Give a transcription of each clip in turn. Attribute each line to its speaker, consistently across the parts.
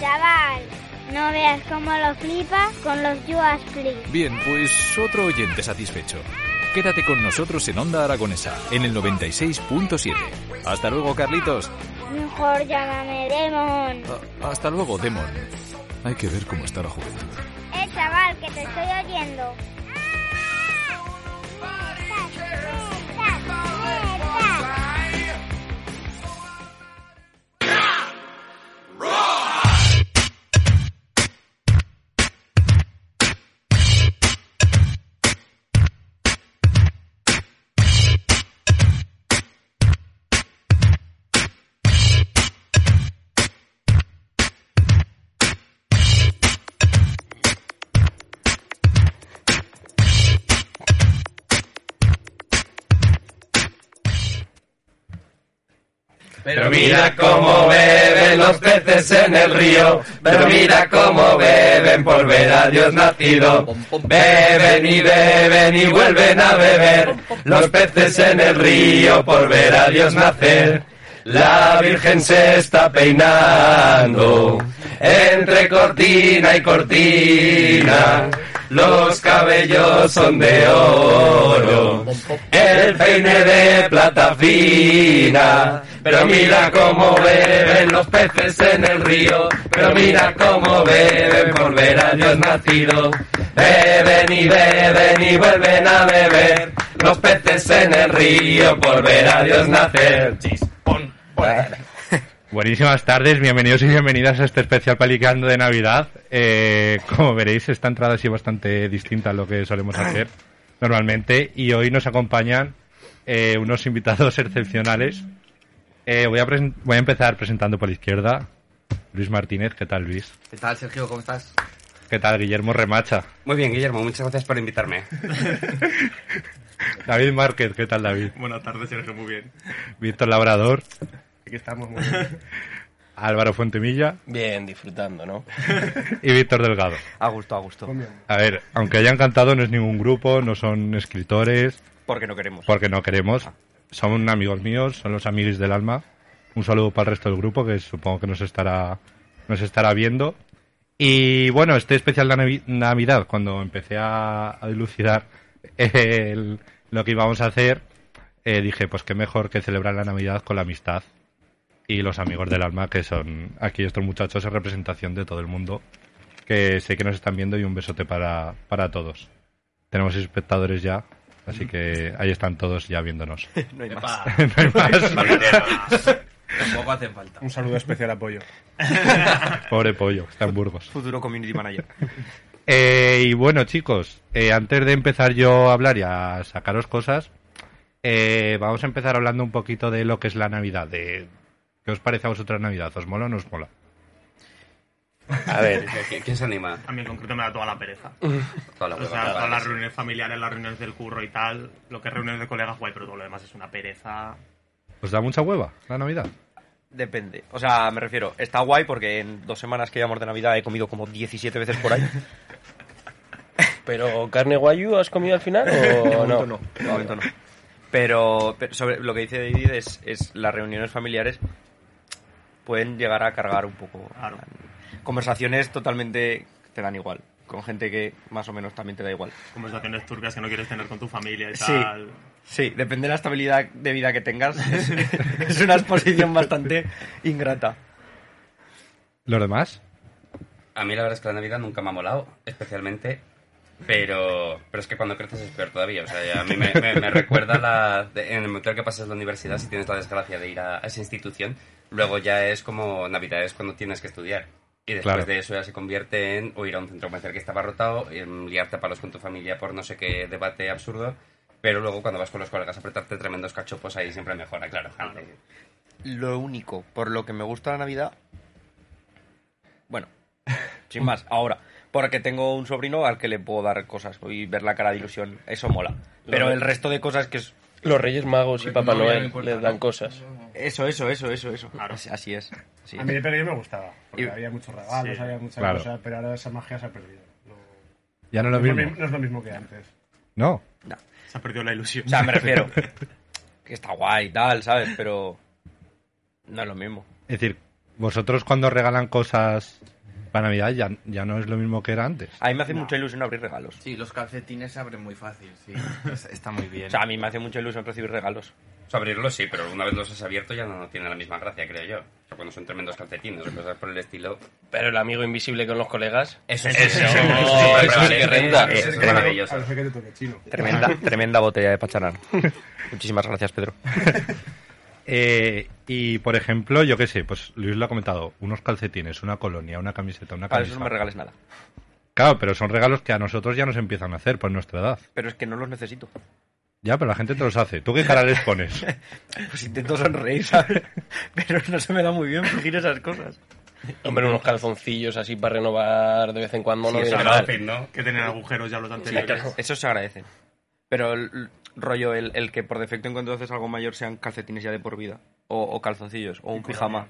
Speaker 1: chaval. No veas cómo lo flipa con los Yuas Please.
Speaker 2: Bien, pues otro oyente satisfecho. Quédate con nosotros en Onda Aragonesa, en el 96.7. Hasta luego, Carlitos.
Speaker 1: Mejor llámame Demon.
Speaker 2: Ah, hasta luego, Demon. Hay que ver cómo está la juventud.
Speaker 1: Eh, chaval, que te estoy oyendo. Ah.
Speaker 3: Pero mira cómo beben los peces en el río, pero mira cómo beben por ver a Dios nacido. Beben y beben y vuelven a beber los peces en el río por ver a Dios nacer. La Virgen se está peinando entre cortina y cortina. Los cabellos son de oro, el peine de plata fina. Pero mira cómo beben los peces en el río, pero mira cómo beben por ver a Dios nacido. Beben y beben y vuelven a beber los peces en el río por ver a Dios nacer. Chis, pon, pon.
Speaker 4: Buenísimas tardes, bienvenidos y bienvenidas a este especial Palicando de Navidad. Eh, como veréis, esta entrada ha sido bastante distinta a lo que solemos hacer normalmente y hoy nos acompañan eh, unos invitados excepcionales. Eh, voy, a presen- voy a empezar presentando por la izquierda Luis Martínez. ¿Qué tal, Luis?
Speaker 5: ¿Qué tal, Sergio? ¿Cómo estás?
Speaker 4: ¿Qué tal, Guillermo Remacha?
Speaker 5: Muy bien, Guillermo, muchas gracias por invitarme.
Speaker 4: David Márquez. ¿Qué tal, David?
Speaker 6: Buenas tardes, Sergio, muy bien.
Speaker 4: Víctor Labrador.
Speaker 6: Aquí estamos, muy bien.
Speaker 4: Álvaro Fuentemilla
Speaker 3: Bien, disfrutando, ¿no?
Speaker 4: y Víctor Delgado.
Speaker 3: A gusto, a gusto.
Speaker 4: A ver, aunque hayan cantado, no es ningún grupo, no son escritores,
Speaker 3: Porque no queremos.
Speaker 4: porque no queremos. Son amigos míos, son los amiguis del alma. Un saludo para el resto del grupo, que supongo que nos estará, nos estará viendo. Y bueno, este especial de Navi- Navidad, cuando empecé a, a dilucidar el- lo que íbamos a hacer, eh, dije, pues qué mejor que celebrar la Navidad con la amistad y los amigos del alma, que son aquí estos muchachos en representación de todo el mundo, que sé que nos están viendo y un besote para, para todos. Tenemos espectadores ya, así que ahí están todos ya viéndonos.
Speaker 3: No hay más.
Speaker 4: no hay más.
Speaker 3: Tampoco hacen falta.
Speaker 6: Un saludo especial apoyo.
Speaker 4: Pobre pollo, está en Burgos.
Speaker 3: Futuro community manager.
Speaker 4: Eh, y bueno, chicos, eh, antes de empezar yo a hablar y a sacaros cosas, eh, vamos a empezar hablando un poquito de lo que es la Navidad. De, ¿Qué os parece a vosotras Navidad? ¿Os mola o no os mola?
Speaker 5: A ver, ¿quién se anima?
Speaker 6: A mí en concreto me da toda la pereza.
Speaker 5: Toda la
Speaker 6: O sea, todas las reuniones familiares, las reuniones del curro y tal, lo que es reuniones de colegas, guay, pero todo lo demás es una pereza.
Speaker 4: ¿Os da mucha hueva la Navidad?
Speaker 3: Depende. O sea, me refiero, está guay porque en dos semanas que llevamos de Navidad he comido como 17 veces por ahí.
Speaker 7: Pero carne guayú has comido al final o no?
Speaker 3: no. De momento no. Pero, pero sobre lo que dice David es, es las reuniones familiares pueden llegar a cargar un poco.
Speaker 6: Claro.
Speaker 3: Conversaciones totalmente te dan igual. Con gente que más o menos también te da igual.
Speaker 6: Conversaciones turbias que no quieres tener con tu familia y
Speaker 3: Sí.
Speaker 6: tal.
Speaker 3: Sí, depende de la estabilidad de vida que tengas. Es, es una exposición bastante ingrata.
Speaker 4: ¿Los demás?
Speaker 5: A mí la verdad es que la Navidad nunca me ha molado, especialmente, pero, pero es que cuando creces es peor todavía. O sea, ya a mí me, me- me recuerda la, de- en el momento en el que pasas la universidad, si tienes la desgracia de ir a, a esa institución, luego ya es como Navidad, es cuando tienes que estudiar. Y después
Speaker 4: Claro.
Speaker 5: de eso ya se convierte en o ir a un centro comercial que está abarrotado, en liarte a palos con tu familia por no sé qué debate absurdo, pero luego cuando vas con los colegas a apretarte tremendos cachopos ahí siempre mejora, claro. antes-
Speaker 3: Lo único por lo que me gusta la Navidad. Bueno, sin más, ahora. Porque tengo un sobrino al que le puedo dar cosas y ver la cara de ilusión. Eso mola. Pero el resto de cosas que es.
Speaker 7: Los Reyes Magos y Papá Noel les dan cosas.
Speaker 3: Eso, eso, eso, eso, eso. Es- Así es. Sí.
Speaker 8: A mí de pequeño me gustaba, porque
Speaker 3: Y-
Speaker 8: había muchos regalos,
Speaker 6: sí,
Speaker 8: había muchas
Speaker 4: claro.
Speaker 8: cosas, pero ahora esa magia se ha perdido. No,
Speaker 4: Ya no lo
Speaker 8: no es, lo
Speaker 4: mismo.
Speaker 8: mi- no es lo mismo que antes.
Speaker 4: No.
Speaker 6: Se ha perdido la ilusión.
Speaker 3: O sea, me refiero. Que está guay y tal, ¿sabes? Pero. No es lo mismo.
Speaker 4: Es decir, Vosotros cuando regalan cosas para Navidad ya, ya no es lo mismo que era antes.
Speaker 5: A mí me hace mucha ilusión abrir regalos.
Speaker 3: Sí, los calcetines se abren muy fácil, sí. Es- Está muy bien.
Speaker 5: O sea, a mí me hace mucha ilusión recibir regalos.
Speaker 9: O sea, abrirlos sí, pero una vez los has abierto ya no tiene la misma gracia, creo yo. O sea, cuando son tremendos calcetines o cosas por el estilo.
Speaker 7: Pero el amigo invisible con los colegas.
Speaker 9: Eso
Speaker 7: Eso,
Speaker 9: eso,
Speaker 7: eso
Speaker 9: vale,
Speaker 7: sí
Speaker 9: vale,
Speaker 7: que renta.
Speaker 9: eso es
Speaker 8: Al
Speaker 9: maravilloso.
Speaker 8: al jeque de toque chino.
Speaker 5: Tremenda, tremenda botella de pachanar. Muchísimas gracias, Pedro.
Speaker 4: Eh, y por ejemplo, yo qué sé, pues Luis lo ha comentado, unos calcetines, una colonia, una camiseta, una
Speaker 5: Para
Speaker 4: camisa.
Speaker 5: eso no me regales nada.
Speaker 4: Claro, pero son regalos que a nosotros ya nos empiezan a hacer por nuestra edad.
Speaker 5: Pero es que no los necesito.
Speaker 4: Ya, pero la gente te los hace. ¿Tú qué cara les pones?
Speaker 5: Pues intento sonreír, ¿sabes? Pero no se me da muy bien fingir esas cosas.
Speaker 7: Hombre, unos calzoncillos así para renovar de vez en cuando. no
Speaker 9: Eso
Speaker 7: viene
Speaker 9: te va a
Speaker 7: mal.
Speaker 9: decir, ¿no?
Speaker 6: Que tienen agujeros ya los anteriores.
Speaker 5: Eso se agradece. Pero el- el rollo, el, el que por defecto entonces algo mayor sean calcetines ya de por vida. O, o calzoncillos. O un pijama.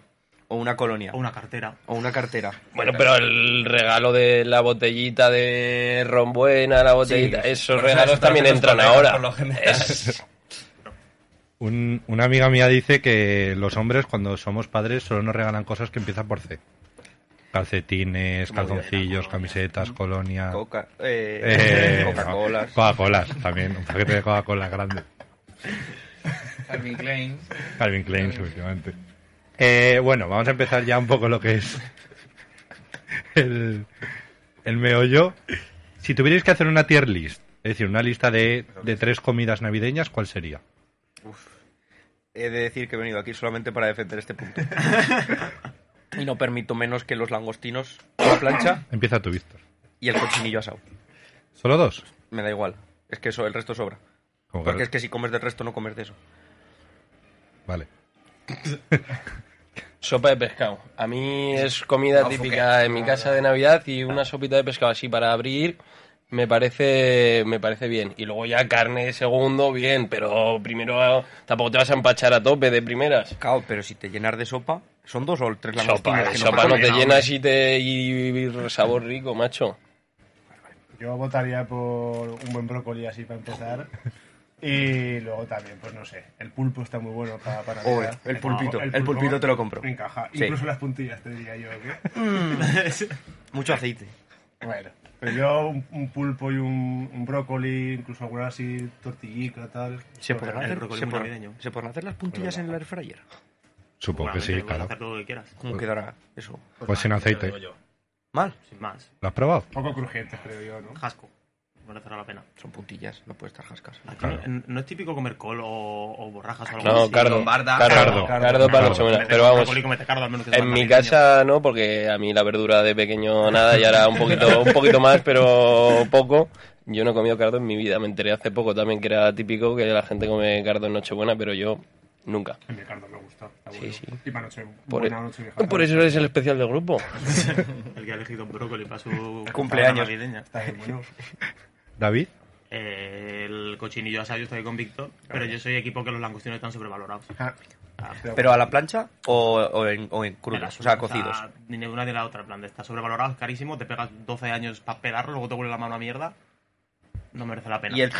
Speaker 5: O una colonia.
Speaker 6: O una cartera.
Speaker 5: O una cartera.
Speaker 7: Bueno, pero el regalo de la botellita de rombuena, la botellita, esos
Speaker 9: Por eso
Speaker 7: regalos
Speaker 9: es para
Speaker 7: también
Speaker 9: que los
Speaker 7: entran
Speaker 9: colegas,
Speaker 7: ahora.
Speaker 9: por lo general.
Speaker 7: Es-
Speaker 4: Un- una amiga mía dice que los hombres cuando somos padres solo nos regalan cosas que empiezan por C. Calcetines, calzoncillos, camisetas, colonia.
Speaker 5: Coca, eh,
Speaker 4: eh,
Speaker 5: Coca-Cola.
Speaker 4: Coca-Cola también, un paquete de Coca-Cola grande.
Speaker 3: Calvin Klein.
Speaker 4: Calvin Klein, últimamente. Eh, bueno, vamos a empezar ya un poco lo que es el, el meollo. Si tuvierais que hacer una tier list, es decir, una lista de, de tres comidas navideñas, ¿cuál sería?
Speaker 5: He de decir que he venido aquí solamente para defender este punto. y no permito menos que los langostinos a la plancha
Speaker 4: Empieza tú, Víctor.
Speaker 5: y el cochinillo asado.
Speaker 4: ¿Solo dos?
Speaker 5: Me da igual. Es que eso, el resto sobra.
Speaker 4: Como que-
Speaker 5: Porque es que si comes del resto no comes de eso.
Speaker 4: Vale.
Speaker 7: Sopa de pescado. A mí es comida típica en mi casa de Navidad y una sopita de pescado así para abrir me parece me parece bien. Y luego ya carne segundo, bien, pero primero tampoco te vas a empachar a tope de primeras.
Speaker 5: Cao, pero si te llenas de sopa, son dos o tres langostinos.
Speaker 7: Sopa,
Speaker 5: que
Speaker 7: sopa no
Speaker 5: pasan.
Speaker 7: te llenas y te y, y sabor rico, macho.
Speaker 8: Yo votaría por un buen brócoli así para empezar. Y luego también, pues no sé, el pulpo está muy bueno para... para
Speaker 5: Oh,
Speaker 8: Navidad.
Speaker 5: el pulpito, el pulpito te lo compro.
Speaker 8: Encaja,
Speaker 5: Sí.
Speaker 8: incluso las puntillas te diría yo. ¿qué?
Speaker 5: Mucho aceite.
Speaker 8: Bueno, pero yo un, un pulpo y un, un brócoli, incluso alguna así tortillica, tal.
Speaker 5: ¿Se podrán,
Speaker 6: el
Speaker 5: hacer,
Speaker 6: brócoli
Speaker 5: se
Speaker 6: muy
Speaker 5: podrá-
Speaker 6: navideño.
Speaker 5: se podrán hacer las puntillas en el air fryer?
Speaker 4: Supongo que
Speaker 6: Seguramente
Speaker 4: Pues sí,
Speaker 6: puedes
Speaker 4: claro.
Speaker 6: hacer todo lo que quieras.
Speaker 5: ¿Cómo quedará eso?
Speaker 4: Pues sin aceite.
Speaker 5: Mal.
Speaker 6: Sin más.
Speaker 4: ¿Lo has probado?
Speaker 8: Poco crujientes, creo yo, ¿no?
Speaker 6: Casco. Merecerá la pena.
Speaker 5: Son puntillas, no puede estar jascas.
Speaker 6: Aquí no, no es típico comer col o, o borrajas o algo
Speaker 7: No,
Speaker 6: así.
Speaker 7: cardo.
Speaker 3: Lombarda.
Speaker 4: Cardo.
Speaker 7: Cardo, cardo para los
Speaker 4: Cardo.
Speaker 7: homenajes.
Speaker 6: Meter
Speaker 7: Pero
Speaker 6: un
Speaker 7: vamos,
Speaker 6: brócoli como te cardo, al menos que sea
Speaker 7: En mi
Speaker 6: navideño.
Speaker 7: casa no, porque a mí la verdura de pequeño nada y ahora un poquito, un poquito más, pero poco. Yo no he comido cardo en mi vida. Me enteré hace poco también que era típico que la gente come cardo en Nochebuena, pero yo nunca.
Speaker 8: El de cardo me gusta. está
Speaker 7: Sí,
Speaker 8: bueno.
Speaker 7: sí.
Speaker 8: Y para noche,
Speaker 7: Por,
Speaker 5: e-
Speaker 7: e-
Speaker 8: buena noche vieja.
Speaker 7: por eso eres el especial del grupo.
Speaker 6: El que ha elegido un brócoli para su
Speaker 5: Cumpleaños.
Speaker 6: navideña.
Speaker 8: Está bien bueno.
Speaker 4: David,
Speaker 6: Eh, el cochinillo asado yo estoy con Víctor, pero yo soy equipo que los langostinos están sobrevalorados.
Speaker 8: Ah,
Speaker 6: Ah,
Speaker 5: ¿Pero a la plancha o, o en, o en
Speaker 6: en
Speaker 5: crudas?
Speaker 6: las
Speaker 5: O sea,
Speaker 6: uvas,
Speaker 5: cocidos.
Speaker 6: Ni de una ni de la otra, en plan, de está sobrevalorado, es carísimo, te pegas 12 años para pelarlo, luego te vuelve la mano a mierda. No merece la pena.
Speaker 5: Y el...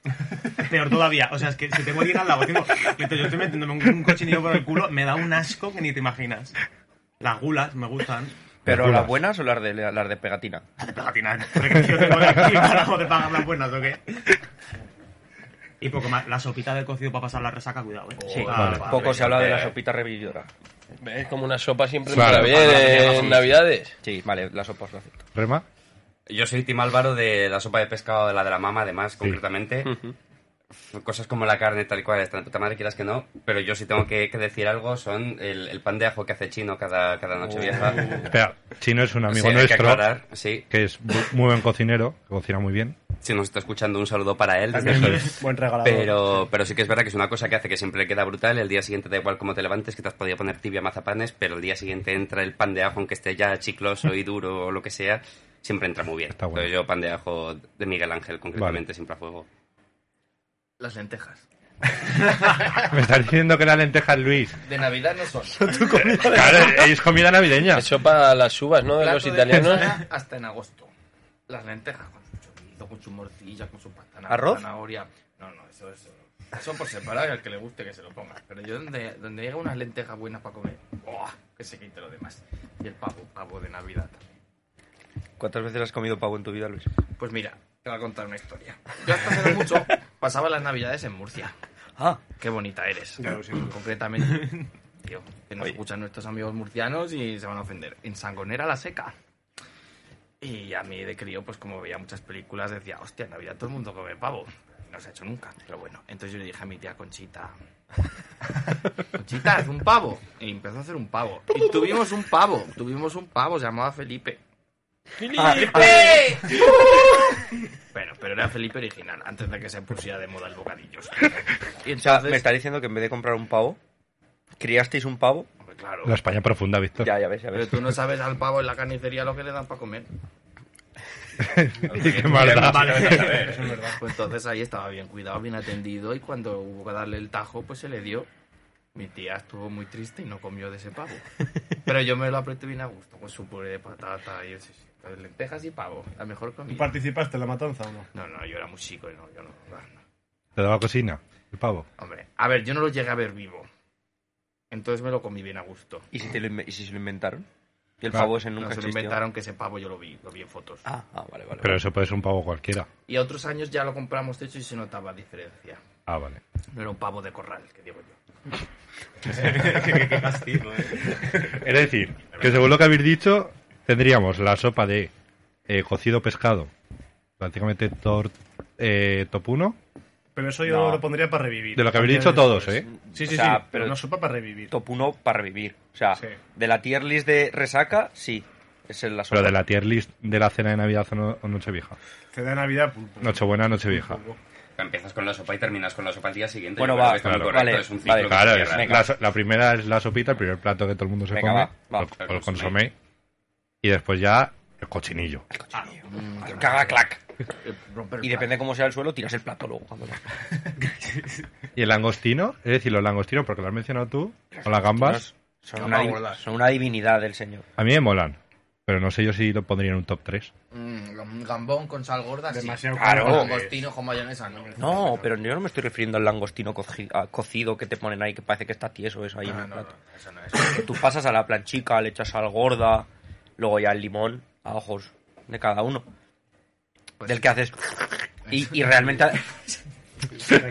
Speaker 6: Peor todavía, o sea, es que si tengo alguien al lado haciendo, mientras yo estoy metiéndome un, un cochinillo por el culo, me da un asco que ni te imaginas. Las gulas me gustan.
Speaker 5: ¿Pero
Speaker 4: Verduras.
Speaker 5: las buenas o las de, las de pegatina?
Speaker 6: De pegatinar. Porque yo tengo de aquí, carajo, de pagar las buenas, ¿o qué? Y poco más. La sopita de cocido para pasar la resaca, cuidado, ¿eh?
Speaker 5: Sí,
Speaker 6: Ah,
Speaker 4: vale.
Speaker 6: va.
Speaker 5: Oh, poco se habla de la sopita revividora.
Speaker 7: Es como una sopa siempre
Speaker 4: Claro.
Speaker 7: para bien en Navidades.
Speaker 5: Sí, vale, la sopa os lo acepto.
Speaker 4: Rema,
Speaker 9: Yo soy Tim Álvaro de la sopa de pescado, de la de la mama, además, concretamente. Cosas como la carne, tal y cual, están de puta madre, quieras que no. Pero yo sí tengo que, que decir algo, son el, el pan de ajo que hace Chino cada, cada noche vieja.
Speaker 4: espera, Chino es un amigo
Speaker 9: Sí, hay que
Speaker 4: nuestro
Speaker 9: aclarar, sí.
Speaker 4: que es bu- muy buen cocinero, que cocina muy bien.
Speaker 9: Si nos está escuchando, un saludo para él. desde
Speaker 4: Eso
Speaker 9: aquí.
Speaker 4: es.
Speaker 8: Buen regalador.
Speaker 9: Pero, pero sí que es verdad que es una cosa que hace que siempre le queda brutal. El día siguiente da igual cómo te levantes, que te has podido poner tibia mazapanes, pero el día siguiente entra el pan de ajo, aunque esté ya chicloso y duro o lo que sea, siempre entra muy bien.
Speaker 4: Está bueno.
Speaker 9: Entonces yo pan de ajo de Miguel Ángel, concretamente, siempre a fuego.
Speaker 3: Las lentejas.
Speaker 4: Me estás diciendo que la lenteja Luis.
Speaker 3: De Navidad no son.
Speaker 4: Claro, es comida navideña.
Speaker 7: Es sopa las uvas, ¿no? De
Speaker 3: Plato
Speaker 7: los
Speaker 3: de
Speaker 7: italianos.
Speaker 3: manzana hasta en agosto. Las lentejas con su chorizo, con su morcilla, con su patana,
Speaker 5: ¿Arroz?
Speaker 3: zanahoria. No, no, eso es. Eso por separado y al que le guste que se lo ponga. Pero yo donde, donde llega unas lentejas buenas para comer. ¡buah! que se quite lo demás. Y el pavo, pavo de Navidad.
Speaker 5: ¿Cuántas veces has comido pavo en tu vida, Luis?
Speaker 3: Pues mira, te voy a contar una historia. Yo hasta hace no mucho pasaba las Navidades en Murcia.
Speaker 5: Ah,
Speaker 3: Qué bonita eres.
Speaker 8: Claro, sí.
Speaker 3: Concretamente, tío, que nos
Speaker 5: Oye.
Speaker 3: escuchan nuestros amigos murcianos y se van a ofender. En Sangonera la Seca. Y a mí de crío, pues como veía muchas películas, decía, hostia, en Navidad todo el mundo come pavo. No se ha hecho nunca, pero bueno. Entonces yo le dije a mi tía Conchita, Conchita, haz un pavo. Y empezó a hacer un pavo. Y tuvimos un pavo, tuvimos un pavo, se llamaba Felipe. ¡Felipe! bueno, pero era Felipe original, antes de que se pusiera de moda el bocadillos. Y
Speaker 5: o sea,
Speaker 3: entonces...
Speaker 5: me está diciendo que en vez de comprar un pavo, criasteis un pavo.
Speaker 3: Hombre, claro.
Speaker 4: La España profunda, Víctor.
Speaker 5: Ya, ya ves, ya
Speaker 3: Pero
Speaker 5: ves.
Speaker 3: tú no sabes al pavo en la carnicería lo que le dan para comer.
Speaker 4: Qué maldad.
Speaker 3: Pues entonces ahí estaba bien cuidado, bien atendido y cuando hubo que darle el tajo, pues se le dio. Mi tía estuvo muy triste y no comió de ese pavo. Pero yo me lo apreté bien a gusto, con su puré de patata y el- las lentejas y pavo. La mejor
Speaker 8: ¿Tú
Speaker 3: comida.
Speaker 8: participaste en la matanza o no?
Speaker 3: No, no, yo era muy chico y no, yo no, no.
Speaker 4: Te daba cocina, el pavo.
Speaker 3: Hombre, a ver, yo no lo llegué a ver vivo. Entonces me lo comí bien a gusto.
Speaker 5: ¿Y si, te lo inve- y si se lo inventaron? Y el
Speaker 4: Claro.
Speaker 5: pavo ese
Speaker 3: No
Speaker 5: nunca
Speaker 3: se lo
Speaker 5: existió.
Speaker 3: inventaron que ese pavo yo lo vi, lo vi en fotos.
Speaker 5: Ah, ah, vale, vale.
Speaker 4: Pero eso puede ser un pavo cualquiera.
Speaker 3: Y a otros años ya lo compramos hecho y se notaba diferencia.
Speaker 4: Ah, vale.
Speaker 3: No era un pavo de corral, que digo yo.
Speaker 6: Qué castigo, eh.
Speaker 4: Es decir, que según lo que habéis dicho, tendríamos la sopa de eh, cocido pescado, prácticamente tor eh, top 1,
Speaker 8: Pero eso yo
Speaker 5: No.
Speaker 8: lo pondría para revivir.
Speaker 4: de lo que habéis dicho todos, ¿eh?
Speaker 8: Sí, sí,
Speaker 5: O sea,
Speaker 8: sí. Pero
Speaker 5: pero-
Speaker 8: no sopa para revivir.
Speaker 5: Top 1 para revivir. O sea,
Speaker 8: Sí.
Speaker 5: de la tier list de resaca, sí. Esa Es la
Speaker 4: Pero
Speaker 5: sopa.
Speaker 4: de la tier list de la cena de Navidad o, no- o Nochevieja.
Speaker 8: Te da Navidad pulpo.
Speaker 4: Nochebuena, Nochevieja.
Speaker 9: Empiezas con la sopa y terminas con la sopa al día siguiente.
Speaker 5: Bueno,
Speaker 9: Yo creo
Speaker 5: va,
Speaker 9: que está
Speaker 4: claro,
Speaker 9: correcto,
Speaker 5: vale,
Speaker 9: es un ciclo
Speaker 5: vale,
Speaker 9: que
Speaker 4: Claro,
Speaker 9: se
Speaker 4: es-
Speaker 9: cierra.
Speaker 4: la, so- la primera es la sopita, el primer plato que todo el mundo se
Speaker 5: Venga,
Speaker 4: come,
Speaker 5: va, va.
Speaker 4: o- o el consomé, y después ya el cochinillo.
Speaker 5: Que Caga clac.
Speaker 3: Eh, romper el
Speaker 5: Y depende cómo sea el suelo, tiras el plato luego. cuando lo-
Speaker 4: ¿Y el langostino? Es decir, los langostinos, porque lo has mencionado tú, o las gambas,
Speaker 5: Son,
Speaker 3: No
Speaker 5: una,
Speaker 3: me
Speaker 5: di-
Speaker 3: acuerdo.
Speaker 5: son una divinidad del señor.
Speaker 4: a mí me molan. Pero no sé yo si lo pondría en un top 3.
Speaker 3: Mm, un gambón con sal gorda, sí.
Speaker 8: Demasiado
Speaker 5: Claro.
Speaker 3: Con
Speaker 8: caro.
Speaker 3: langostino, con mayonesa, no.
Speaker 5: No, pero yo no me estoy refiriendo al langostino coci- a- cocido que te ponen ahí, que parece que está tieso eso ahí en
Speaker 3: No,
Speaker 5: el
Speaker 3: no,
Speaker 5: plato.
Speaker 3: no, eso no es.
Speaker 5: Tú pasas a la planchica, le echas sal gorda, luego ya el limón a ojos de cada uno.
Speaker 3: Pues
Speaker 5: del
Speaker 3: sí.
Speaker 5: que haces. Y, y realmente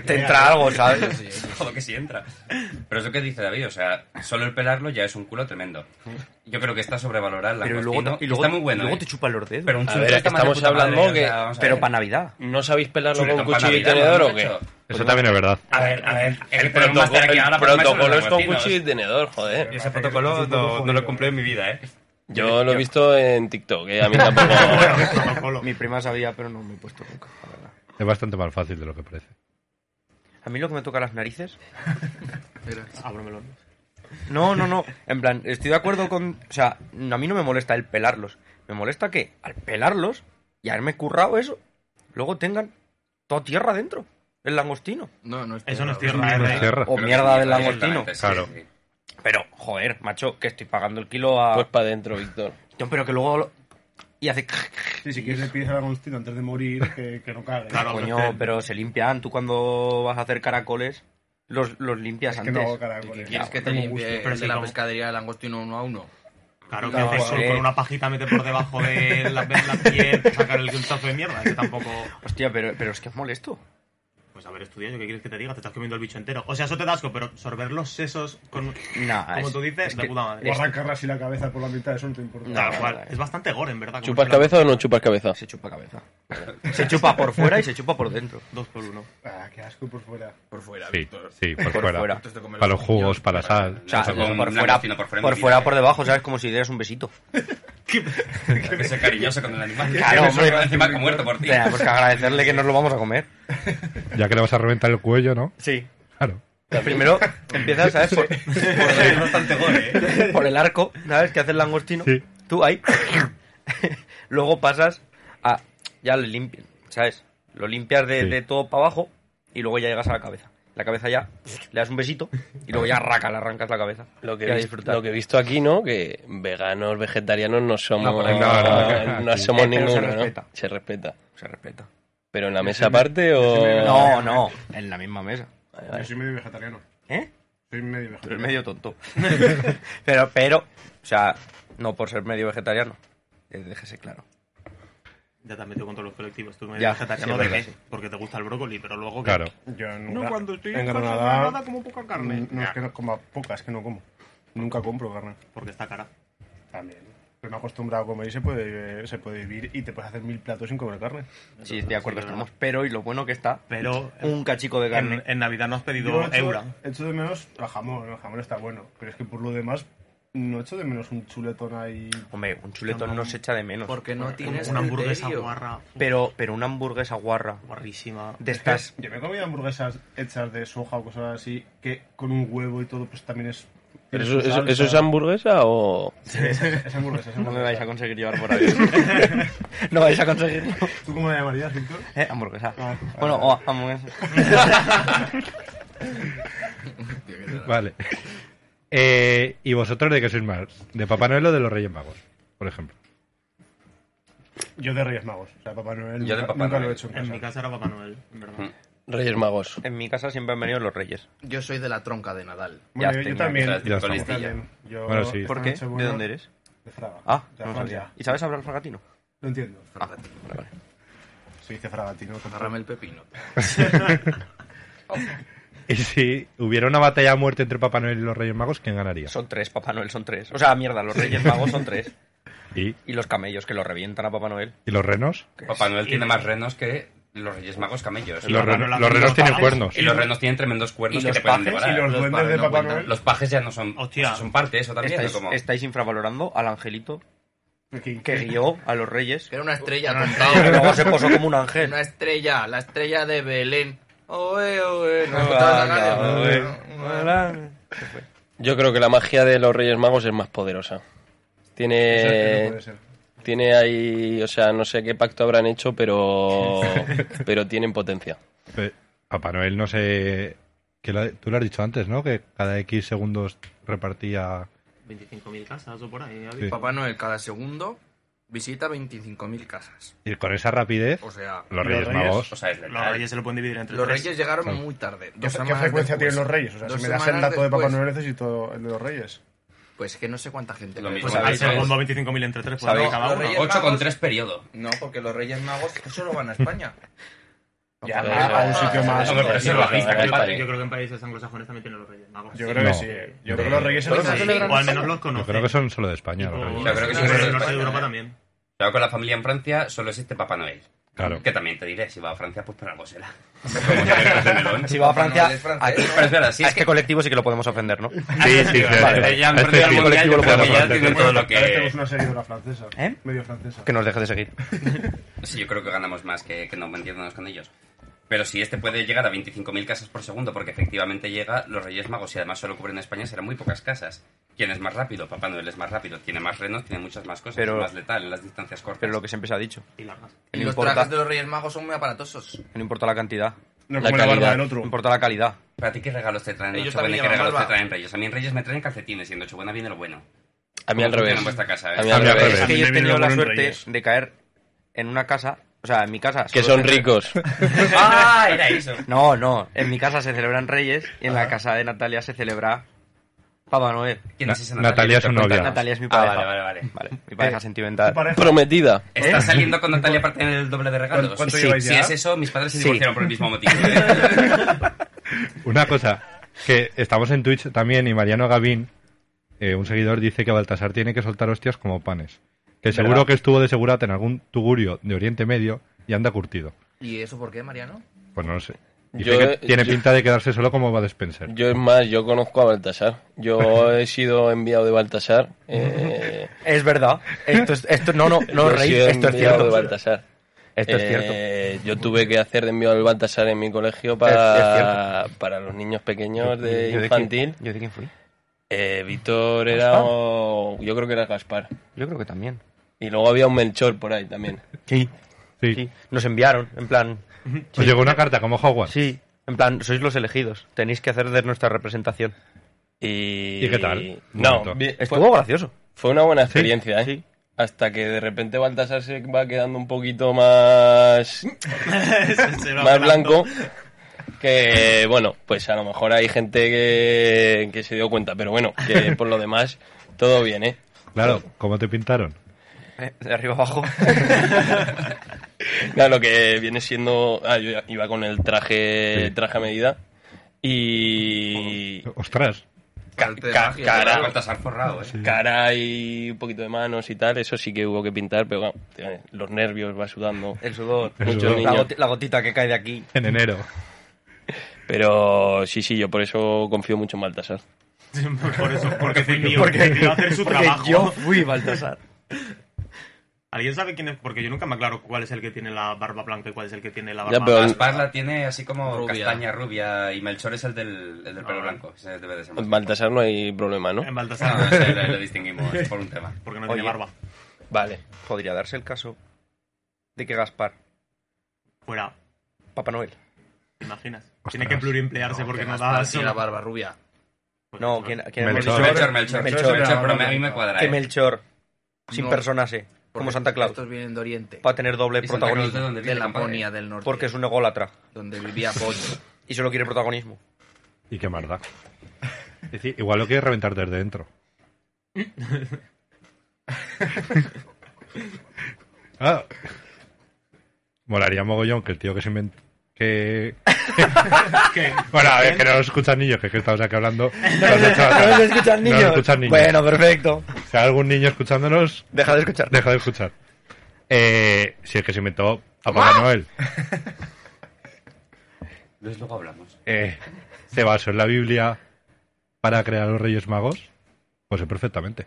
Speaker 5: te entra algo, ¿sabes?
Speaker 3: Sí, sí.
Speaker 9: Joder, que sí entra. Pero eso que dice David, o sea, solo el pelarlo ya es un culo tremendo. Yo creo que está sobrevalorado el
Speaker 5: Pero y
Speaker 9: langostino.
Speaker 5: luego, y luego-
Speaker 9: está muy bueno.
Speaker 5: y luego
Speaker 9: ¿eh?
Speaker 5: te chupan los dedos.
Speaker 9: Pero un
Speaker 7: A
Speaker 9: chuletón
Speaker 7: ver,
Speaker 9: está más de
Speaker 7: estamos
Speaker 9: puta madre,
Speaker 7: hablando que-
Speaker 9: vamos a
Speaker 5: pero
Speaker 9: ver.
Speaker 5: para Navidad.
Speaker 7: ¿No sabéis pelarlo
Speaker 9: Chuletón
Speaker 7: con
Speaker 9: para
Speaker 7: cuchillo y
Speaker 9: Navidad,
Speaker 7: tenedor
Speaker 9: ¿no,
Speaker 7: o qué?
Speaker 9: macho?
Speaker 5: Pues
Speaker 4: Eso también es verdad.
Speaker 9: A ver, a ver.
Speaker 7: El,
Speaker 9: pero un máster
Speaker 7: protocolo,
Speaker 9: aquí
Speaker 7: el
Speaker 9: ahora para comerse
Speaker 7: protocolo
Speaker 9: los
Speaker 7: es con
Speaker 9: langostinos.
Speaker 7: cuchillo y tenedor, joder.
Speaker 9: Yo ese protocolo no, no lo he cumplido en mi vida, ¿eh?
Speaker 7: Yo lo he visto en TikTok, eh, a mí tampoco.
Speaker 5: Mi prima sabía, pero no me he puesto nunca, la verdad.
Speaker 4: Es bastante más fácil de lo que parece.
Speaker 5: A mí lo que me toca las narices.
Speaker 3: Pero-
Speaker 5: Ábremelo. No, no, no. En plan, estoy de acuerdo con. O sea, a mí no me molesta el pelarlos. Me molesta que al pelarlos y haberme currado eso, luego tengan toda tierra dentro. El langostino.
Speaker 3: No, no es
Speaker 6: Eso no es
Speaker 3: tierra.
Speaker 6: tierra,
Speaker 4: No
Speaker 6: ¿eh?
Speaker 4: cierra.
Speaker 5: O mierda del langostino.
Speaker 9: Exactamente, sí,
Speaker 4: Claro.
Speaker 9: sí.
Speaker 5: Pero, joder, macho, que estoy pagando el kilo a.
Speaker 7: Pues para adentro, Víctor.
Speaker 5: No, pero que luego. lo- Y hace.
Speaker 8: Sí, si quieres le pides a Agostino antes de morir que, que no cague.
Speaker 6: Claro,
Speaker 5: Coño,
Speaker 6: pero es que-
Speaker 5: pero se limpian. Tú cuando vas a hacer caracoles, los, los limpias
Speaker 8: Es que
Speaker 5: antes.
Speaker 8: no hago caracoles.
Speaker 3: ¿Quieres que te
Speaker 8: Tengo
Speaker 3: limpie
Speaker 8: gusto.
Speaker 6: Pero
Speaker 3: el de
Speaker 6: sí,
Speaker 3: la
Speaker 6: como-
Speaker 3: pescadería del langostino uno a uno?
Speaker 6: Claro que
Speaker 5: No,
Speaker 6: haces sol
Speaker 5: joder.
Speaker 6: con una pajita, mete por debajo de la, de la piel, te sacar el un tazo de mierda. Que tampoco.
Speaker 5: Hostia, pero, pero es que es molesto.
Speaker 6: Pues a ver, estudia, ¿qué quieres que te diga? Te estás comiendo el bicho entero. O sea, eso te da asco, pero sorber los sesos con.
Speaker 5: Nah,
Speaker 6: como
Speaker 5: es-
Speaker 6: tú dices,
Speaker 5: es
Speaker 6: de
Speaker 5: que-
Speaker 6: puta
Speaker 8: O
Speaker 6: madre.
Speaker 8: arrancarla así la cabeza por la mitad, eso no te importa.
Speaker 5: No,
Speaker 6: Tal cual. Es bastante gore, en verdad. como
Speaker 7: ¿Chupas
Speaker 6: si fuera
Speaker 7: cabeza o no chupas cabeza?
Speaker 5: Se chupa cabeza. Se chupa por fuera y se chupa por dentro.
Speaker 6: Dos por uno.
Speaker 8: Ah, qué asco por fuera.
Speaker 3: Por fuera,
Speaker 4: Sí,
Speaker 3: Víctor.
Speaker 4: sí, por,
Speaker 5: Por
Speaker 4: fuera.
Speaker 5: fuera.
Speaker 3: Entonces te comes
Speaker 4: Para los
Speaker 3: niños.
Speaker 4: jugos, para la sal.
Speaker 5: O sea,
Speaker 9: Eso con
Speaker 5: por
Speaker 9: un
Speaker 5: fuera,
Speaker 9: langostino por fuera,
Speaker 5: por,
Speaker 9: mi
Speaker 5: fuera,
Speaker 9: vida,
Speaker 5: por
Speaker 9: ¿eh?
Speaker 5: debajo, ¿sabes? Como si dieras un besito.
Speaker 9: Hay que ser cariñoso con el animal.
Speaker 5: Claro, hombre.
Speaker 9: Encima que ha muerto por
Speaker 5: O
Speaker 9: ti.
Speaker 5: sea, pues que agradecerle que nos lo vamos a comer.
Speaker 4: Ya que le vas a reventar el cuello, ¿no?
Speaker 5: Sí.
Speaker 4: Claro.
Speaker 5: Primero empiezas, ¿sabes? Por,
Speaker 9: Es bastante gore, ¿eh?
Speaker 5: por el arco, ¿sabes? Que hace el langostino.
Speaker 4: Sí.
Speaker 5: Tú ahí. Luego pasas a. Ya lo limpian, ¿sabes? Lo limpias de,
Speaker 4: Sí.
Speaker 5: de todo para abajo y luego ya llegas a la cabeza. La cabeza ya le das un besito y luego ya raca, le arrancas la cabeza.
Speaker 7: Lo que,
Speaker 5: Y a
Speaker 7: he vis-
Speaker 5: disfrutar.
Speaker 7: lo que he visto aquí, ¿no? Que veganos, vegetarianos no somos,
Speaker 5: No,
Speaker 7: no,
Speaker 5: por aquí
Speaker 4: no, no, aquí.
Speaker 7: somos
Speaker 5: Pero se
Speaker 7: ninguno, ¿no?
Speaker 5: respeta.
Speaker 7: Se respeta.
Speaker 5: Se respeta.
Speaker 7: Pero en la mesa aparte o...
Speaker 5: No, no, en la misma mesa.
Speaker 8: Yo soy medio vegetariano.
Speaker 5: ¿Eh?
Speaker 8: Soy
Speaker 5: Tú
Speaker 8: medio
Speaker 5: eres
Speaker 8: vegetariano.
Speaker 5: medio tonto. pero, pero, O sea, no por ser medio vegetariano. Eh, Déjese claro.
Speaker 6: Ya te has metido contra los colectivos. Tú me
Speaker 5: Ya,
Speaker 6: dices vegetariano
Speaker 5: sí,
Speaker 6: de
Speaker 5: es
Speaker 6: qué?
Speaker 5: verdad,
Speaker 6: Porque te gusta el brócoli, pero luego.
Speaker 4: Claro.
Speaker 8: Yo en,
Speaker 6: No,
Speaker 8: Gra-
Speaker 6: cuando estoy
Speaker 8: en
Speaker 6: en
Speaker 8: Granada,
Speaker 6: casa, en Granada como poca carne.
Speaker 8: n- No es
Speaker 6: Ya.
Speaker 8: que no coma poca, es que no como. Nunca compro carne.
Speaker 6: Porque está cara.
Speaker 8: También. Pero me he acostumbrado a comer y se puede, eh, se puede vivir y te puedes hacer mil platos sin comer carne.
Speaker 5: Sí, estoy de acuerdo,
Speaker 6: sí,
Speaker 5: estamos. Pero, y lo bueno que está,
Speaker 6: Pero.
Speaker 5: un cachico de carne.
Speaker 6: En, en Navidad no has
Speaker 8: Yo
Speaker 6: pedido
Speaker 8: echo,
Speaker 6: euro.
Speaker 8: echo de menos el jamón, el jamón está bueno. Pero es que por lo demás, no echo de menos un chuletón ahí. pues,
Speaker 5: Hombre, un chuletón no se echa de menos.
Speaker 3: Porque no tienes
Speaker 6: Una hamburguesa
Speaker 3: criterio.
Speaker 6: guarra.
Speaker 5: Pero, pero una hamburguesa guarra
Speaker 6: Guarrísima.
Speaker 5: de estas.
Speaker 8: Yo me he comido hamburguesas hechas de soja o cosas así, que con un huevo y todo, pues también es. tiene
Speaker 7: ¿Eso,
Speaker 8: su
Speaker 7: eso,
Speaker 8: salsa.
Speaker 7: eso es hamburguesa o...?
Speaker 8: Sí, es, es hamburguesa, es
Speaker 5: No me
Speaker 8: hamburguesa.
Speaker 5: vais a conseguir llevar por ahí. no vais a conseguir.
Speaker 8: ¿Tú cómo la llamarías, Víctor?
Speaker 5: Eh, hamburguesa.
Speaker 8: Ah,
Speaker 5: Bueno, o hamburguesa.
Speaker 4: Vale. Eh, ¿Y vosotros de qué sois más? ¿De Papá Noel o de los Reyes Magos? Por ejemplo.
Speaker 8: Yo de Reyes Magos. O sea, Papá Noel.
Speaker 9: Yo de
Speaker 8: nunca-
Speaker 9: Papá
Speaker 8: nunca
Speaker 9: Noel.
Speaker 8: lo he hecho en casa.
Speaker 6: En mi casa era Papá Noel, en verdad.
Speaker 7: Reyes Magos.
Speaker 5: En mi casa siempre han venido los reyes.
Speaker 3: Yo soy de la tronca de Nadal.
Speaker 8: Bueno,
Speaker 5: Ya
Speaker 8: yo, yo
Speaker 5: tengo
Speaker 8: también.
Speaker 9: que
Speaker 4: Ya
Speaker 9: estar
Speaker 4: estamos.
Speaker 8: también. Yo,
Speaker 4: Bueno, sí.
Speaker 5: ¿Por
Speaker 8: esta
Speaker 5: qué?
Speaker 8: Nochebuena-
Speaker 5: ¿De dónde eres?
Speaker 8: De Fraga.
Speaker 5: Ah,
Speaker 8: de
Speaker 5: no
Speaker 8: Francia.
Speaker 5: sabía. ¿Y sabes hablar fragatino?
Speaker 8: Lo entiendo.
Speaker 5: Ah, vale, vale.
Speaker 8: Se dice fragatino.
Speaker 3: Agárrame el pepino.
Speaker 4: ¿Y si hubiera una batalla a muerte entre Papá Noel y los Reyes Magos, quién ganaría?
Speaker 5: Son tres, Papá Noel son tres. O sea, mierda, los Reyes Magos son tres.
Speaker 4: ¿Y, y
Speaker 5: Y los camellos que lo revientan a Papá Noel.
Speaker 4: los renos?
Speaker 9: Papá Noel tiene más renos que los Reyes Magos camellos.
Speaker 4: Los,
Speaker 6: Papá
Speaker 4: re-
Speaker 6: Noel
Speaker 4: los
Speaker 6: hace
Speaker 4: renos
Speaker 6: los
Speaker 4: tienen
Speaker 6: pajes.
Speaker 4: cuernos.
Speaker 9: Y los renos tienen tremendos cuernos
Speaker 5: ¿Y
Speaker 9: que
Speaker 5: los
Speaker 9: te pueden
Speaker 5: pajes?
Speaker 9: devorar.
Speaker 8: Y los duendes de
Speaker 3: no
Speaker 8: Papá
Speaker 3: cuentan.
Speaker 8: Noel.
Speaker 9: Los pajes ya no son,
Speaker 6: Hostia.
Speaker 9: o sea, son parte, eso también.
Speaker 5: Estáis,
Speaker 9: ¿no? Como-
Speaker 5: estáis infravalorando al angelito
Speaker 8: Que-
Speaker 5: que guió a los reyes.
Speaker 3: Que era una estrella,
Speaker 5: Que
Speaker 3: tontao.
Speaker 5: luego se posó como un ángel.
Speaker 3: Una estrella, la estrella de Belén. Oe, oe, no,
Speaker 5: Anda,
Speaker 3: no, no,
Speaker 5: oe.
Speaker 3: no, no.
Speaker 7: Yo creo que la magia de los Reyes Magos es más poderosa.
Speaker 8: que no
Speaker 7: Tiene...
Speaker 8: puede ser.
Speaker 7: Tiene ahí... O sea, no sé qué pacto habrán hecho, pero... pero tienen potencia.
Speaker 4: Pe- Papá Noel, no sé... Que lo- tú lo has dicho antes, ¿no? Que cada X segundos repartía...
Speaker 6: 25.000 casas o por ahí.
Speaker 4: Sí.
Speaker 3: Papá Noel cada segundo visita 25.000 casas.
Speaker 4: Y con esa rapidez,
Speaker 3: O
Speaker 9: Mm.
Speaker 3: sea,
Speaker 4: los
Speaker 8: ¿Y los
Speaker 4: Reyes
Speaker 8: Reyes?
Speaker 9: o
Speaker 4: Magos...
Speaker 9: sea, es
Speaker 6: Los
Speaker 9: letal.
Speaker 6: reyes se lo pueden dividir entre
Speaker 3: los
Speaker 6: tres.
Speaker 3: reyes llegaron muy tarde.
Speaker 8: Pues, ¿Qué,
Speaker 3: Dos
Speaker 8: qué
Speaker 3: semanas
Speaker 8: frecuencia
Speaker 3: después.
Speaker 8: tienen los reyes? O sea,
Speaker 3: Dos
Speaker 8: si me das el
Speaker 3: semanas
Speaker 8: dato de Papá
Speaker 3: después.
Speaker 8: Noel, necesito el de los reyes.
Speaker 3: Pues que no sé cuánta gente.
Speaker 9: Lo
Speaker 3: le-
Speaker 9: mismo.
Speaker 6: Pues
Speaker 3: Pues a
Speaker 9: Sabéis,
Speaker 6: al
Speaker 3: ver,
Speaker 9: sabéis.
Speaker 6: segundo 25.000 entre tres, pues
Speaker 9: ¿Sabéis?
Speaker 6: ahí cada
Speaker 3: Los
Speaker 6: uno.
Speaker 3: reyes-
Speaker 9: 8 con 3 periodo.
Speaker 3: No, porque los reyes magos solo van a España.
Speaker 8: Ya,
Speaker 7: pero-
Speaker 8: a a un sitio más.
Speaker 9: Hombre, pero eso es
Speaker 7: sí,
Speaker 9: racista,
Speaker 7: sí,
Speaker 9: qué
Speaker 7: sí,
Speaker 9: padre.
Speaker 6: Yo creo que en países anglosajones también tienen los reyes magos.
Speaker 8: Yo creo
Speaker 4: No.
Speaker 8: que sí. eh. Yo creo que los reyes se
Speaker 3: Pero
Speaker 8: los
Speaker 3: no
Speaker 8: hacen.
Speaker 3: celebran-
Speaker 6: O al menos los conocen.
Speaker 4: Yo creo que son solo de España, los Reyes.
Speaker 9: Yo creo que son
Speaker 6: en
Speaker 9: de
Speaker 6: el norte de
Speaker 9: España,
Speaker 6: Europa
Speaker 9: ¿eh?
Speaker 6: también.
Speaker 9: Claro, con la familia en Francia solo existe Papá Noel.
Speaker 4: Claro.
Speaker 9: Que también te diré, si va a Francia, pues para algo será. Como que eres de melón.
Speaker 5: Si va a
Speaker 3: Papá
Speaker 5: Francia,
Speaker 3: Noel es
Speaker 5: a,
Speaker 3: francés, ¿no?
Speaker 9: Pero espera, sí,
Speaker 5: a
Speaker 9: es
Speaker 5: este
Speaker 9: que
Speaker 5: colectivo sí que lo podemos ofender, ¿no?
Speaker 4: Sí, sí, sí.
Speaker 9: Vale, ya han
Speaker 4: A este
Speaker 9: perdido el mundial,
Speaker 4: colectivo
Speaker 9: yo creo que
Speaker 4: lo podemos
Speaker 9: ya
Speaker 4: hacer. este
Speaker 9: tienen todo lo
Speaker 8: Ahora
Speaker 9: que...
Speaker 8: tenemos una seguidora francesa.
Speaker 5: ¿Eh?
Speaker 8: Medio francesa.
Speaker 5: Que nos deje de seguir.
Speaker 9: Sí, yo creo que ganamos más que, que nos metiéndonos con ellos. Pero si este puede llegar a 25.000 casas por segundo, porque efectivamente llega los Reyes Magos y además solo cubren España, serán muy pocas casas. ¿Quién es más rápido? Papá Noel es más rápido, tiene más renos, tiene muchas más cosas,
Speaker 5: Pero-
Speaker 9: es más letal en las distancias cortas.
Speaker 5: Pero lo que siempre se ha dicho.
Speaker 6: Y las más.
Speaker 3: Y
Speaker 5: No
Speaker 3: los
Speaker 5: importa,
Speaker 3: trajes de los reyes magos son muy aparatosos.
Speaker 5: no importa la cantidad,
Speaker 8: No
Speaker 7: La
Speaker 8: como la barba
Speaker 7: calidad.
Speaker 8: del
Speaker 5: no
Speaker 8: otro.
Speaker 5: importa la calidad.
Speaker 9: ¿Para ti qué regalos te traen en
Speaker 3: Ellos
Speaker 9: Nochebuena y
Speaker 3: también
Speaker 9: qué
Speaker 3: llevan
Speaker 9: regalos te
Speaker 3: barba.
Speaker 9: traen Reyes? A mí en Reyes me traen calcetines y en Nochebuena viene lo bueno.
Speaker 7: A mí al
Speaker 9: ¿Cómo funciona
Speaker 7: revés.
Speaker 9: en vuestra casa, eh?
Speaker 7: A mí al
Speaker 4: A mí al
Speaker 7: revés.
Speaker 5: Es que yo he
Speaker 8: Me vino
Speaker 5: tenido la
Speaker 8: bueno en
Speaker 5: suerte
Speaker 8: Reyes.
Speaker 5: de caer en una casa, o sea, en mi casa.
Speaker 7: Que
Speaker 5: solo
Speaker 7: son
Speaker 5: se-
Speaker 7: ricos.
Speaker 9: ¡Ah! Era eso.
Speaker 5: No, no, en mi casa se celebran Reyes y en la casa de Natalia se celebra Papá Noel.
Speaker 9: ¿Quién es esa
Speaker 4: Na- Natalia es su
Speaker 9: Cuéntanos.
Speaker 4: novia.
Speaker 5: Natalia es mi
Speaker 9: Ah,
Speaker 5: pareja.
Speaker 9: vale, vale, vale.
Speaker 5: Vale, mi
Speaker 8: Eh,
Speaker 5: pareja sentimental.
Speaker 8: Pareja.
Speaker 7: Prometida.
Speaker 9: ¿Estás saliendo con Natalia para tener el doble de regalos?
Speaker 8: ¿Cuánto- cuánto
Speaker 9: Sí.
Speaker 8: lleváis
Speaker 9: Si
Speaker 8: ya?
Speaker 9: es eso, mis padres se
Speaker 5: Sí.
Speaker 9: divorciaron por el mismo motivo. ¿eh?
Speaker 4: Una cosa, que estamos en Twitch también y Mariano Gavín, eh, un seguidor, dice que Baltasar tiene que soltar hostias como panes. Que seguro que estuvo de segurata en algún tugurio de Oriente Medio y anda curtido.
Speaker 3: ¿Y eso por qué, Mariano?
Speaker 4: Pues no lo sé. Dice
Speaker 7: Yo,
Speaker 4: que
Speaker 7: eh,
Speaker 4: tiene
Speaker 7: yo-
Speaker 4: pinta de quedarse solo como Bud Spencer.
Speaker 7: Yo es más, yo conozco a Baltasar. Yo he sido enviado de Baltasar. eh,
Speaker 5: Es verdad. Esto es, esto, no, no, no,
Speaker 7: yo he
Speaker 5: Rey,
Speaker 7: sido
Speaker 5: esto es
Speaker 7: enviado
Speaker 5: cierto.
Speaker 7: de Baltasar.
Speaker 5: Esto es
Speaker 7: Eh,
Speaker 5: cierto.
Speaker 7: Yo tuve que hacer de enviado de Baltasar en mi colegio para, para los niños pequeños de
Speaker 5: Yo
Speaker 7: infantil.
Speaker 5: quién- ¿Yo de quién fui?
Speaker 7: Eh, Víctor era, o- yo creo que era Gaspar.
Speaker 5: Yo creo que también.
Speaker 7: Y luego había un Melchor por ahí también.
Speaker 5: Sí,
Speaker 4: Sí.
Speaker 5: sí. Nos enviaron, en plan,
Speaker 4: Os llegó una carta como Hogwarts.
Speaker 5: sí, en plan, sois los elegidos. Tenéis que hacer de nuestra representación.
Speaker 7: ¿Y,
Speaker 4: ¿Y qué tal?
Speaker 7: No,
Speaker 4: Bonito.
Speaker 7: bien, pues,
Speaker 5: Estuvo
Speaker 7: fue,
Speaker 5: gracioso.
Speaker 7: fue una buena experiencia, ¿eh?
Speaker 5: sí.
Speaker 7: Hasta que de repente Baltasar se va quedando un poquito más
Speaker 6: Se va
Speaker 7: más blanco que bueno pues a lo mejor hay gente que, que se dio cuenta pero bueno que por lo demás todo bien eh
Speaker 4: Claro, ¿cómo te pintaron?
Speaker 5: Eh, De arriba abajo.
Speaker 7: Nada, lo que viene siendo. Ah, yo ya iba con el traje, traje a medida. Y.
Speaker 4: Ostras.
Speaker 7: ca-
Speaker 3: Arte de
Speaker 7: ca-
Speaker 3: magia,
Speaker 7: cara,
Speaker 9: ¿Cuánto has forrado, eh?
Speaker 7: cara y un poquito de manos y tal. Eso sí que hubo que pintar, pero bueno, te- los nervios va sudando.
Speaker 5: El sudor.
Speaker 4: El
Speaker 7: Muchos
Speaker 4: sudor.
Speaker 5: La,
Speaker 7: niños.
Speaker 5: goti- la gotita que cae de aquí.
Speaker 4: En enero.
Speaker 7: Pero sí, sí, yo por eso confío mucho en Baltasar.
Speaker 6: Por eso, porque fui mío.
Speaker 5: Porque,
Speaker 6: Porque a hacer su
Speaker 5: porque
Speaker 6: trabajo.
Speaker 5: yo fui Baltasar.
Speaker 6: ¿Alguien sabe quién es? Porque yo nunca me aclaro cuál es el que tiene la barba blanca y cuál es el que tiene la
Speaker 7: Ya,
Speaker 6: barba
Speaker 7: pero-
Speaker 9: Gaspar la tiene así como
Speaker 3: Rubia.
Speaker 9: castaña rubia y Melchor es el del, el del pelo
Speaker 6: Ah.
Speaker 9: blanco. Ese debe de ser más.
Speaker 7: Baltasar no hay problema, ¿no?
Speaker 6: en
Speaker 9: No, no,
Speaker 6: Baltasar.
Speaker 9: ese le, le distinguimos por un tema.
Speaker 6: Porque no
Speaker 5: Oye.
Speaker 6: tiene barba.
Speaker 7: Vale.
Speaker 5: Podría darse el caso de que Gaspar,
Speaker 6: Fuera,
Speaker 5: Papá Noel.
Speaker 6: ¿te imaginas? Tiene que pluriemplearse porque no da...
Speaker 3: Gaspar tiene la barba rubia.
Speaker 6: Pues
Speaker 5: No,
Speaker 6: eso.
Speaker 5: ¿quién, quién
Speaker 4: Melchor.
Speaker 5: hemos dicho?
Speaker 9: Melchor, Melchor,
Speaker 5: Melchor,
Speaker 9: Melchor,
Speaker 5: pero
Speaker 9: pero
Speaker 3: no,
Speaker 9: a mí me
Speaker 3: no.
Speaker 9: cuadra.
Speaker 5: Que
Speaker 9: eh.
Speaker 5: Melchor, sin
Speaker 3: No,
Speaker 5: personase, como
Speaker 3: porque
Speaker 5: Santa Claus,
Speaker 3: Estos vienen de Oriente,
Speaker 5: va a tener doble
Speaker 9: Y Santa Claus de
Speaker 5: protagonismo.
Speaker 9: donde
Speaker 3: de
Speaker 9: viene, compadre.
Speaker 3: Laponia del Norte,
Speaker 5: Porque es un ególatra
Speaker 3: donde vivía Pollo.
Speaker 5: y solo quiere protagonismo.
Speaker 4: Y qué marda. Es decir, igual lo quieres reventar desde dentro. ah. Molaría mogollón que el tío que se inventó. Que...
Speaker 6: ¿Qué?
Speaker 4: Bueno, a ver, que no lo escuchan niños, que, es que estamos aquí hablando. No los escuchan-
Speaker 5: escuchan
Speaker 4: No nos escuchan niños.
Speaker 5: Bueno, perfecto.
Speaker 4: Si hay algún niño escuchándonos,
Speaker 5: Deja de escuchar.
Speaker 4: deja de escuchar. Eh, si es que se inventó a
Speaker 7: ¡Ah!
Speaker 4: Papá Noel.
Speaker 9: Entonces luego hablamos.
Speaker 4: eh, se basó en la Biblia para crear los Reyes Magos, pues sé perfectamente.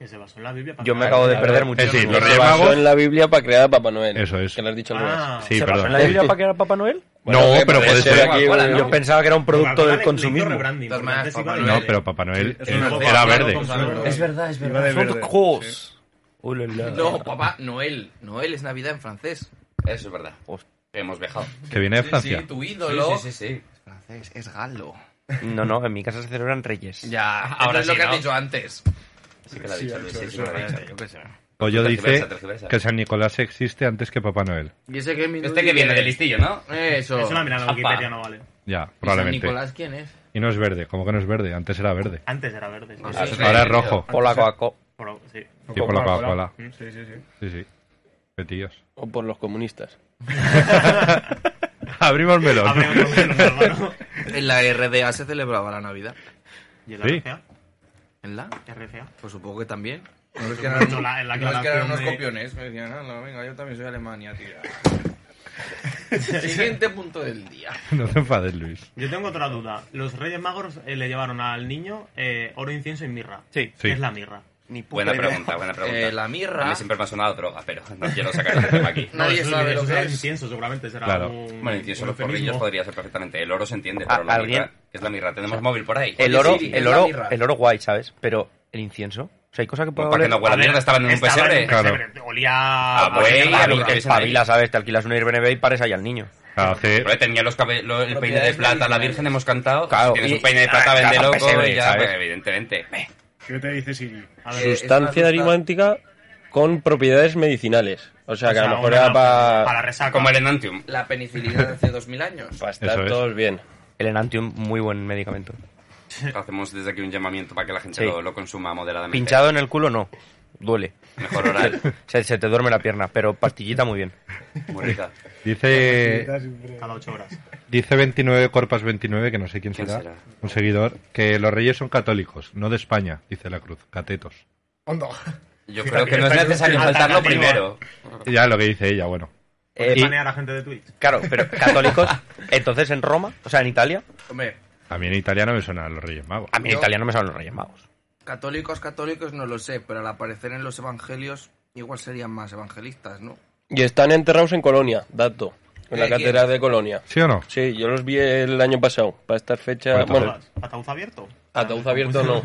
Speaker 6: Que se basó en la Biblia para
Speaker 5: Yo me acabo de perder
Speaker 4: Es decir,
Speaker 5: muchísimo.
Speaker 4: los
Speaker 7: Se
Speaker 4: Reyes
Speaker 7: basó
Speaker 4: Magos.
Speaker 7: en la Biblia para crear a Papá Noel.
Speaker 4: Eso es.
Speaker 7: Que lo has dicho al revés.
Speaker 6: Ah,
Speaker 4: Sí,
Speaker 5: ¿Se basó
Speaker 4: perdón.
Speaker 5: en la Biblia para crear a Papá Noel?
Speaker 7: Bueno,
Speaker 4: no,
Speaker 7: que
Speaker 4: pero
Speaker 7: puede
Speaker 4: puede
Speaker 7: ser
Speaker 4: ser.
Speaker 7: aquí
Speaker 9: igual,
Speaker 7: un-
Speaker 9: ¿no?
Speaker 5: Yo pensaba que era un producto del
Speaker 6: Coca-Cola le- le hizo
Speaker 5: consumismo.
Speaker 6: rebranding,
Speaker 3: Todas
Speaker 6: porque
Speaker 3: maneras,
Speaker 6: antes
Speaker 3: Papá
Speaker 6: iba de-
Speaker 4: No, pero Papá Noel
Speaker 8: Es
Speaker 4: era-
Speaker 8: una
Speaker 4: era
Speaker 8: foto,
Speaker 4: verde.
Speaker 8: con su-
Speaker 9: Es verdad, es
Speaker 8: Iba
Speaker 9: verdad.
Speaker 8: de verde.
Speaker 5: Juegos. Uh, la, la.
Speaker 3: No, papá, Noel. Noel es Navidad en francés.
Speaker 9: Eso es verdad. Hemos viajado.
Speaker 4: Que viene de
Speaker 3: Sí,
Speaker 4: Francia.
Speaker 3: Sí, tu ídolo.
Speaker 9: Sí, sí, sí. sí.
Speaker 3: Es francés, es galo.
Speaker 5: No, no, en mi casa se celebran reyes.
Speaker 3: Ya, ahora Ah, es lo que has dicho antes.
Speaker 9: Sí que lo ha dicho Luis, sí, sí que lo ha dicho.
Speaker 3: Yo qué sé.
Speaker 4: Goyo
Speaker 9: Tergiversa,
Speaker 4: dice
Speaker 9: tergiversa.
Speaker 4: Pues que San Nicolás existe antes que Papá Noel.
Speaker 3: ¿Y ese que es mi
Speaker 9: Este que viene de listillo, ¿no?
Speaker 3: Eso.
Speaker 6: Eso la mirada en
Speaker 3: Apa.
Speaker 6: Wikipedia no vale.
Speaker 4: Ya,
Speaker 3: ¿Y San
Speaker 4: probablemente.
Speaker 3: Nicolás quién es?
Speaker 4: Y no es verde, como que no es verde? Antes era verde.
Speaker 6: Antes era verde. sí.
Speaker 3: No
Speaker 9: Ah,
Speaker 3: sé.
Speaker 9: sí.
Speaker 4: Ahora es rojo.
Speaker 5: Polaco a co-
Speaker 6: Por- sí.
Speaker 4: Y por la Coca-Cola.
Speaker 8: Sí, sí, sí.
Speaker 4: Sí, sí. Petillos.
Speaker 7: O por los comunistas.
Speaker 4: Abrimos melón.
Speaker 6: Abre otro vino, hermano.
Speaker 3: En la RDA se celebraba la Navidad.
Speaker 6: ¿Y el
Speaker 4: Sí.
Speaker 6: RFA?
Speaker 3: ¿En la?
Speaker 6: RFA.
Speaker 3: Pues supongo que también. No es
Speaker 6: No, la- en
Speaker 3: no
Speaker 6: la
Speaker 3: es que eran
Speaker 6: aclaración
Speaker 3: unos
Speaker 6: de-
Speaker 3: copiones. Me decían, "Ah, no, venga, yo también soy Alemania, tía. Siguiente punto del día.
Speaker 4: No te enfades, Luis.
Speaker 6: Yo tengo otra duda. Los Reyes Magos eh, le llevaron al niño eh, oro, incienso y mirra.
Speaker 5: Sí.
Speaker 4: Sí.
Speaker 6: ¿Qué es la mirra?
Speaker 5: Ni puta
Speaker 9: Buena
Speaker 5: idea.
Speaker 9: pregunta, buena pregunta.
Speaker 3: Eh, la mirra.
Speaker 9: A mí siempre me ha sonado droga, pero no quiero sacar el tema aquí.
Speaker 3: Nadie
Speaker 6: eso-
Speaker 3: sabe lo
Speaker 6: eso
Speaker 3: que
Speaker 6: será
Speaker 3: es.
Speaker 6: incienso, seguramente será
Speaker 4: Claro.
Speaker 6: un-
Speaker 9: Bueno, incluso
Speaker 6: un
Speaker 9: los porrillos
Speaker 6: eufemismo.
Speaker 9: podría ser perfectamente. El oro se entiende,
Speaker 5: Ah,
Speaker 9: pero la
Speaker 5: ¿alguien?
Speaker 9: mirra es la mirra. Tenemos móvil por ahí.
Speaker 5: El
Speaker 3: Oye,
Speaker 5: oro,
Speaker 3: Siri, es
Speaker 5: el
Speaker 3: la
Speaker 5: oro,
Speaker 3: mirra.
Speaker 5: el oro guay, ¿sabes? Pero el incienso. O sea, hay cosas que puedo
Speaker 9: Pues para que no
Speaker 5: oler.
Speaker 9: huela
Speaker 6: A ver,
Speaker 9: mierda, estaban en un
Speaker 6: estaba
Speaker 9: pesebre.
Speaker 6: en
Speaker 4: Claro.
Speaker 6: Olía
Speaker 9: Ah,
Speaker 5: pues
Speaker 9: güey,
Speaker 6: mirra.
Speaker 9: a lo que-
Speaker 5: Espabila, ¿sabes? Te alquilas un Airbnb y pares ahí al niño.
Speaker 4: Claro, Ah, hace-
Speaker 9: Pero tenía los cabe- lo- el peine de plata, la Virgen hemos cantado.
Speaker 5: Claro,
Speaker 9: si tienes
Speaker 5: y-
Speaker 9: un peine de plata,
Speaker 5: ah,
Speaker 9: vende
Speaker 5: claro,
Speaker 9: loco.
Speaker 5: pesebre,
Speaker 9: y ya,
Speaker 5: ¿sabes?
Speaker 9: pues, evidentemente.
Speaker 8: ¿Qué te dice
Speaker 6: A
Speaker 8: Siri?
Speaker 6: ver,
Speaker 3: Eh, es una
Speaker 7: Sustancia
Speaker 3: sustancia-
Speaker 7: aromática con propiedades medicinales. O sea,
Speaker 6: o
Speaker 7: que a
Speaker 6: sea,
Speaker 7: lo mejor
Speaker 6: una-
Speaker 7: era para,
Speaker 6: para la resaca.
Speaker 9: Como el Enantium.
Speaker 3: La penicilina de hace 2000 años.
Speaker 7: para estar
Speaker 4: Eso es.
Speaker 7: todos bien.
Speaker 5: El Enantium, muy buen medicamento.
Speaker 9: Hacemos desde aquí un llamamiento para que la gente
Speaker 5: Sí.
Speaker 9: lo, lo consuma moderadamente.
Speaker 5: Pinchado en el culo, no. Duele.
Speaker 9: Mejor oral.
Speaker 5: Se, se te duerme la pierna, pero pastillita muy bien.
Speaker 9: Muy rica.
Speaker 4: Dice,
Speaker 8: Está siempre-
Speaker 6: cada ocho horas.
Speaker 4: dice 29 Corpas 29, que no sé quién,
Speaker 9: ¿Quién
Speaker 4: será,
Speaker 9: será?
Speaker 4: un seguidor, que los reyes son católicos, no de España, dice la cruz, catetos.
Speaker 9: Yo creo que no es necesario saltarlo primero.
Speaker 4: Ya lo que dice ella, bueno.
Speaker 5: Eh, y-
Speaker 6: Banear a gente de Twitch.
Speaker 5: claro, pero católicos. Entonces en Roma, o sea, en Italia,
Speaker 3: Hombre,
Speaker 4: A mí en italiano me suenan los Reyes Magos.
Speaker 5: a mí en
Speaker 3: Yo-
Speaker 5: Italia no me salen los Reyes Magos.
Speaker 3: católicos, católicos no lo sé, pero al aparecer en los evangelios igual serían más evangelistas, ¿no?
Speaker 7: Y están enterrados en Colonia, dato. En la
Speaker 3: Eh, ¿quién?
Speaker 7: catedral de Colonia.
Speaker 4: ¿Sí o no?
Speaker 7: Sí, yo los vi el año pasado. Para esta fecha.
Speaker 4: Bueno,
Speaker 7: Bueno,
Speaker 6: Todas. ¿Ataúd abierto?
Speaker 7: ataúd abierto no.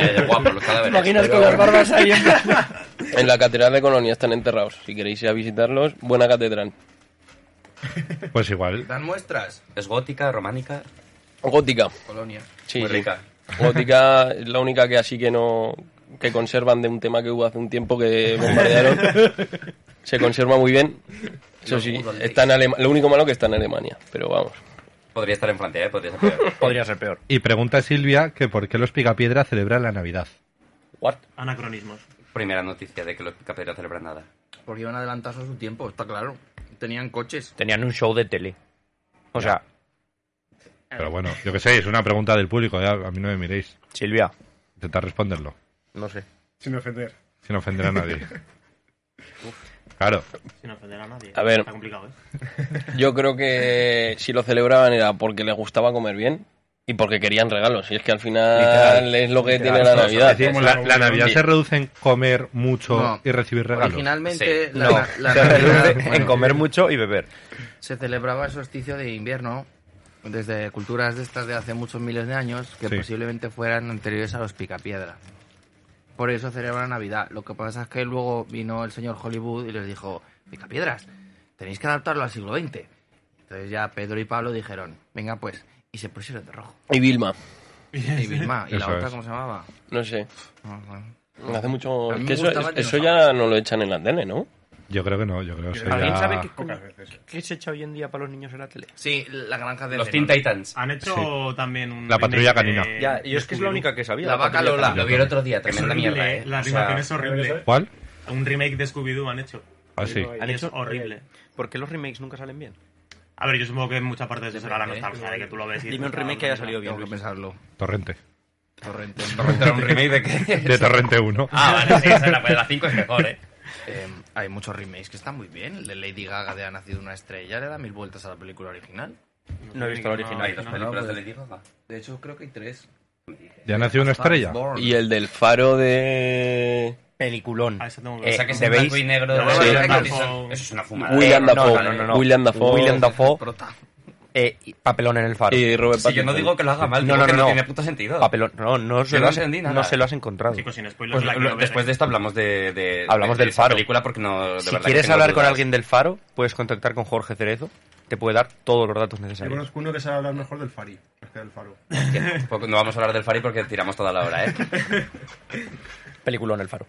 Speaker 9: Ya, ya, Guapo, los cadáveres.
Speaker 7: con las barbas ahí en la catedral de Colonia están enterrados. Si queréis ir a visitarlos, buena catedral.
Speaker 4: Pues igual.
Speaker 3: Dan muestras.
Speaker 9: Es gótica, románica,
Speaker 7: Gótica.
Speaker 3: Colonia.
Speaker 7: Sí,
Speaker 9: muy
Speaker 7: sí.
Speaker 9: rica.
Speaker 7: Gótica es la única que así que no que conservan de un tema que hubo hace un tiempo que bombardearon. Se conserva muy bien. Eso sí, está en Alema- lo único malo que está en Alemania, pero vamos.
Speaker 9: Podría estar en Francia, ¿eh? Podría ser peor.
Speaker 5: Podría ser peor.
Speaker 4: Y pregunta Silvia que por qué los Picapiedra celebran la Navidad.
Speaker 5: What?
Speaker 6: Anacronismos.
Speaker 9: Primera noticia de que los Picapiedra celebran nada.
Speaker 3: Porque iban adelantados a su tiempo, está claro. Tenían coches.
Speaker 5: Tenían un show de tele. O sea,
Speaker 4: Pero bueno, yo que sé, es una pregunta del público, ya, a mí no me miréis.
Speaker 5: Silvia,
Speaker 4: Intentad responderlo,
Speaker 5: no sé.
Speaker 8: Sin ofender.
Speaker 4: sin ofender a nadie. Claro,
Speaker 6: Sin ofender a nadie.
Speaker 7: A ver.
Speaker 6: Está complicado, ¿eh?
Speaker 7: Yo creo que si lo celebraban era porque les gustaba comer bien y porque querían regalos. Y es que al final
Speaker 4: Literal.
Speaker 7: es lo que
Speaker 8: Literal,
Speaker 7: tiene la
Speaker 8: eso,
Speaker 7: Navidad.
Speaker 4: es decir,
Speaker 8: como
Speaker 4: la,
Speaker 8: la-
Speaker 4: la Navidad
Speaker 7: Sí.
Speaker 4: se reduce en comer mucho
Speaker 3: No.
Speaker 4: y recibir regalos.
Speaker 3: Originalmente
Speaker 9: Sí.
Speaker 3: la,
Speaker 5: No,
Speaker 3: la
Speaker 5: se
Speaker 3: Navidad,
Speaker 5: reduce en
Speaker 3: bueno,
Speaker 5: comer mucho y beber.
Speaker 3: se celebraba el solsticio de invierno desde culturas de estas de hace muchos miles de años que
Speaker 4: Sí.
Speaker 3: posiblemente fueran anteriores a los picapiedra. Por eso celebran Navidad. Lo que pasa es que luego vino el señor Hollywood y les dijo, picapiedras, tenéis que adaptarlo al siglo XX. Entonces ya Pedro y Pablo dijeron, venga pues, y se pusieron de rojo.
Speaker 7: Y Vilma,
Speaker 3: Y Vilma, y la
Speaker 4: Eso
Speaker 3: otra,
Speaker 4: es.
Speaker 3: ¿cómo se llamaba?
Speaker 7: no sé.
Speaker 3: No, no.
Speaker 7: Hace mucho.
Speaker 3: A mí
Speaker 7: que
Speaker 3: me
Speaker 7: eso,
Speaker 3: gustaban
Speaker 7: eso
Speaker 3: dinosaurios.
Speaker 7: ya no lo echan en la tele, ¿no?
Speaker 4: Yo creo que no, yo creo que eso
Speaker 5: ¿Alguien
Speaker 4: ya-
Speaker 5: sabe qué,
Speaker 8: Pocas veces. ¿eh?
Speaker 5: qué se echa hoy en día para los niños en la tele?
Speaker 3: Sí, la granja de
Speaker 9: Los Teen
Speaker 3: Zenón.
Speaker 9: Titans.
Speaker 6: Han hecho también un.
Speaker 4: La patrulla
Speaker 6: remake de-
Speaker 4: canina.
Speaker 5: Ya, yo es que es la
Speaker 6: Scooby-Doo.
Speaker 5: única que sabía.
Speaker 3: La vaca Lola.
Speaker 9: Lo vi el otro día,
Speaker 6: Es
Speaker 9: tremenda
Speaker 6: horrible,
Speaker 9: mierda, ¿eh?
Speaker 6: La
Speaker 9: O sea,
Speaker 6: animación es horrible.
Speaker 4: ¿Cuál?
Speaker 6: Un remake de Scooby-Doo han hecho.
Speaker 4: Ah, sí.
Speaker 8: Ahí.
Speaker 6: Y
Speaker 5: ¿Han
Speaker 6: es
Speaker 5: hecho?
Speaker 6: horrible.
Speaker 5: ¿Por qué los remakes nunca salen bien?
Speaker 6: A ver, yo supongo que en muchas partes de eso será la
Speaker 3: Sí,
Speaker 6: nostalgia de que tú lo ves. y
Speaker 5: Dime un
Speaker 6: dices, "Ah,
Speaker 5: remake que haya salido bien.
Speaker 3: Tengo que pensarlo.
Speaker 4: Torrente.
Speaker 3: Torrente.
Speaker 9: ¿Era un remake de qué?
Speaker 4: De Torrente 1.
Speaker 9: Ah, vale, sí, esa era, pues la 5 es mejor, ¿eh?
Speaker 3: Eh, hay muchos remakes que están muy bien. El de Lady Gaga de Ha nacido una estrella le da mil vueltas a la película original.
Speaker 5: No he visto la original.
Speaker 9: Hay dos
Speaker 6: no,
Speaker 9: películas
Speaker 3: no, pues-
Speaker 9: de Lady Gaga.
Speaker 3: De hecho, creo que hay tres.
Speaker 4: ¿Ya nació una estrella?
Speaker 7: Y el del faro de.
Speaker 5: Peliculón. Eh,
Speaker 6: Ah, esa tengo que
Speaker 9: Esa que es en
Speaker 5: ¿debéis?
Speaker 9: blanco y negro.
Speaker 3: No,
Speaker 9: Sí.
Speaker 3: no, no,
Speaker 9: Eso
Speaker 6: no.
Speaker 9: es una fumada.
Speaker 7: William
Speaker 5: no,
Speaker 7: Dafoe.
Speaker 5: no, no, no.
Speaker 7: William Dafoe.
Speaker 5: William Dafoe
Speaker 3: Prota.
Speaker 5: eh, y papelón en el faro.
Speaker 7: Y Robert
Speaker 9: Si yo no
Speaker 7: Pattinson.
Speaker 9: digo que lo haga mal,
Speaker 5: No,
Speaker 9: digo
Speaker 5: no,
Speaker 9: que
Speaker 5: no,
Speaker 9: no,
Speaker 5: no.
Speaker 9: tiene puto sentido.
Speaker 5: Papelón. No, no se,
Speaker 9: Yo
Speaker 5: lo
Speaker 9: no
Speaker 5: has,
Speaker 9: entendí
Speaker 5: no
Speaker 9: nada.
Speaker 5: se lo has encontrado.
Speaker 6: Chicos, sin spoilers,
Speaker 9: Pues
Speaker 6: la
Speaker 9: lo-
Speaker 6: quiero ver,
Speaker 9: después
Speaker 6: ¿eh?
Speaker 9: de esto hablamos de, de-
Speaker 5: Hablamos
Speaker 9: de-
Speaker 5: del
Speaker 9: de esa
Speaker 5: faro.
Speaker 9: película porque no de
Speaker 5: si
Speaker 9: verdad que
Speaker 5: quieres
Speaker 9: tengo
Speaker 5: hablar
Speaker 9: dudas.
Speaker 5: con alguien del faro, puedes contactar con Jorge Cerezo. Te puede dar todos los datos
Speaker 8: Yo
Speaker 5: necesarios.
Speaker 8: conozco uno que sabe hablar mejor del Fari, más que del Faro.
Speaker 9: Porque No vamos a hablar del Fari porque tiramos toda la hora, ¿eh?
Speaker 5: Peliculón el faro.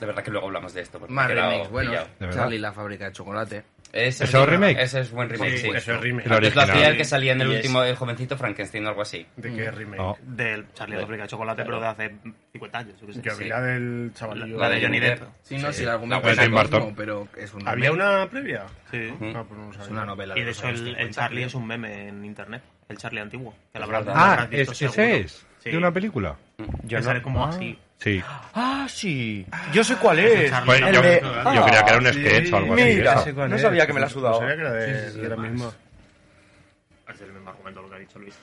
Speaker 9: De verdad que luego hablamos de esto. porque
Speaker 3: Más
Speaker 9: me he quedado
Speaker 3: remakes. Bueno,
Speaker 9: pillado.
Speaker 4: De verdad.
Speaker 3: Charlie, la fábrica de chocolate.
Speaker 9: Ese
Speaker 4: ¿Eso es
Speaker 9: sí,
Speaker 4: remake?
Speaker 9: Ese es buen remake, sí.
Speaker 8: Eso es remake.
Speaker 4: El
Speaker 9: Antes lo
Speaker 4: original.
Speaker 9: hacía el que salía en el
Speaker 5: Y es-
Speaker 9: último, el jovencito Frankenstein o algo así.
Speaker 8: ¿De qué remake?
Speaker 4: No.
Speaker 6: Del Charlie de la fábrica de chocolate, pero de hace 50 años. yo qué sé.
Speaker 8: Yo vi la del chavalillo.
Speaker 6: La de Johnny Depp.
Speaker 3: Sí, no, si la
Speaker 9: La
Speaker 3: argumento
Speaker 9: buena
Speaker 3: es
Speaker 4: Tim
Speaker 3: el mismo,
Speaker 4: Burton.
Speaker 3: pero es un
Speaker 8: ¿Había
Speaker 3: remake.
Speaker 8: una previa?
Speaker 6: Sí.
Speaker 8: No, pues no lo sabía.
Speaker 3: Es una novela.
Speaker 6: Y de
Speaker 3: los
Speaker 6: hecho,
Speaker 3: años
Speaker 6: el, el
Speaker 3: 50,
Speaker 6: Charlie
Speaker 3: creo.
Speaker 6: es un meme en internet. El Charlie antiguo. Que la
Speaker 9: Es
Speaker 6: verdad,
Speaker 9: verdad.
Speaker 6: la
Speaker 4: Ah,
Speaker 6: habrás
Speaker 4: es,
Speaker 6: visto
Speaker 4: ese
Speaker 6: seguro.
Speaker 4: es.
Speaker 6: Sí.
Speaker 4: De una película.
Speaker 5: Yo
Speaker 6: Que sale como así.
Speaker 4: Sí.
Speaker 5: Ah, sí. Yo sé cuál es.
Speaker 6: Charlie
Speaker 4: Bueno,
Speaker 6: El
Speaker 4: yo,
Speaker 6: de-
Speaker 4: yo creía que era un sketch o algo así.
Speaker 5: Mira,
Speaker 4: eso.
Speaker 5: sé cuál es. No sabía
Speaker 8: pues sabía que era de,
Speaker 3: de la
Speaker 8: la misma.
Speaker 4: Ah.
Speaker 6: Es el mismo argumento lo que ha dicho Luis.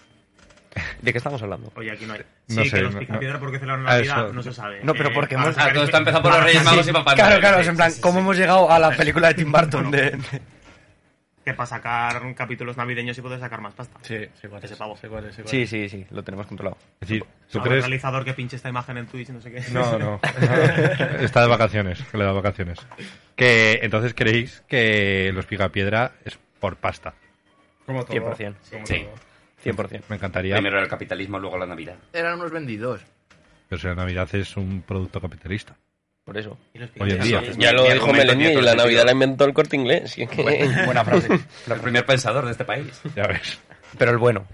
Speaker 5: ¿De qué estamos hablando?
Speaker 6: Oye, aquí no hay.
Speaker 4: No
Speaker 6: sí,
Speaker 4: sé,
Speaker 6: que los
Speaker 4: no-
Speaker 6: picapiedra porque celebraron
Speaker 4: Ah,
Speaker 6: la vida
Speaker 4: eso.
Speaker 6: no se sabe. Eh,
Speaker 5: No, pero porque hemos-
Speaker 9: Ah, todo está empezado por los Reyes Magos y Papá Noel.
Speaker 5: Claro, claro,
Speaker 9: Sí,
Speaker 5: es en
Speaker 9: sí,
Speaker 5: plan,
Speaker 9: sí,
Speaker 5: ¿cómo
Speaker 9: sí.
Speaker 5: hemos llegado a la película de Tim Burton? De, de-
Speaker 6: Que para sacar capítulos navideños y poder sacar más pasta.
Speaker 8: Sí, sí, cuál
Speaker 6: es, Ese pavo. sé
Speaker 8: cuál es.
Speaker 5: Sí, sí, sí, lo tenemos controlado.
Speaker 4: Es decir, ¿tú
Speaker 6: A un
Speaker 4: crees?
Speaker 6: realizador que pinche esta imagen en Twitch, no sé qué.
Speaker 4: No, no. Está de vacaciones, que le da vacaciones. Que entonces creéis que los picapiedra es por pasta.
Speaker 8: Como todo.
Speaker 5: 100%.
Speaker 8: Como
Speaker 9: Sí.
Speaker 8: todo.
Speaker 5: 100%.
Speaker 4: Me encantaría,
Speaker 9: Primero el capitalismo, luego la Navidad.
Speaker 3: Eran unos vendidos.
Speaker 4: pero si la Navidad es un producto capitalista.
Speaker 5: Por eso.
Speaker 6: Y los
Speaker 4: Hoy en
Speaker 6: picapiedra-
Speaker 4: día.
Speaker 7: Ya
Speaker 9: Mi
Speaker 7: lo dijo
Speaker 9: argumento
Speaker 7: Melendi
Speaker 9: tiene
Speaker 7: y
Speaker 9: todo
Speaker 7: la
Speaker 9: el
Speaker 7: Navidad
Speaker 9: sentido.
Speaker 7: la inventó el corte inglés. y es que-
Speaker 5: Buena frase.
Speaker 9: El primer pensador de este país.
Speaker 4: Ya ves.
Speaker 5: Pero el bueno.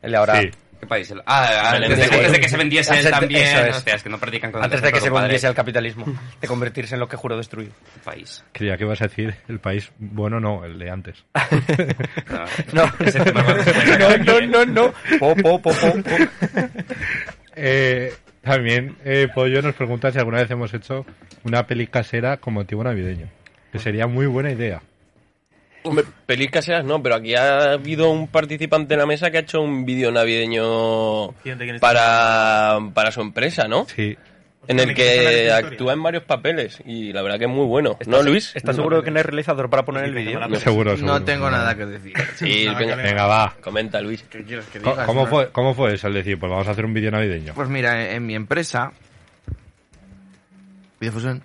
Speaker 5: El de ahora.
Speaker 4: Sí.
Speaker 9: ¿Qué país? El- Ah,
Speaker 5: Vale,
Speaker 9: antes de,
Speaker 5: sí.
Speaker 9: antes de que se vendiese él
Speaker 5: Antes de-
Speaker 9: también.
Speaker 5: eso es.
Speaker 9: Hostia, es que no practican con el
Speaker 5: Antes de que se
Speaker 9: ejemplo, compadre.
Speaker 5: convirtiese al capitalismo. De convertirse en lo que juró destruir.
Speaker 9: El país.
Speaker 4: Creía que ibas a decir el país bueno, no, el de antes.
Speaker 9: No,
Speaker 5: No,
Speaker 9: ese tema cuando se puede acabar
Speaker 5: no,
Speaker 9: aquí, ¿eh?
Speaker 5: no, no, no. Po, po, po, po, po.
Speaker 4: Eh, también eh, Pollo nos pregunta si alguna vez hemos hecho una peli casera con motivo navideño. Que sería muy buena idea.
Speaker 7: Hombre, pelis caseras no, pero aquí ha habido un participante en la mesa que ha hecho un vídeo navideño
Speaker 6: Fíjate quién está.
Speaker 7: para, para su empresa, ¿no?
Speaker 4: Sí.
Speaker 7: En el
Speaker 6: Me quieres hablar de
Speaker 7: que
Speaker 6: tu historia.
Speaker 7: actúa en varios papeles y la verdad que es muy bueno. ¿No, Luis?
Speaker 5: ¿Estás seguro que no hay realizador para poner el
Speaker 6: Sí, que
Speaker 5: vídeo?
Speaker 6: tengo
Speaker 4: No, seguro, seguro.
Speaker 3: pues, No tengo nada que decir.
Speaker 7: Sí, venga,
Speaker 4: Venga, va.
Speaker 7: comenta Luis.
Speaker 3: ¿Qué quieres que
Speaker 4: Co-
Speaker 3: diga?
Speaker 4: ¿Cómo
Speaker 3: Es una-
Speaker 4: fue, ¿Cómo fue eso? El decir, pues vamos a hacer un vídeo navideño.
Speaker 3: Pues mira, en, en mi empresa. Videofusión.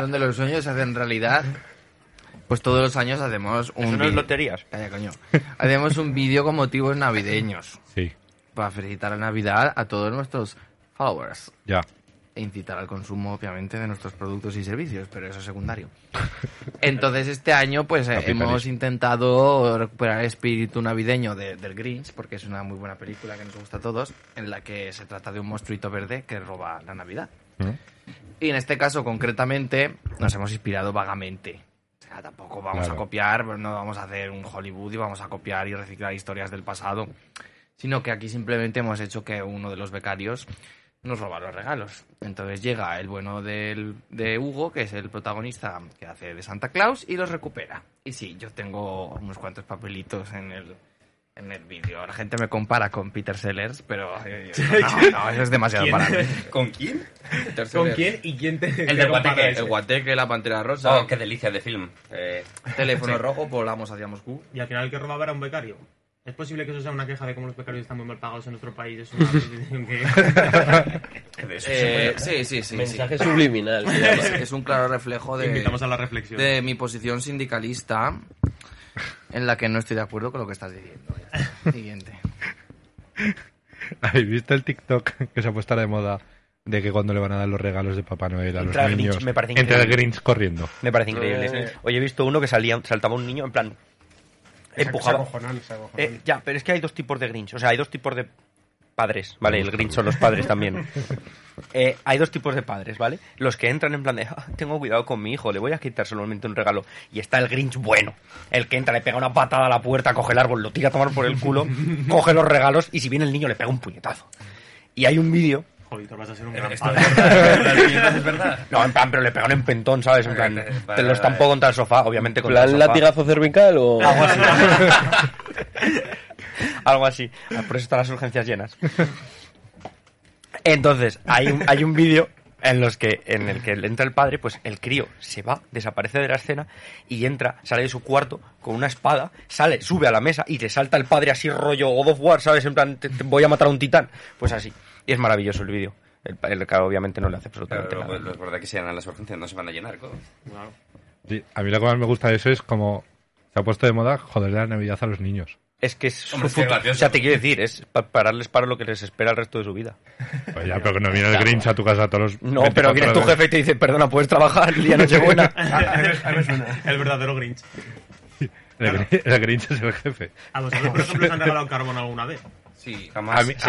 Speaker 3: donde los sueños se hacen realidad. Pues todos los años hacemos un.
Speaker 5: Eso no es
Speaker 3: vídeo-
Speaker 5: loterías.
Speaker 3: Calla, coño. Hacemos un vídeo con motivos navideños.
Speaker 4: Sí,
Speaker 3: Para felicitar la Navidad a todos nuestros followers.
Speaker 4: ya.
Speaker 3: e incitar al consumo, obviamente, de nuestros productos y servicios, pero eso es secundario. Entonces, este año, pues eh, hemos
Speaker 10: Capitalismo.
Speaker 3: intentado recuperar el espíritu navideño de- del Grinch, porque es una muy buena película que nos gusta a todos, en la que se trata de un monstruito verde que roba la Navidad. Y en este caso, concretamente, nos hemos inspirado vagamente. O sea, tampoco vamos
Speaker 10: Claro.
Speaker 3: a copiar, pero no vamos a hacer un Hollywood y vamos a copiar y reciclar historias del pasado. Sino que aquí simplemente hemos hecho que uno de los becarios nos roba los regalos. Entonces llega el bueno del- de Hugo, que es el protagonista que hace de Santa Claus, y los recupera. Y sí, yo tengo unos cuantos papelitos en el, en el vídeo. La gente me compara con Peter Sellers, pero eh, no, no, eso es demasiado
Speaker 5: ¿Quién?
Speaker 3: para mí.
Speaker 9: ¿Con quién?
Speaker 3: ¿Con quién
Speaker 6: y quién te.?
Speaker 3: El del guateque. El guateque, la pantera rosa.
Speaker 9: Oh, qué delicia de film. Eh,
Speaker 3: Teléfono
Speaker 9: sí.
Speaker 3: rojo, pues volamos hacia Moscú.
Speaker 6: Y al final el que robaba era un becario. ¿Es posible que eso sea una queja de cómo los becarios están muy mal pagados en nuestro país? Es una petición que...
Speaker 3: Eh, sí, sí, sí. sí. Es, es un claro reflejo de,
Speaker 6: Invitamos a la reflexión.
Speaker 3: de mi posición sindicalista en la que no estoy de acuerdo con lo que estás diciendo. Ya está. Siguiente.
Speaker 4: ¿Habéis visto el TikTok que se ha puesto ahora de moda de que cuando le van a dar los regalos de Papá Noel a
Speaker 5: Entra
Speaker 4: los
Speaker 5: el
Speaker 4: niños
Speaker 5: Grinch, me parece
Speaker 4: entra el
Speaker 5: increíble.
Speaker 4: Grinch corriendo?
Speaker 5: Me parece increíble.
Speaker 4: Eh.
Speaker 8: Pues-
Speaker 5: Hoy he visto uno que salía, saltaba un niño en plan.
Speaker 8: Es
Speaker 5: Empujaba.
Speaker 8: acojonante, es acojonante.
Speaker 5: Eh, ya, pero es que hay dos tipos de Grinch. O sea, hay dos tipos de padres, ¿vale? El Grinch son los padres también. Eh, hay dos tipos de padres, ¿vale? Los que entran en plan de, "Ah, tengo cuidado con mi hijo, le voy a quitar solamente un regalo. Y está el Grinch bueno. El que entra, le pega una patada a la puerta, coge el árbol, lo tira a tomar por el culo, coge los regalos y si viene el niño le pega un puñetazo. Y hay un vídeo
Speaker 6: Joder, vas a ser un gran
Speaker 5: esto
Speaker 6: padre.
Speaker 5: es verdad, las piñatas es verdad. No, en plan, pero le pegaron en pentón, ¿sabes? En plan, te lo estampó contra el sofá, obviamente contra el
Speaker 7: ¿Plan
Speaker 5: sofá.
Speaker 7: latigazo cervical o.?
Speaker 5: Algo así. Algo así. Ah, Por eso están las urgencias llenas. Entonces, hay un, hay un vídeo en los que en el que entra el padre, pues el crío se va, desaparece de la escena y entra, sale de su cuarto con una espada, sale, sube a la mesa y le salta el padre así rollo God of War, ¿sabes? En plan, te- te voy a matar a un titán. Pues así. Y es maravilloso el vídeo. El, pa- el que obviamente no le hace absolutamente
Speaker 9: Pero,
Speaker 5: nada.
Speaker 9: pues, los verdad que se llenan las urgencias, no se van a llenar. co.
Speaker 4: Sí, a mí lo que más me gusta de eso es como se ha puesto de moda joder la Navidad a los niños.
Speaker 5: Es que es
Speaker 9: Hombre, es
Speaker 5: su
Speaker 9: que
Speaker 5: futuro.
Speaker 9: gracioso.
Speaker 5: O sea, te quiero decir, es pa- pararles para lo que les espera el resto de su vida.
Speaker 4: Pues ya, pero que no viene el Grinch a tu casa todos los
Speaker 5: No, pero viene tu jefe y te dice, perdona, puedes trabajar el día de Nochebuena.
Speaker 6: El verdadero Grinch.
Speaker 4: El Grinch, el Grinch es el jefe.
Speaker 6: A vosotros, por ejemplo, os han regalado carbón alguna vez.
Speaker 9: Sí,
Speaker 4: A mí- a mí- a mí sí. Yo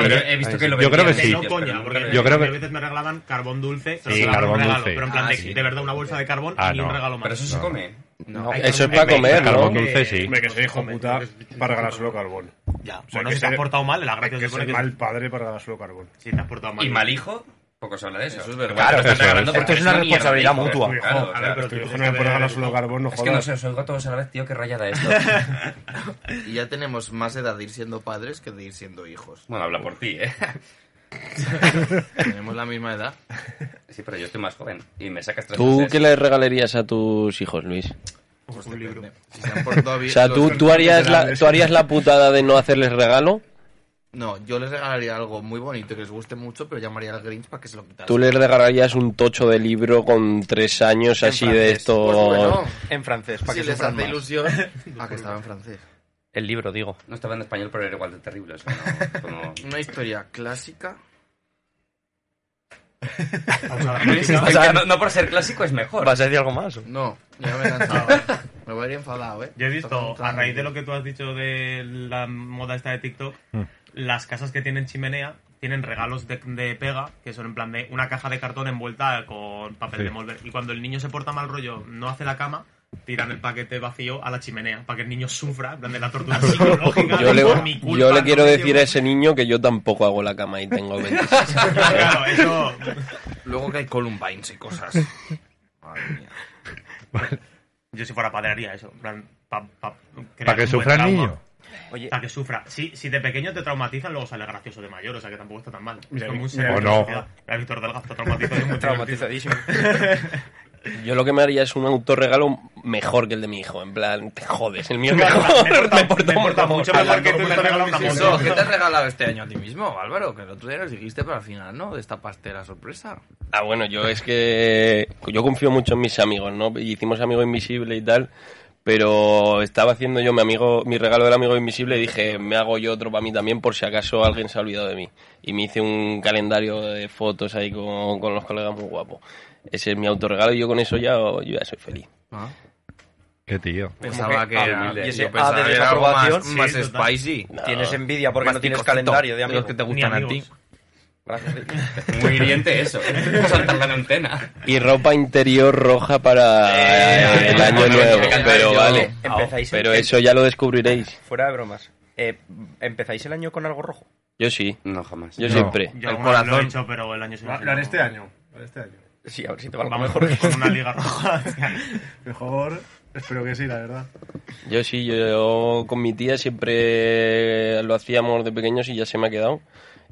Speaker 4: creo que Pues sí.
Speaker 6: No, coña, porque
Speaker 4: Yo creo
Speaker 6: a
Speaker 4: que
Speaker 6: veces me regalaban carbón dulce.
Speaker 4: Sí,
Speaker 6: pero me regalaban un
Speaker 4: carbón
Speaker 6: regalo,
Speaker 4: dulce.
Speaker 6: Pero en plan,
Speaker 4: Ah,
Speaker 6: de,
Speaker 4: sí.
Speaker 6: de verdad, una bolsa de carbón
Speaker 4: Ah,
Speaker 6: y ni un
Speaker 4: no.
Speaker 6: regalo más.
Speaker 9: Pero eso se come.
Speaker 3: No.
Speaker 6: Hay
Speaker 7: Eso es
Speaker 6: carbón-
Speaker 7: para
Speaker 6: hay-
Speaker 7: comer,
Speaker 6: hay
Speaker 7: ¿no?
Speaker 4: carbón dulce sí.
Speaker 8: Eh, Hombre, que soy hijo puta para regalar solo carbón.
Speaker 6: Ya,
Speaker 8: O sea,
Speaker 6: bueno,
Speaker 8: que
Speaker 6: si te has
Speaker 8: ser-
Speaker 6: portado mal, la gracia
Speaker 8: hay que
Speaker 6: se pone
Speaker 8: ser
Speaker 6: que
Speaker 8: mal padre para regalar solo carbón.
Speaker 6: Si te has portado mal.
Speaker 9: Y mal hijo, poco se habla de eso.
Speaker 3: Eso es verdad.
Speaker 9: Igual te lo están
Speaker 4: Eso es.
Speaker 9: regalando porque
Speaker 5: Esto es
Speaker 9: eres
Speaker 5: una
Speaker 9: una
Speaker 5: responsabilidad
Speaker 9: mierda, hijo.
Speaker 5: mutua.
Speaker 9: Claro,
Speaker 8: Hijo,
Speaker 9: claro.
Speaker 8: pero
Speaker 6: tú
Speaker 8: tu hijo
Speaker 6: tienes
Speaker 8: no
Speaker 6: que
Speaker 8: me puede
Speaker 6: ver-
Speaker 8: regalar solo carbón, no
Speaker 9: Es que no
Speaker 8: jodas.
Speaker 9: sé, os oigo a todos a la vez, tío, qué rayada esto.
Speaker 3: Y ya tenemos más edad de ir siendo padres que de ir siendo hijos.
Speaker 9: bueno, habla por ti, ¿eh?
Speaker 3: Tenemos la misma edad.
Speaker 9: Sí, pero yo estoy más joven y me sacas tres
Speaker 7: ¿Tú
Speaker 9: meses.
Speaker 7: qué le regalarías a tus hijos, Luis?
Speaker 3: Pues depende. Si se han portado
Speaker 7: O
Speaker 3: bien-
Speaker 7: sea,
Speaker 3: los
Speaker 7: ¿tú, tú,
Speaker 3: personajes
Speaker 7: harías la,
Speaker 3: generales-
Speaker 7: ¿tú harías la putada de no hacerles regalo?
Speaker 3: No, yo les regalaría algo muy bonito que les guste mucho, pero llamaría al Grinch para que se lo quitase.
Speaker 7: ¿Tú les regalarías un tocho de libro con tres años así de esto?
Speaker 3: Pues bueno,
Speaker 5: En francés, para
Speaker 3: si
Speaker 5: que
Speaker 3: les
Speaker 5: sufran
Speaker 3: hace
Speaker 5: más.
Speaker 3: ilusión... Ah, que estaba en francés.
Speaker 5: El libro, digo.
Speaker 9: No estaba en español, pero era igual de terrible. o sea, no- como-
Speaker 3: Una historia clásica.
Speaker 6: Vamos a ver, ¿no?
Speaker 9: O sea, no, no por ser clásico es mejor.
Speaker 5: ¿Vas a decir algo más?
Speaker 3: No, ya me he cansado. me voy a ir enfadado, ¿eh?
Speaker 6: Yo he
Speaker 3: Toca
Speaker 6: visto,
Speaker 3: mucho
Speaker 6: a raíz de
Speaker 3: la-
Speaker 6: lo que tú has dicho de la moda esta de TikTok,
Speaker 7: Mm.
Speaker 6: las casas que tienen chimenea tienen regalos de, de pega, que son en plan de una caja de cartón envuelta con papel
Speaker 4: Sí.
Speaker 6: de molde. Y cuando el niño se porta mal rollo, no hace la cama, tiran el paquete vacío a la chimenea para que el niño sufra, en plan de la tortura psicológica.
Speaker 7: Yo le,
Speaker 6: por mi culpa,
Speaker 7: yo le
Speaker 6: no
Speaker 7: quiero
Speaker 6: me
Speaker 7: decir a
Speaker 6: llevo-
Speaker 7: ese niño que yo tampoco hago la cama y tengo 26.
Speaker 6: Claro, eso.
Speaker 3: Luego que hay Columbines y cosas. Madre mía.
Speaker 6: Yo si fuera padre haría eso. Para
Speaker 4: Para que sufra el niño.
Speaker 5: Oye,
Speaker 6: Para que sufra. Si, si de pequeño te traumatizan, luego sale gracioso de mayor, o sea que tampoco está tan mal.
Speaker 8: Mira,
Speaker 6: es como un
Speaker 8: mira,
Speaker 6: ser
Speaker 4: o
Speaker 6: de
Speaker 4: no.
Speaker 6: la sociedad. Mira, Víctor Delgado está traumatizado. y muy divertido.
Speaker 5: traumatizadísimo.
Speaker 7: Yo lo que me haría es un autorregalo mejor que el de mi hijo. En plan, te jodes, el mío es
Speaker 6: Claro,
Speaker 7: mejor.
Speaker 6: me he portado-
Speaker 7: me he portado
Speaker 6: me he portado
Speaker 7: mal.
Speaker 6: mucho mejor que tú y me has regalado una
Speaker 3: Eso,
Speaker 6: moto.
Speaker 3: ¿qué te has regalado este año a ti mismo, Álvaro? Que el otro día nos dijiste, pero al final no, de esta pastera sorpresa.
Speaker 7: Ah, bueno, yo es que yo confío mucho en mis amigos, ¿no? Y Hicimos amigo invisible y tal, Pero estaba haciendo yo mi amigo, mi regalo del amigo invisible y dije, me hago yo otro para mí también por si acaso alguien se ha olvidado de mí. Y me hice un calendario de fotos ahí con, con los colegas muy guapo. Ese es mi autorregalo y yo con eso ya, yo ya soy feliz.
Speaker 4: Qué tío.
Speaker 3: Pensaba que,
Speaker 5: ah,
Speaker 3: era,
Speaker 5: humilde.
Speaker 3: yo
Speaker 5: Y ese
Speaker 3: pensaba
Speaker 5: A de
Speaker 3: que era algo más,
Speaker 5: desaprobación,
Speaker 3: más
Speaker 6: sí, total.
Speaker 3: spicy.
Speaker 5: Tienes envidia porque
Speaker 3: Más
Speaker 5: no tienes
Speaker 3: picocito,
Speaker 5: calendario de
Speaker 3: de
Speaker 5: amigos
Speaker 3: los que te
Speaker 6: Ni
Speaker 3: gustan a ti.
Speaker 6: amigos.
Speaker 5: Gracias.
Speaker 3: Muy hiriente eso. Saltar la antena.
Speaker 7: Y ropa interior roja para
Speaker 5: Eh,
Speaker 7: el año
Speaker 5: bueno,
Speaker 7: nuevo.
Speaker 5: me encanta
Speaker 7: Pero
Speaker 5: yo.
Speaker 7: vale.
Speaker 5: Empezáis
Speaker 7: Pero
Speaker 5: el-
Speaker 7: eso ya lo descubriréis.
Speaker 5: Fuera de bromas. Eh, ¿Empezáis el año con algo rojo?
Speaker 7: Yo sí.
Speaker 9: No, jamás.
Speaker 7: Yo
Speaker 4: No.
Speaker 7: siempre.
Speaker 6: Yo
Speaker 3: El
Speaker 6: alguna vez lo he
Speaker 3: corazón.
Speaker 6: hecho, pero el año
Speaker 8: Lo,
Speaker 6: siguiente.
Speaker 8: lo haré
Speaker 6: no.
Speaker 8: este año. Lo haré este año.
Speaker 5: Sí, a ver si te va algo
Speaker 6: Vamos
Speaker 5: mejor.
Speaker 6: con una liga roja.
Speaker 8: Mejor, espero que sí, la verdad.
Speaker 7: Yo sí, yo con mi tía siempre lo hacíamos de pequeños y ya se me ha quedado.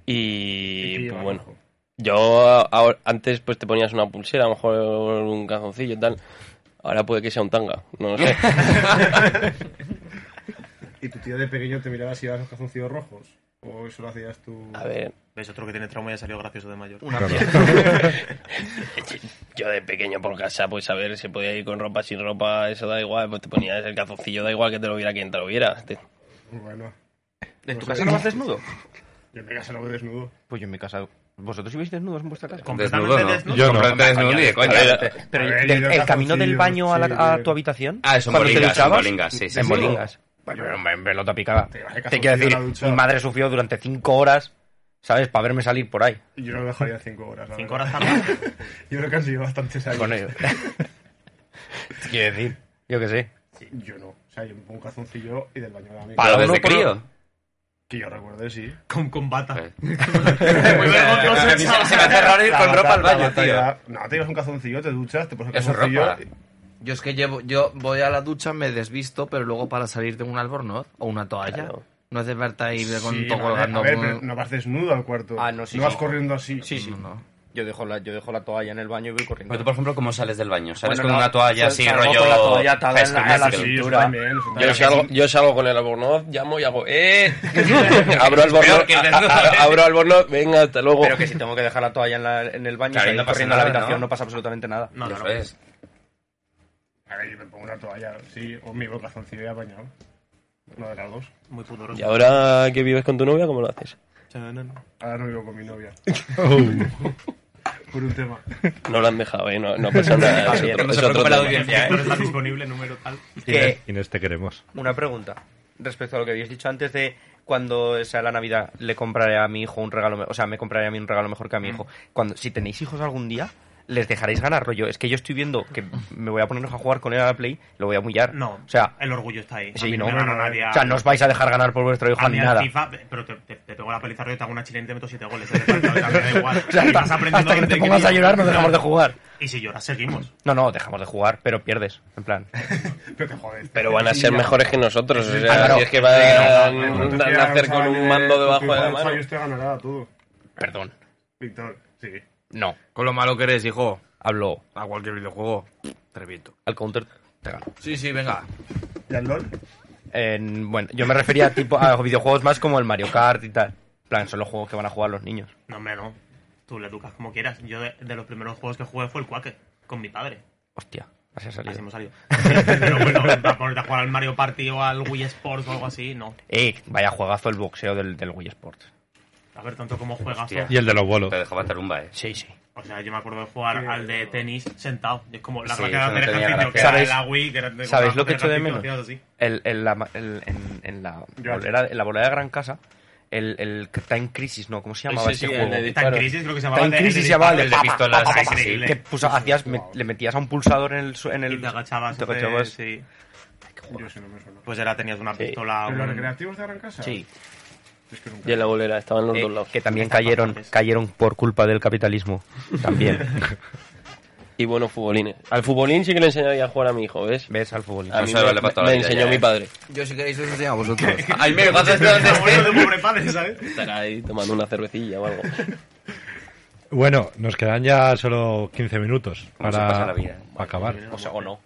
Speaker 8: Y
Speaker 7: Y
Speaker 8: pilla
Speaker 7: pues
Speaker 8: más
Speaker 7: bueno,
Speaker 8: rojo.
Speaker 7: yo a- ahora- antes pues te ponías una pulsera, a lo mejor un calzoncillo y tal. Ahora puede que sea un tanga, no lo sé.
Speaker 8: ¿Y tu tío de pequeño te miraba si llevas los calzoncillos rojos? ¿O eso lo hacías tú?
Speaker 7: A ver,
Speaker 6: ¿Ves? Otro que tiene trauma y ha salido gracioso de mayor.
Speaker 7: yo de pequeño por casa, pues a ver, se podía ir con ropa, sin ropa, eso da igual, pues te ponías el calzoncillo, da igual que te lo viera quien te lo viera. Te-
Speaker 8: Bueno,
Speaker 5: ¿En tu casa Pues no vas desnudo?
Speaker 8: yo me casa lo voy desnudo.
Speaker 5: Pues yo en mi casa. ¿Vosotros ibais desnudos en vuestra casa?
Speaker 6: Completamente
Speaker 3: Desnudo, ¿no?
Speaker 6: desnudo.
Speaker 4: Yo no.
Speaker 3: Comprarte desnudo ni de coña.
Speaker 5: Pero
Speaker 8: A ver,
Speaker 5: del-
Speaker 8: yo
Speaker 5: el camino del
Speaker 8: calzoncillos,
Speaker 5: baño a, la-
Speaker 8: sí,
Speaker 5: a
Speaker 8: yo-
Speaker 5: tu habitación.
Speaker 9: Ah, eso en
Speaker 5: cuando te
Speaker 9: bolingas, en
Speaker 5: duchabas,
Speaker 9: bolingas, sí, sí.
Speaker 5: En
Speaker 9: sí.
Speaker 5: bolingas. Bueno, pero en pelota picada.
Speaker 8: Te vas de
Speaker 5: Te quiero
Speaker 8: calzoncillo
Speaker 5: decir,
Speaker 8: a la ducha.
Speaker 5: mi madre sufrió durante cinco horas, ¿sabes? Para verme salir por ahí.
Speaker 8: Yo no lo dejaría cinco horas. la
Speaker 6: Cinco
Speaker 8: verdad.
Speaker 6: horas tarde.
Speaker 8: Yo creo que han sido bastantes años.
Speaker 5: Con ellos. Te quiero decir, yo qué sé.
Speaker 8: Yo no. O sea, yo me pongo un calzoncillo y del baño de la
Speaker 9: Pero
Speaker 8: amiga.
Speaker 5: Cada uno
Speaker 9: desde
Speaker 5: por-
Speaker 9: crío.
Speaker 8: Que yo recuerde, sí.
Speaker 6: Con, con bata.
Speaker 9: Eh.
Speaker 6: Muy vergonzoso,
Speaker 5: A mí se-
Speaker 6: chaval.
Speaker 5: se me hace raro ir con ropa al baño, tío.
Speaker 8: Ya- No, te llevas un calzoncillo, te duchas, te pones un
Speaker 9: Eso es
Speaker 8: calzoncillo.
Speaker 9: ropa.
Speaker 3: Yo es que llevo, yo voy a la ducha, me desvisto, pero luego para salir tengo un albornoz o una toalla.
Speaker 7: Claro.
Speaker 3: No hace falta ir con
Speaker 8: Sí,
Speaker 3: todo
Speaker 8: no, a ver,
Speaker 3: colgando.
Speaker 8: a ver,
Speaker 3: con-
Speaker 8: pero no vas desnudo al cuarto.
Speaker 5: Ah, no, sí,
Speaker 8: No vas
Speaker 5: sí.
Speaker 8: corriendo así.
Speaker 5: Sí, sí.
Speaker 3: No, no.
Speaker 5: Yo, dejo la, yo dejo la toalla en el baño y voy corriendo.
Speaker 9: Pero tú, por ejemplo, ¿cómo sales del baño? ¿Sales
Speaker 5: Bueno,
Speaker 9: con
Speaker 5: no,
Speaker 9: una toalla
Speaker 5: sal-
Speaker 9: así,
Speaker 5: salgo
Speaker 9: rollo
Speaker 5: con la toalla atada
Speaker 9: High
Speaker 5: en la-
Speaker 9: School
Speaker 5: a la
Speaker 9: Musical?
Speaker 8: Sí, eso
Speaker 5: cintura.
Speaker 8: también, eso
Speaker 7: Yo
Speaker 8: también.
Speaker 7: salgo, yo salgo con el albornoz, llamo y hago ¡eh! abro
Speaker 9: Peor
Speaker 7: albornoz,
Speaker 9: que el
Speaker 7: a-
Speaker 9: desnudo,
Speaker 7: a-
Speaker 9: ¿eh?
Speaker 7: abro albornoz, venga, hasta luego.
Speaker 5: Pero que si tengo que dejar la toalla en, la- en el baño
Speaker 9: Claro, y
Speaker 5: y salir
Speaker 9: no pasa
Speaker 5: corriendo a la
Speaker 9: nada,
Speaker 5: habitación,
Speaker 9: ¿no?
Speaker 5: no pasa absolutamente nada.
Speaker 6: No, no,
Speaker 9: Eso
Speaker 6: no.
Speaker 9: es.
Speaker 8: A ver, yo me pongo una toalla, sí, o mi calzoncillo ya bañado. Una de las dos.
Speaker 6: Muy pudoroso.
Speaker 7: Y ahora que vives con tu novia, ¿cómo lo haces?
Speaker 6: Chanan.
Speaker 8: Ahora no vivo con mi novia. Por un tema.
Speaker 7: No lo han dejado, ¿eh? No, no pasa nada. es otro,
Speaker 9: No
Speaker 7: es
Speaker 9: se
Speaker 7: otro
Speaker 9: preocupe la
Speaker 7: tema.
Speaker 9: audiencia,
Speaker 6: Pero
Speaker 9: ¿eh?
Speaker 6: está disponible, número tal.
Speaker 5: Que-
Speaker 4: Inés, te este queremos.
Speaker 5: Eh, Una pregunta respecto a lo que habéis dicho antes de cuando sea la Navidad le compraré a mi hijo un regalo, me- o sea, me compraré a mí un regalo mejor que a mi hijo.
Speaker 6: Mm.
Speaker 5: Cuando si tenéis hijos algún día, les dejaréis ganar rollo. Es que yo estoy viendo que me voy a poner a jugar con él a la Play, lo voy a humillar.
Speaker 6: No,
Speaker 5: o sea,
Speaker 6: el orgullo está ahí. A
Speaker 5: sí,
Speaker 6: mí
Speaker 5: no,
Speaker 6: me gana nadie a-
Speaker 5: o sea, no os vais a dejar ganar por vuestro hijo
Speaker 6: a
Speaker 5: ni
Speaker 6: mí al
Speaker 5: nada.
Speaker 6: FIFA, pero te, te, te pego la paliza rollo, te hago una chilena y te meto siete goles. ¿eh? O sea, me da igual.
Speaker 5: O sea,
Speaker 6: Y
Speaker 5: hasta,
Speaker 6: vas aprendiendo
Speaker 5: hasta que no te
Speaker 6: desde
Speaker 5: pongas a
Speaker 6: crío.
Speaker 5: llorar, no dejamos de jugar.
Speaker 6: Y si lloras, seguimos.
Speaker 5: No, no, dejamos de jugar, pero pierdes, en plan.
Speaker 8: Pero te jodes.
Speaker 7: Pero van a ser mejores que nosotros. O sea,
Speaker 5: Ah, claro.
Speaker 7: si es que van
Speaker 8: Bueno,
Speaker 7: a
Speaker 8: te queda
Speaker 7: nacer Mm, con
Speaker 8: chaval,
Speaker 7: un mando
Speaker 8: eh,
Speaker 7: debajo
Speaker 8: tu
Speaker 7: de la
Speaker 8: hijo
Speaker 7: mano.
Speaker 8: Yo estoy ganará todo.
Speaker 5: Perdón.
Speaker 8: Víctor, sí.
Speaker 5: No,
Speaker 3: Con lo malo que eres, hijo,
Speaker 5: hablo
Speaker 3: a cualquier videojuego, te reviento.
Speaker 5: al counter. Te gano.
Speaker 3: Sí, sí, venga.
Speaker 8: ¿Y al LOL?
Speaker 5: En- bueno, yo me refería a, tipo, a videojuegos más como el Mario Kart y tal. En plan, son los juegos que van a jugar los niños.
Speaker 6: No, hombre, no. Tú le educas como quieras. Yo de, de los primeros juegos que jugué fue el cuaque, con mi padre.
Speaker 5: Hostia, así ha
Speaker 6: Así
Speaker 5: salido.
Speaker 6: hemos salido. Pero bueno, para ponerte a jugar al Mario Party o al Wii Sports o algo así, no.
Speaker 5: Eh, vaya juegazo el boxeo del, del Wii Sports.
Speaker 6: A ver, tanto como juegas.
Speaker 9: Hostia.
Speaker 6: o-
Speaker 4: Y el de los bolos.
Speaker 9: Te dejaba tarumba, ¿eh?
Speaker 5: Sí, sí.
Speaker 6: O sea, yo me acuerdo de jugar al de tenis sentado. Y es como la
Speaker 9: Sí,
Speaker 6: gracia de
Speaker 9: eso no
Speaker 6: hacer
Speaker 9: tenía
Speaker 6: ejercicio, que
Speaker 9: gracia.
Speaker 5: ¿Sabéis-
Speaker 6: era la Wii, que era de
Speaker 5: ¿Sabéis lo que echo
Speaker 6: hacer
Speaker 5: de
Speaker 6: ejercicio,
Speaker 5: menos?
Speaker 6: hacías así.
Speaker 5: El, en, la, ma- el- en, en la
Speaker 8: Yo-
Speaker 5: bolera, en la bolera de Gran Casa, el, el Time Crisis, ¿no? ¿Cómo se llamaba
Speaker 7: Sí,
Speaker 5: ese
Speaker 7: sí, el
Speaker 5: juego?
Speaker 7: de
Speaker 6: Está en crisis, creo que se llamaba.
Speaker 5: Time
Speaker 6: el de-
Speaker 5: Crisis
Speaker 6: el
Speaker 5: se llamaba
Speaker 6: disparo,
Speaker 5: el de pistolas,
Speaker 6: pa, pa, pa,
Speaker 9: sí,
Speaker 6: pa,
Speaker 9: sí,
Speaker 6: increíble.
Speaker 5: Que pues, hacías, me- le metías a un pulsador en el... su- En el
Speaker 6: Y te agachabas.
Speaker 5: te
Speaker 6: hacer-
Speaker 5: agachabas.
Speaker 6: sí.
Speaker 8: Yo eso no me suena.
Speaker 6: Pues era, tenías una
Speaker 7: Sí.
Speaker 6: pistola.
Speaker 8: ¿Pero
Speaker 6: un-
Speaker 8: los recreativos de Gran Casa?
Speaker 5: Sí.
Speaker 8: Es que nunca.
Speaker 7: Y en la bolera, estaban los
Speaker 5: Eh,
Speaker 7: dos lados.
Speaker 5: que también cayeron, cayeron por culpa del capitalismo. También.
Speaker 7: Y buenos futbolines. Al futbolín sí que le enseñaría a jugar a mi hijo, ¿ves?
Speaker 5: ¿Ves al fútbol?
Speaker 9: No
Speaker 7: A mí
Speaker 9: se vale
Speaker 7: me,
Speaker 9: para toda
Speaker 7: me
Speaker 9: la vida
Speaker 7: enseñó
Speaker 9: ya,
Speaker 7: mi
Speaker 9: ¿eh?
Speaker 7: padre.
Speaker 3: Yo si queréis os enseño a vosotros.
Speaker 9: Ay, me cuando estés donde
Speaker 6: Abuelo de
Speaker 9: estés.
Speaker 6: un pobre padre, ¿sabes?
Speaker 7: Estará ahí tomando una cervecilla o algo.
Speaker 4: Bueno, nos quedan ya solo 15 minutos
Speaker 9: ¿Cómo se
Speaker 4: para
Speaker 9: pasa la vida, eh?
Speaker 4: para acabar.
Speaker 7: O sea, o no.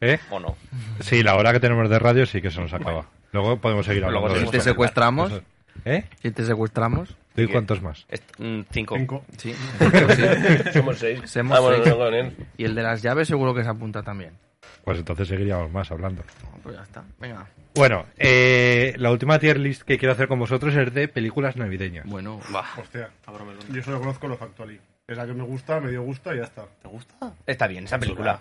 Speaker 4: ¿Eh?
Speaker 7: O no.
Speaker 4: Sí, la hora que tenemos de radio sí que se nos acaba. Luego podemos seguir hablando.
Speaker 5: Luego
Speaker 4: de
Speaker 5: sí,
Speaker 3: Si te
Speaker 4: esto.
Speaker 3: secuestramos,
Speaker 4: Eso- ¿Eh?
Speaker 3: si te secuestramos,
Speaker 4: ¿Tú y cuántos más?
Speaker 5: Est- mm, cinco.
Speaker 8: Cinco.
Speaker 3: sí. sí.
Speaker 7: Somos seis.
Speaker 3: Somos
Speaker 7: Ah, bueno,
Speaker 3: seis.
Speaker 7: no, con él.
Speaker 3: Y el de las llaves seguro que se apunta también.
Speaker 4: Pues entonces seguiríamos más hablando.
Speaker 3: Pues ya está, venga.
Speaker 4: Bueno, eh, la última tier list que quiero hacer con vosotros es de películas navideñas.
Speaker 3: Bueno,
Speaker 8: Hostia. Yo solo conozco los actualí. Es la que me gusta, me dio gusto y ya está.
Speaker 5: ¿Te gusta? Está bien esa película.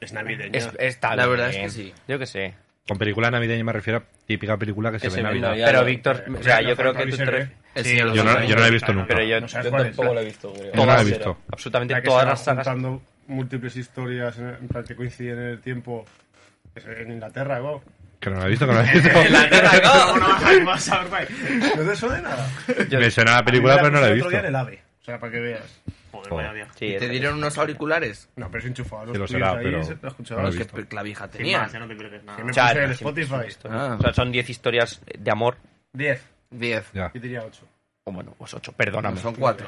Speaker 6: Es navideña.
Speaker 5: Es- está
Speaker 3: La verdad
Speaker 5: bien.
Speaker 3: es que sí.
Speaker 5: Yo qué sé.
Speaker 4: Con película navideña me refiero a típica película que, se ve en Navidad.
Speaker 5: Pero Víctor, o sea, yo creo
Speaker 8: Pero Franco
Speaker 5: que tú te
Speaker 8: Avisere,
Speaker 5: refieres...
Speaker 3: El
Speaker 6: Sí,
Speaker 3: Señor de
Speaker 4: Yo
Speaker 3: los
Speaker 4: no,
Speaker 3: Anillos.
Speaker 4: yo no la he visto nunca.
Speaker 5: Pero yo,
Speaker 8: No sabes
Speaker 5: yo
Speaker 8: cuál es,
Speaker 5: tampoco
Speaker 8: ¿no?
Speaker 5: lo he visto, creo.
Speaker 4: Yo no la he
Speaker 5: Todas,
Speaker 4: visto.
Speaker 5: pero Absolutamente
Speaker 8: Ya que
Speaker 5: todas
Speaker 8: se van
Speaker 5: las sagas.
Speaker 8: juntando múltiples historias en, en plan que coinciden en el tiempo Es en Inglaterra, ¿no?
Speaker 4: Que no la he visto, que no la he visto.
Speaker 6: No vas a- vas a ver, vale.
Speaker 8: No te suena nada.
Speaker 4: me suena la película, pero no la he
Speaker 8: Otro
Speaker 4: visto.
Speaker 8: día en el AVE, o sea, para que veas.
Speaker 6: Joder, vaya viaje.
Speaker 5: Sí,
Speaker 3: ¿Te
Speaker 5: es-
Speaker 3: dieron unos auriculares?
Speaker 8: No, pero es enchufado. Los
Speaker 4: Sí lo
Speaker 8: tuvieras
Speaker 4: será,
Speaker 8: ahí,
Speaker 4: pero
Speaker 8: se- los
Speaker 4: no lo
Speaker 8: escuchabas.
Speaker 4: he
Speaker 3: ¿Qué
Speaker 4: visto.
Speaker 3: clavija
Speaker 6: Sin
Speaker 3: tenía?
Speaker 6: más, ya no te crees
Speaker 8: Que me
Speaker 6: nada.
Speaker 8: puse
Speaker 5: Chat,
Speaker 8: el
Speaker 5: sí,
Speaker 8: Spotify.
Speaker 3: Ah,
Speaker 5: O sea, son 10 historias de amor.
Speaker 8: 10.
Speaker 3: 10.
Speaker 4: Ya.
Speaker 8: Y diría 8.
Speaker 5: O bueno, pues 8, perdóname.
Speaker 3: Son 4.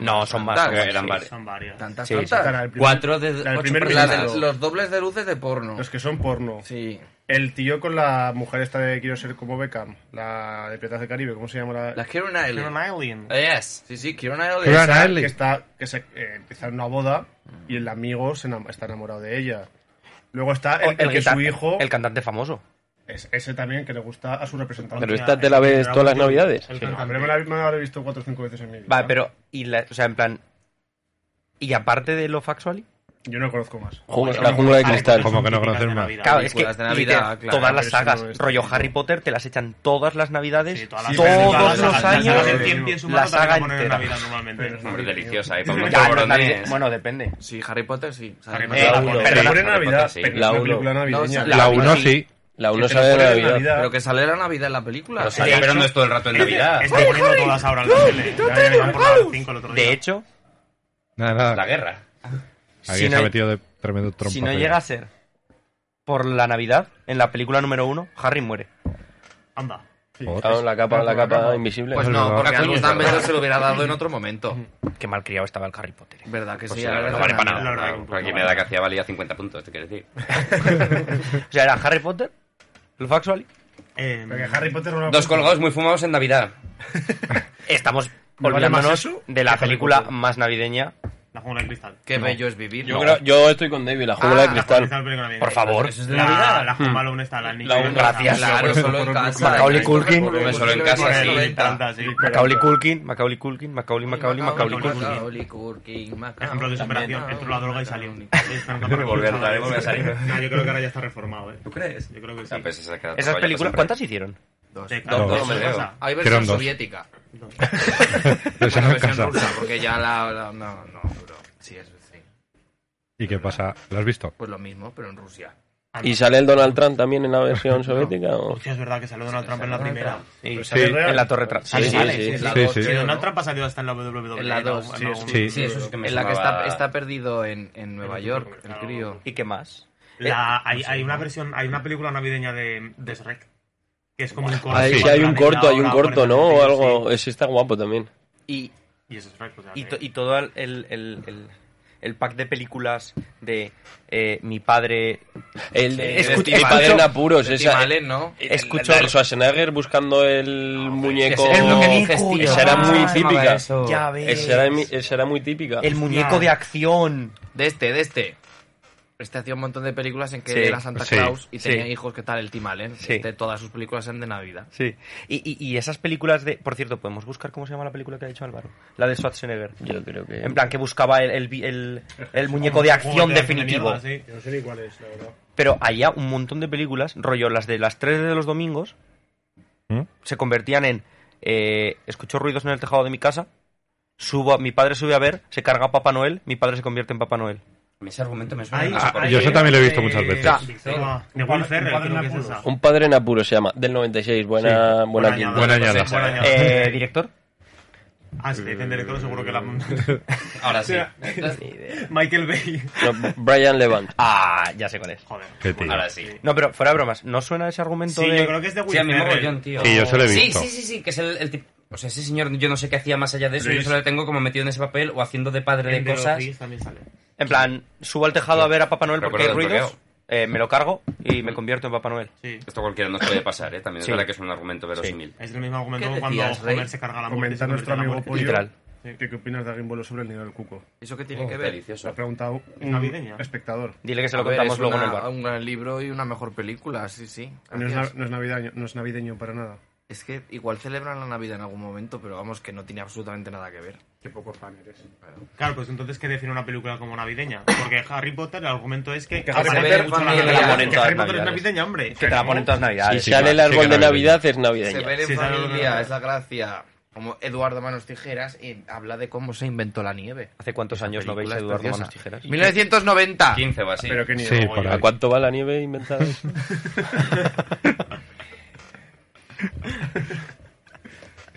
Speaker 5: No, son más.
Speaker 3: tantas.
Speaker 5: porque eran varias.
Speaker 6: Son varias.
Speaker 3: ¿Tantas
Speaker 5: Sí,
Speaker 3: tantas?
Speaker 8: La del primer-
Speaker 3: Cuatro de
Speaker 8: la del
Speaker 3: ocho
Speaker 8: primer
Speaker 3: personas.
Speaker 8: ministro.
Speaker 3: La de los dobles de luces de porno.
Speaker 8: Los que son porno.
Speaker 3: Sí.
Speaker 8: El tío con la mujer esta de Quiero ser como Beckham. La de Piratas del Caribe, ¿cómo se llama la...?
Speaker 3: Las Kieran Knightley.
Speaker 6: Era un
Speaker 3: Eh,
Speaker 6: alien.
Speaker 3: Yes. Sí, sí, Kieran Knightley.
Speaker 4: Keira
Speaker 8: Esa
Speaker 4: Knightley.
Speaker 8: Que, está, que se, eh, empieza en una boda y el amigo se enam- está enamorado de ella. Luego está el, el que
Speaker 5: guitar-
Speaker 8: su hijo...
Speaker 5: el cantante famoso.
Speaker 8: es- ese también, que le gusta a su representante.
Speaker 6: Pero
Speaker 8: Pero
Speaker 6: esta te la ves todas las navidades.
Speaker 8: me la, me la habré visto cuatro o cinco veces en mi vida.
Speaker 5: Vale, pero. Y la- o sea, en plan. Y aparte de lo factual.
Speaker 8: Yo no conozco más.
Speaker 7: La jungla de cristal.
Speaker 4: Como que no
Speaker 6: Típicas pues, de
Speaker 4: conoces más.
Speaker 6: Navidad.
Speaker 5: Claro, es que
Speaker 3: películas de Navidad,
Speaker 5: literal,
Speaker 3: claro,
Speaker 5: todas las
Speaker 8: pero eso
Speaker 5: sagas,
Speaker 8: no es-
Speaker 5: rollo Harry Potter, te las echan todas las navidades,
Speaker 6: Sí, todas las-
Speaker 5: todos
Speaker 6: todas
Speaker 5: los
Speaker 6: las- las
Speaker 5: años.
Speaker 6: sagas en cien pies
Speaker 5: la
Speaker 6: humanos
Speaker 5: saga
Speaker 6: también ponen en
Speaker 5: entera.
Speaker 6: Navidad normalmente.
Speaker 9: Hombre, deliciosa, ¿eh? Para un
Speaker 5: Ya, no,
Speaker 9: cabrones.
Speaker 5: Navidad- bueno, depende.
Speaker 3: Sí, Harry Potter sí. O sea,
Speaker 6: Harry
Speaker 3: no-
Speaker 6: Potter.
Speaker 5: la
Speaker 6: uno.
Speaker 5: uno,
Speaker 6: Pero
Speaker 8: Pero
Speaker 5: perdona.
Speaker 8: pone
Speaker 9: Harry
Speaker 8: Navidad,
Speaker 9: Potter, sí.
Speaker 8: pero
Speaker 7: La
Speaker 8: es una
Speaker 7: uno.
Speaker 8: película navideña.
Speaker 3: No,
Speaker 7: La
Speaker 4: La
Speaker 7: uno
Speaker 4: 1 sí.
Speaker 7: La
Speaker 8: Que
Speaker 7: 1
Speaker 8: te
Speaker 7: sale de
Speaker 8: ponen
Speaker 7: la
Speaker 8: en
Speaker 7: vida.
Speaker 8: Navidad.
Speaker 3: Pero que sale la Navidad en la película.
Speaker 9: Pero
Speaker 3: Eh,
Speaker 9: salía pero no es todo el rato en Navidad.
Speaker 6: Está poniendo todas ahora en la tele. Ya había visto por las cinco el otro día.
Speaker 5: De hecho,
Speaker 4: Nada, nada.
Speaker 9: La guerra.
Speaker 5: Si
Speaker 4: Aquí se
Speaker 5: no-
Speaker 4: ha metido de tremendo trompa.
Speaker 5: si no
Speaker 4: pero-
Speaker 5: llega a ser por la Navidad, en la película número uno, Harry muere.
Speaker 6: Anda.
Speaker 4: Joder.
Speaker 7: Ah, la capa, la capa invisible.
Speaker 3: Pues
Speaker 4: no,
Speaker 3: no, porque
Speaker 9: coño,
Speaker 3: a
Speaker 9: es
Speaker 3: Dumbledore
Speaker 9: verdad.
Speaker 3: se lo hubiera dado en otro momento.
Speaker 5: Qué malcriado estaba el Harry Potter. eh.
Speaker 3: ¿Verdad que sí?
Speaker 9: Pues
Speaker 3: La
Speaker 9: no
Speaker 3: verdad
Speaker 9: vale
Speaker 3: es
Speaker 9: para
Speaker 3: que
Speaker 6: La
Speaker 9: nada.
Speaker 6: verdad que un
Speaker 9: Por aquí
Speaker 6: puto
Speaker 9: me da
Speaker 6: vale.
Speaker 9: que hacía valía 50 puntos, te quiero decir.
Speaker 5: O sea, era Harry Potter, lo factual.
Speaker 6: Eh,
Speaker 8: Porque Harry Potter no lo ha
Speaker 9: Dos
Speaker 8: puesto.
Speaker 9: colgados muy fumados en Navidad.
Speaker 5: Estamos
Speaker 8: ¿Me vale más
Speaker 5: olvidándonos
Speaker 8: eso
Speaker 5: de la
Speaker 8: que Harry
Speaker 5: película
Speaker 8: Potter?
Speaker 5: más navideña.
Speaker 6: La jungla de cristal.
Speaker 3: Qué bello es vivir.
Speaker 7: Yo,
Speaker 3: ¿no?
Speaker 7: creo, yo estoy con David, la jungla de
Speaker 6: La
Speaker 7: cristal.
Speaker 6: jungla de película navideña.
Speaker 8: Eh,
Speaker 5: Por favor.
Speaker 3: Eso es de
Speaker 6: La,
Speaker 3: Navidad.
Speaker 6: la
Speaker 8: Hmm.
Speaker 6: jungla aún está, la niña.
Speaker 5: La- gracias.
Speaker 3: Claro, solo en casa.
Speaker 5: Macaulay
Speaker 3: Esto me
Speaker 5: Culkin.
Speaker 3: ocurre,
Speaker 9: Hombre, solo en
Speaker 3: esto
Speaker 9: casa,
Speaker 3: me
Speaker 9: sí.
Speaker 3: ocurre en los 90.
Speaker 6: sí.
Speaker 5: Macaulay Culkin, Macaulay Culkin, Macaulay, Macaulay, Macaulay Culkin.
Speaker 3: Macaulay Culkin. Macaulay
Speaker 6: Ejemplo de
Speaker 3: también,
Speaker 6: superación.
Speaker 3: ¿no?
Speaker 6: Entró la droga y salió.
Speaker 9: Volvió a entrar y volvió a salir.
Speaker 6: No, yo creo que ahora ya está reformado, ¿eh?
Speaker 9: ¿Tú crees?
Speaker 6: Yo creo que sí.
Speaker 9: Ya, pues, esa se queda
Speaker 5: Esas
Speaker 9: tocado ya
Speaker 5: películas,
Speaker 9: para
Speaker 5: ¿cuántas hicieron?
Speaker 3: Dos.
Speaker 6: De-
Speaker 9: Dos,
Speaker 6: dos,
Speaker 9: me
Speaker 6: ¿qué
Speaker 9: veo.
Speaker 6: pasa?
Speaker 3: Hay
Speaker 4: Eran
Speaker 3: versión
Speaker 4: dos.
Speaker 3: soviética.
Speaker 4: Pero
Speaker 3: Bueno,
Speaker 4: se me ha
Speaker 3: versión
Speaker 4: casado.
Speaker 3: rusa, porque ya la... la- no, no, bro. Sí, es sí.
Speaker 4: ¿Y qué pasa? ¿Lo has visto?
Speaker 3: Pues lo mismo, pero en Rusia.
Speaker 7: ¿Y sale el Donald Trump también en la versión soviética? o?
Speaker 6: Hostia, es verdad que salió Donald Trump en la primera.
Speaker 5: Sí,
Speaker 4: sale real.
Speaker 5: en la Torre Trump.
Speaker 7: Sí,
Speaker 3: sí,
Speaker 7: sí, sí.
Speaker 3: la
Speaker 4: Sí,
Speaker 3: dos,
Speaker 4: sí.
Speaker 6: Sí,
Speaker 3: creo,
Speaker 6: Donald
Speaker 3: ¿no?
Speaker 6: Trump ha salido hasta en la WWE.
Speaker 3: En la
Speaker 6: ¿no?
Speaker 3: dos,
Speaker 6: En
Speaker 3: sí,
Speaker 6: algún-
Speaker 3: eso
Speaker 4: Sí.
Speaker 3: sí, eso sí
Speaker 9: que me
Speaker 3: En la que
Speaker 9: sonaba-
Speaker 3: está, está perdido en, en Nueva York, el crío.
Speaker 5: ¿Y qué más?
Speaker 6: La- hay, hay una versión, hay una película navideña de, de Shrek. Que es como un corto.
Speaker 7: Ah, es que hay un corto, hay un corto, ¿no? O algo. Ese está guapo también.
Speaker 5: Y,
Speaker 6: Y eso es Shrek, o sea,
Speaker 5: y,
Speaker 6: que-
Speaker 5: to- y todo el, el, el- el- el pack de películas de eh, mi padre...
Speaker 7: El de.
Speaker 5: Escu-
Speaker 7: mi padre en
Speaker 4: Pues
Speaker 7: apuros.
Speaker 3: Tim
Speaker 7: Esa,
Speaker 3: Allen, ¿no?
Speaker 7: escucho el Schwarzenegger buscando el muñeco.
Speaker 3: ese es el muñeco.
Speaker 7: Esa era muy
Speaker 5: Ah,
Speaker 7: típica.
Speaker 5: Ya ves.
Speaker 7: Esa era, mi- esa era muy típica.
Speaker 5: El muñeco de acción.
Speaker 3: De este, de este. Este hacía un montón de películas en que
Speaker 5: Sí,
Speaker 3: era Santa
Speaker 4: sí,
Speaker 3: Claus y
Speaker 5: sí.
Speaker 3: tenía hijos que tal, el Tim Allen.
Speaker 5: Sí.
Speaker 3: Este, todas sus películas eran de Navidad.
Speaker 5: Sí. Y, y- y esas películas de... Por cierto, ¿podemos buscar cómo se llama la película que ha dicho Álvaro? La de Schwarzenegger.
Speaker 7: Yo creo que.
Speaker 5: En plan, que buscaba el, el, el- el muñeco
Speaker 6: como
Speaker 5: de acción
Speaker 6: un juego de acción de
Speaker 5: definitivo.
Speaker 6: mierda, sí.
Speaker 8: Yo no sé ni cuál es, la verdad.
Speaker 5: Pero había un montón de películas, rollo las de las 3 de los domingos,
Speaker 4: ¿Mm?
Speaker 5: se convertían en eh, escucho ruidos en el tejado de mi casa, subo, a- mi padre sube a ver, se carga a Papá Noel, mi padre se convierte en Papá Noel.
Speaker 9: A mí ese argumento me suena
Speaker 6: Hay-
Speaker 9: mucho por
Speaker 4: Ah,
Speaker 9: ahí.
Speaker 4: yo eso también lo he visto
Speaker 6: hay-
Speaker 4: muchas veces.
Speaker 6: Ah, De Will Ferrell, creo que es esa.
Speaker 7: Un padre en apuros se llama, del 96. Buena, buena, quinta.
Speaker 4: Buena añada.
Speaker 6: Buena añada.
Speaker 5: Eh, ¿Director?
Speaker 6: Ah, si te dicen director, seguro que la.
Speaker 9: Ahora sí.
Speaker 6: Michael Bay.
Speaker 7: No, Brian Levant.
Speaker 5: Ah, ya sé cuál es.
Speaker 6: Joder. pues,
Speaker 4: Qué tío.
Speaker 9: Ahora sí.
Speaker 5: No, pero fuera de bromas, ¿no suena ese argumento
Speaker 6: Sí,
Speaker 5: de...?
Speaker 6: yo creo que es de Will
Speaker 9: Sí, a mi
Speaker 6: Ferrell.
Speaker 9: mogollón, tío.
Speaker 4: Sí, yo se lo he
Speaker 9: Sí,
Speaker 4: visto.
Speaker 9: sí, sí, sí, que es el, el tip- O sea, ese señor, yo no sé qué hacía más allá de eso.
Speaker 8: Luis.
Speaker 9: Yo solo le tengo como metido en ese papel o haciendo de padre
Speaker 6: En
Speaker 9: de
Speaker 6: The
Speaker 9: cosas.
Speaker 6: Office también sale.
Speaker 5: En plan, subo al tejado a ver a Papá Noel porque hay
Speaker 9: Recuerdo el
Speaker 5: ruidos,
Speaker 9: bloqueo.
Speaker 5: eh, me lo cargo y me convierto en Papá Noel.
Speaker 6: Sí.
Speaker 9: Esto cualquiera nos puede pasar, ¿eh? También es
Speaker 5: Sí.
Speaker 9: verdad que es un argumento verosímil.
Speaker 6: Es el mismo argumento
Speaker 3: ¿Qué
Speaker 6: cuando
Speaker 3: decías, Rey?
Speaker 6: Homer se carga a la muerte.
Speaker 8: Comenta
Speaker 6: se convierte
Speaker 8: nuestro
Speaker 6: en la
Speaker 8: amigo
Speaker 6: muerte.
Speaker 8: Pollo.
Speaker 5: Literal.
Speaker 8: ¿Qué, qué opinas de Agimbuelo sobre el nido del cuco?
Speaker 3: ¿Eso qué tiene Oh, que ver? delicioso.
Speaker 8: Me ha preguntado
Speaker 3: Es
Speaker 8: un
Speaker 3: navideña.
Speaker 8: espectador.
Speaker 5: Dile que se lo
Speaker 3: A ver,
Speaker 5: contamos
Speaker 3: es
Speaker 5: luego en
Speaker 3: una-
Speaker 5: el bar.
Speaker 3: Un gran libro y una mejor película, sí, sí.
Speaker 8: No es,
Speaker 3: Gracias.
Speaker 8: na- no es navideño, no es navideño para nada.
Speaker 3: Es que igual celebran la Navidad en algún momento, pero vamos, que no tiene absolutamente nada que ver.
Speaker 8: Qué poco fan eres.
Speaker 6: Claro, pues entonces, ¿qué define una película como navideña? Porque Harry Potter, el argumento es que...
Speaker 5: Que Harry
Speaker 6: aparece
Speaker 5: Potter
Speaker 6: mucho en
Speaker 5: familia,
Speaker 6: Navidad.
Speaker 5: la ponen
Speaker 6: Que
Speaker 5: todas
Speaker 6: Harry Potter es
Speaker 5: Navidades.
Speaker 6: navideña, hombre.
Speaker 5: Que te la ponen todas
Speaker 7: Si
Speaker 5: Navidades.
Speaker 7: sale el árbol de Navidad, es
Speaker 3: Se
Speaker 7: navideña.
Speaker 3: ven en
Speaker 6: Sí, sale
Speaker 3: familia,
Speaker 6: alguna-
Speaker 3: es la gracia. Como Eduardo Manos Tijeras y habla de cómo se inventó la nieve.
Speaker 5: ¿Hace cuántos años no veis
Speaker 3: película
Speaker 5: a
Speaker 3: es
Speaker 5: Eduardo
Speaker 3: preciosa.
Speaker 5: Manos Tijeras?
Speaker 3: 1990.
Speaker 9: 15 o así.
Speaker 8: Pero qué nido.
Speaker 4: Sí,
Speaker 8: Oye,
Speaker 4: por
Speaker 7: ¿A
Speaker 4: ahí.
Speaker 7: cuánto va la nieve inventada?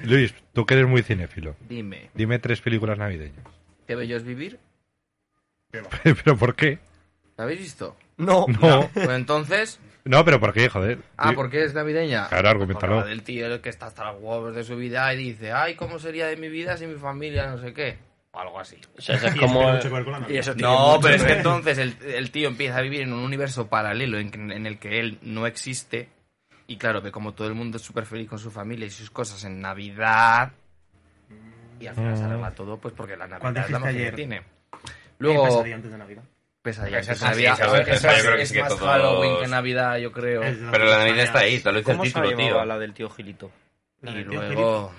Speaker 4: Luis, tú que eres muy cinéfilo,
Speaker 3: Dime,
Speaker 4: dime tres películas navideñas.
Speaker 3: ¿qué bello es vivir?
Speaker 4: ¿Pero por qué?
Speaker 3: ¿La habéis visto?
Speaker 5: No.
Speaker 4: No,
Speaker 3: Pues entonces...
Speaker 4: no, pero ¿por qué, joder?
Speaker 3: Ah,
Speaker 4: Di-
Speaker 3: ¿por qué es navideña?
Speaker 4: Claro, argumentalo.
Speaker 3: Habla del tío el que está hasta los huevos de su vida y dice, ay, ¿cómo sería de mi vida sin mi familia, no sé qué? O algo así.
Speaker 7: O sea, eso es
Speaker 6: Y
Speaker 7: como...
Speaker 6: tiene mucho que ver con la Navidad.
Speaker 3: No, pero es que entonces el, el tío empieza a vivir en un universo paralelo en, que- en el que él no existe. Y claro, ve como todo el mundo es súper feliz con su familia y sus cosas en Navidad. Y al final se arregla todo, pues porque la
Speaker 6: ¿Cuál
Speaker 3: Navidad es la
Speaker 6: dijiste
Speaker 3: mejor que
Speaker 6: ayer?
Speaker 3: tiene.
Speaker 6: ¿Qué
Speaker 3: Luego,
Speaker 6: pasaría antes de Navidad?
Speaker 3: pesadilla.
Speaker 9: Esa es-
Speaker 3: antes de
Speaker 9: ah, sí,
Speaker 3: Navidad.
Speaker 9: esa es-
Speaker 3: Esa
Speaker 9: yo creo que
Speaker 3: es
Speaker 9: sí que
Speaker 3: más
Speaker 9: todos-
Speaker 3: Halloween que Navidad, yo creo.
Speaker 6: Es
Speaker 9: Pero la Navidad
Speaker 6: pesadilla.
Speaker 9: está ahí, te lo dice el
Speaker 5: ¿Cómo se
Speaker 9: título,
Speaker 5: llamaba
Speaker 9: tío.
Speaker 5: la del tío Gilito?
Speaker 6: La
Speaker 3: Y
Speaker 6: del tío
Speaker 3: luego,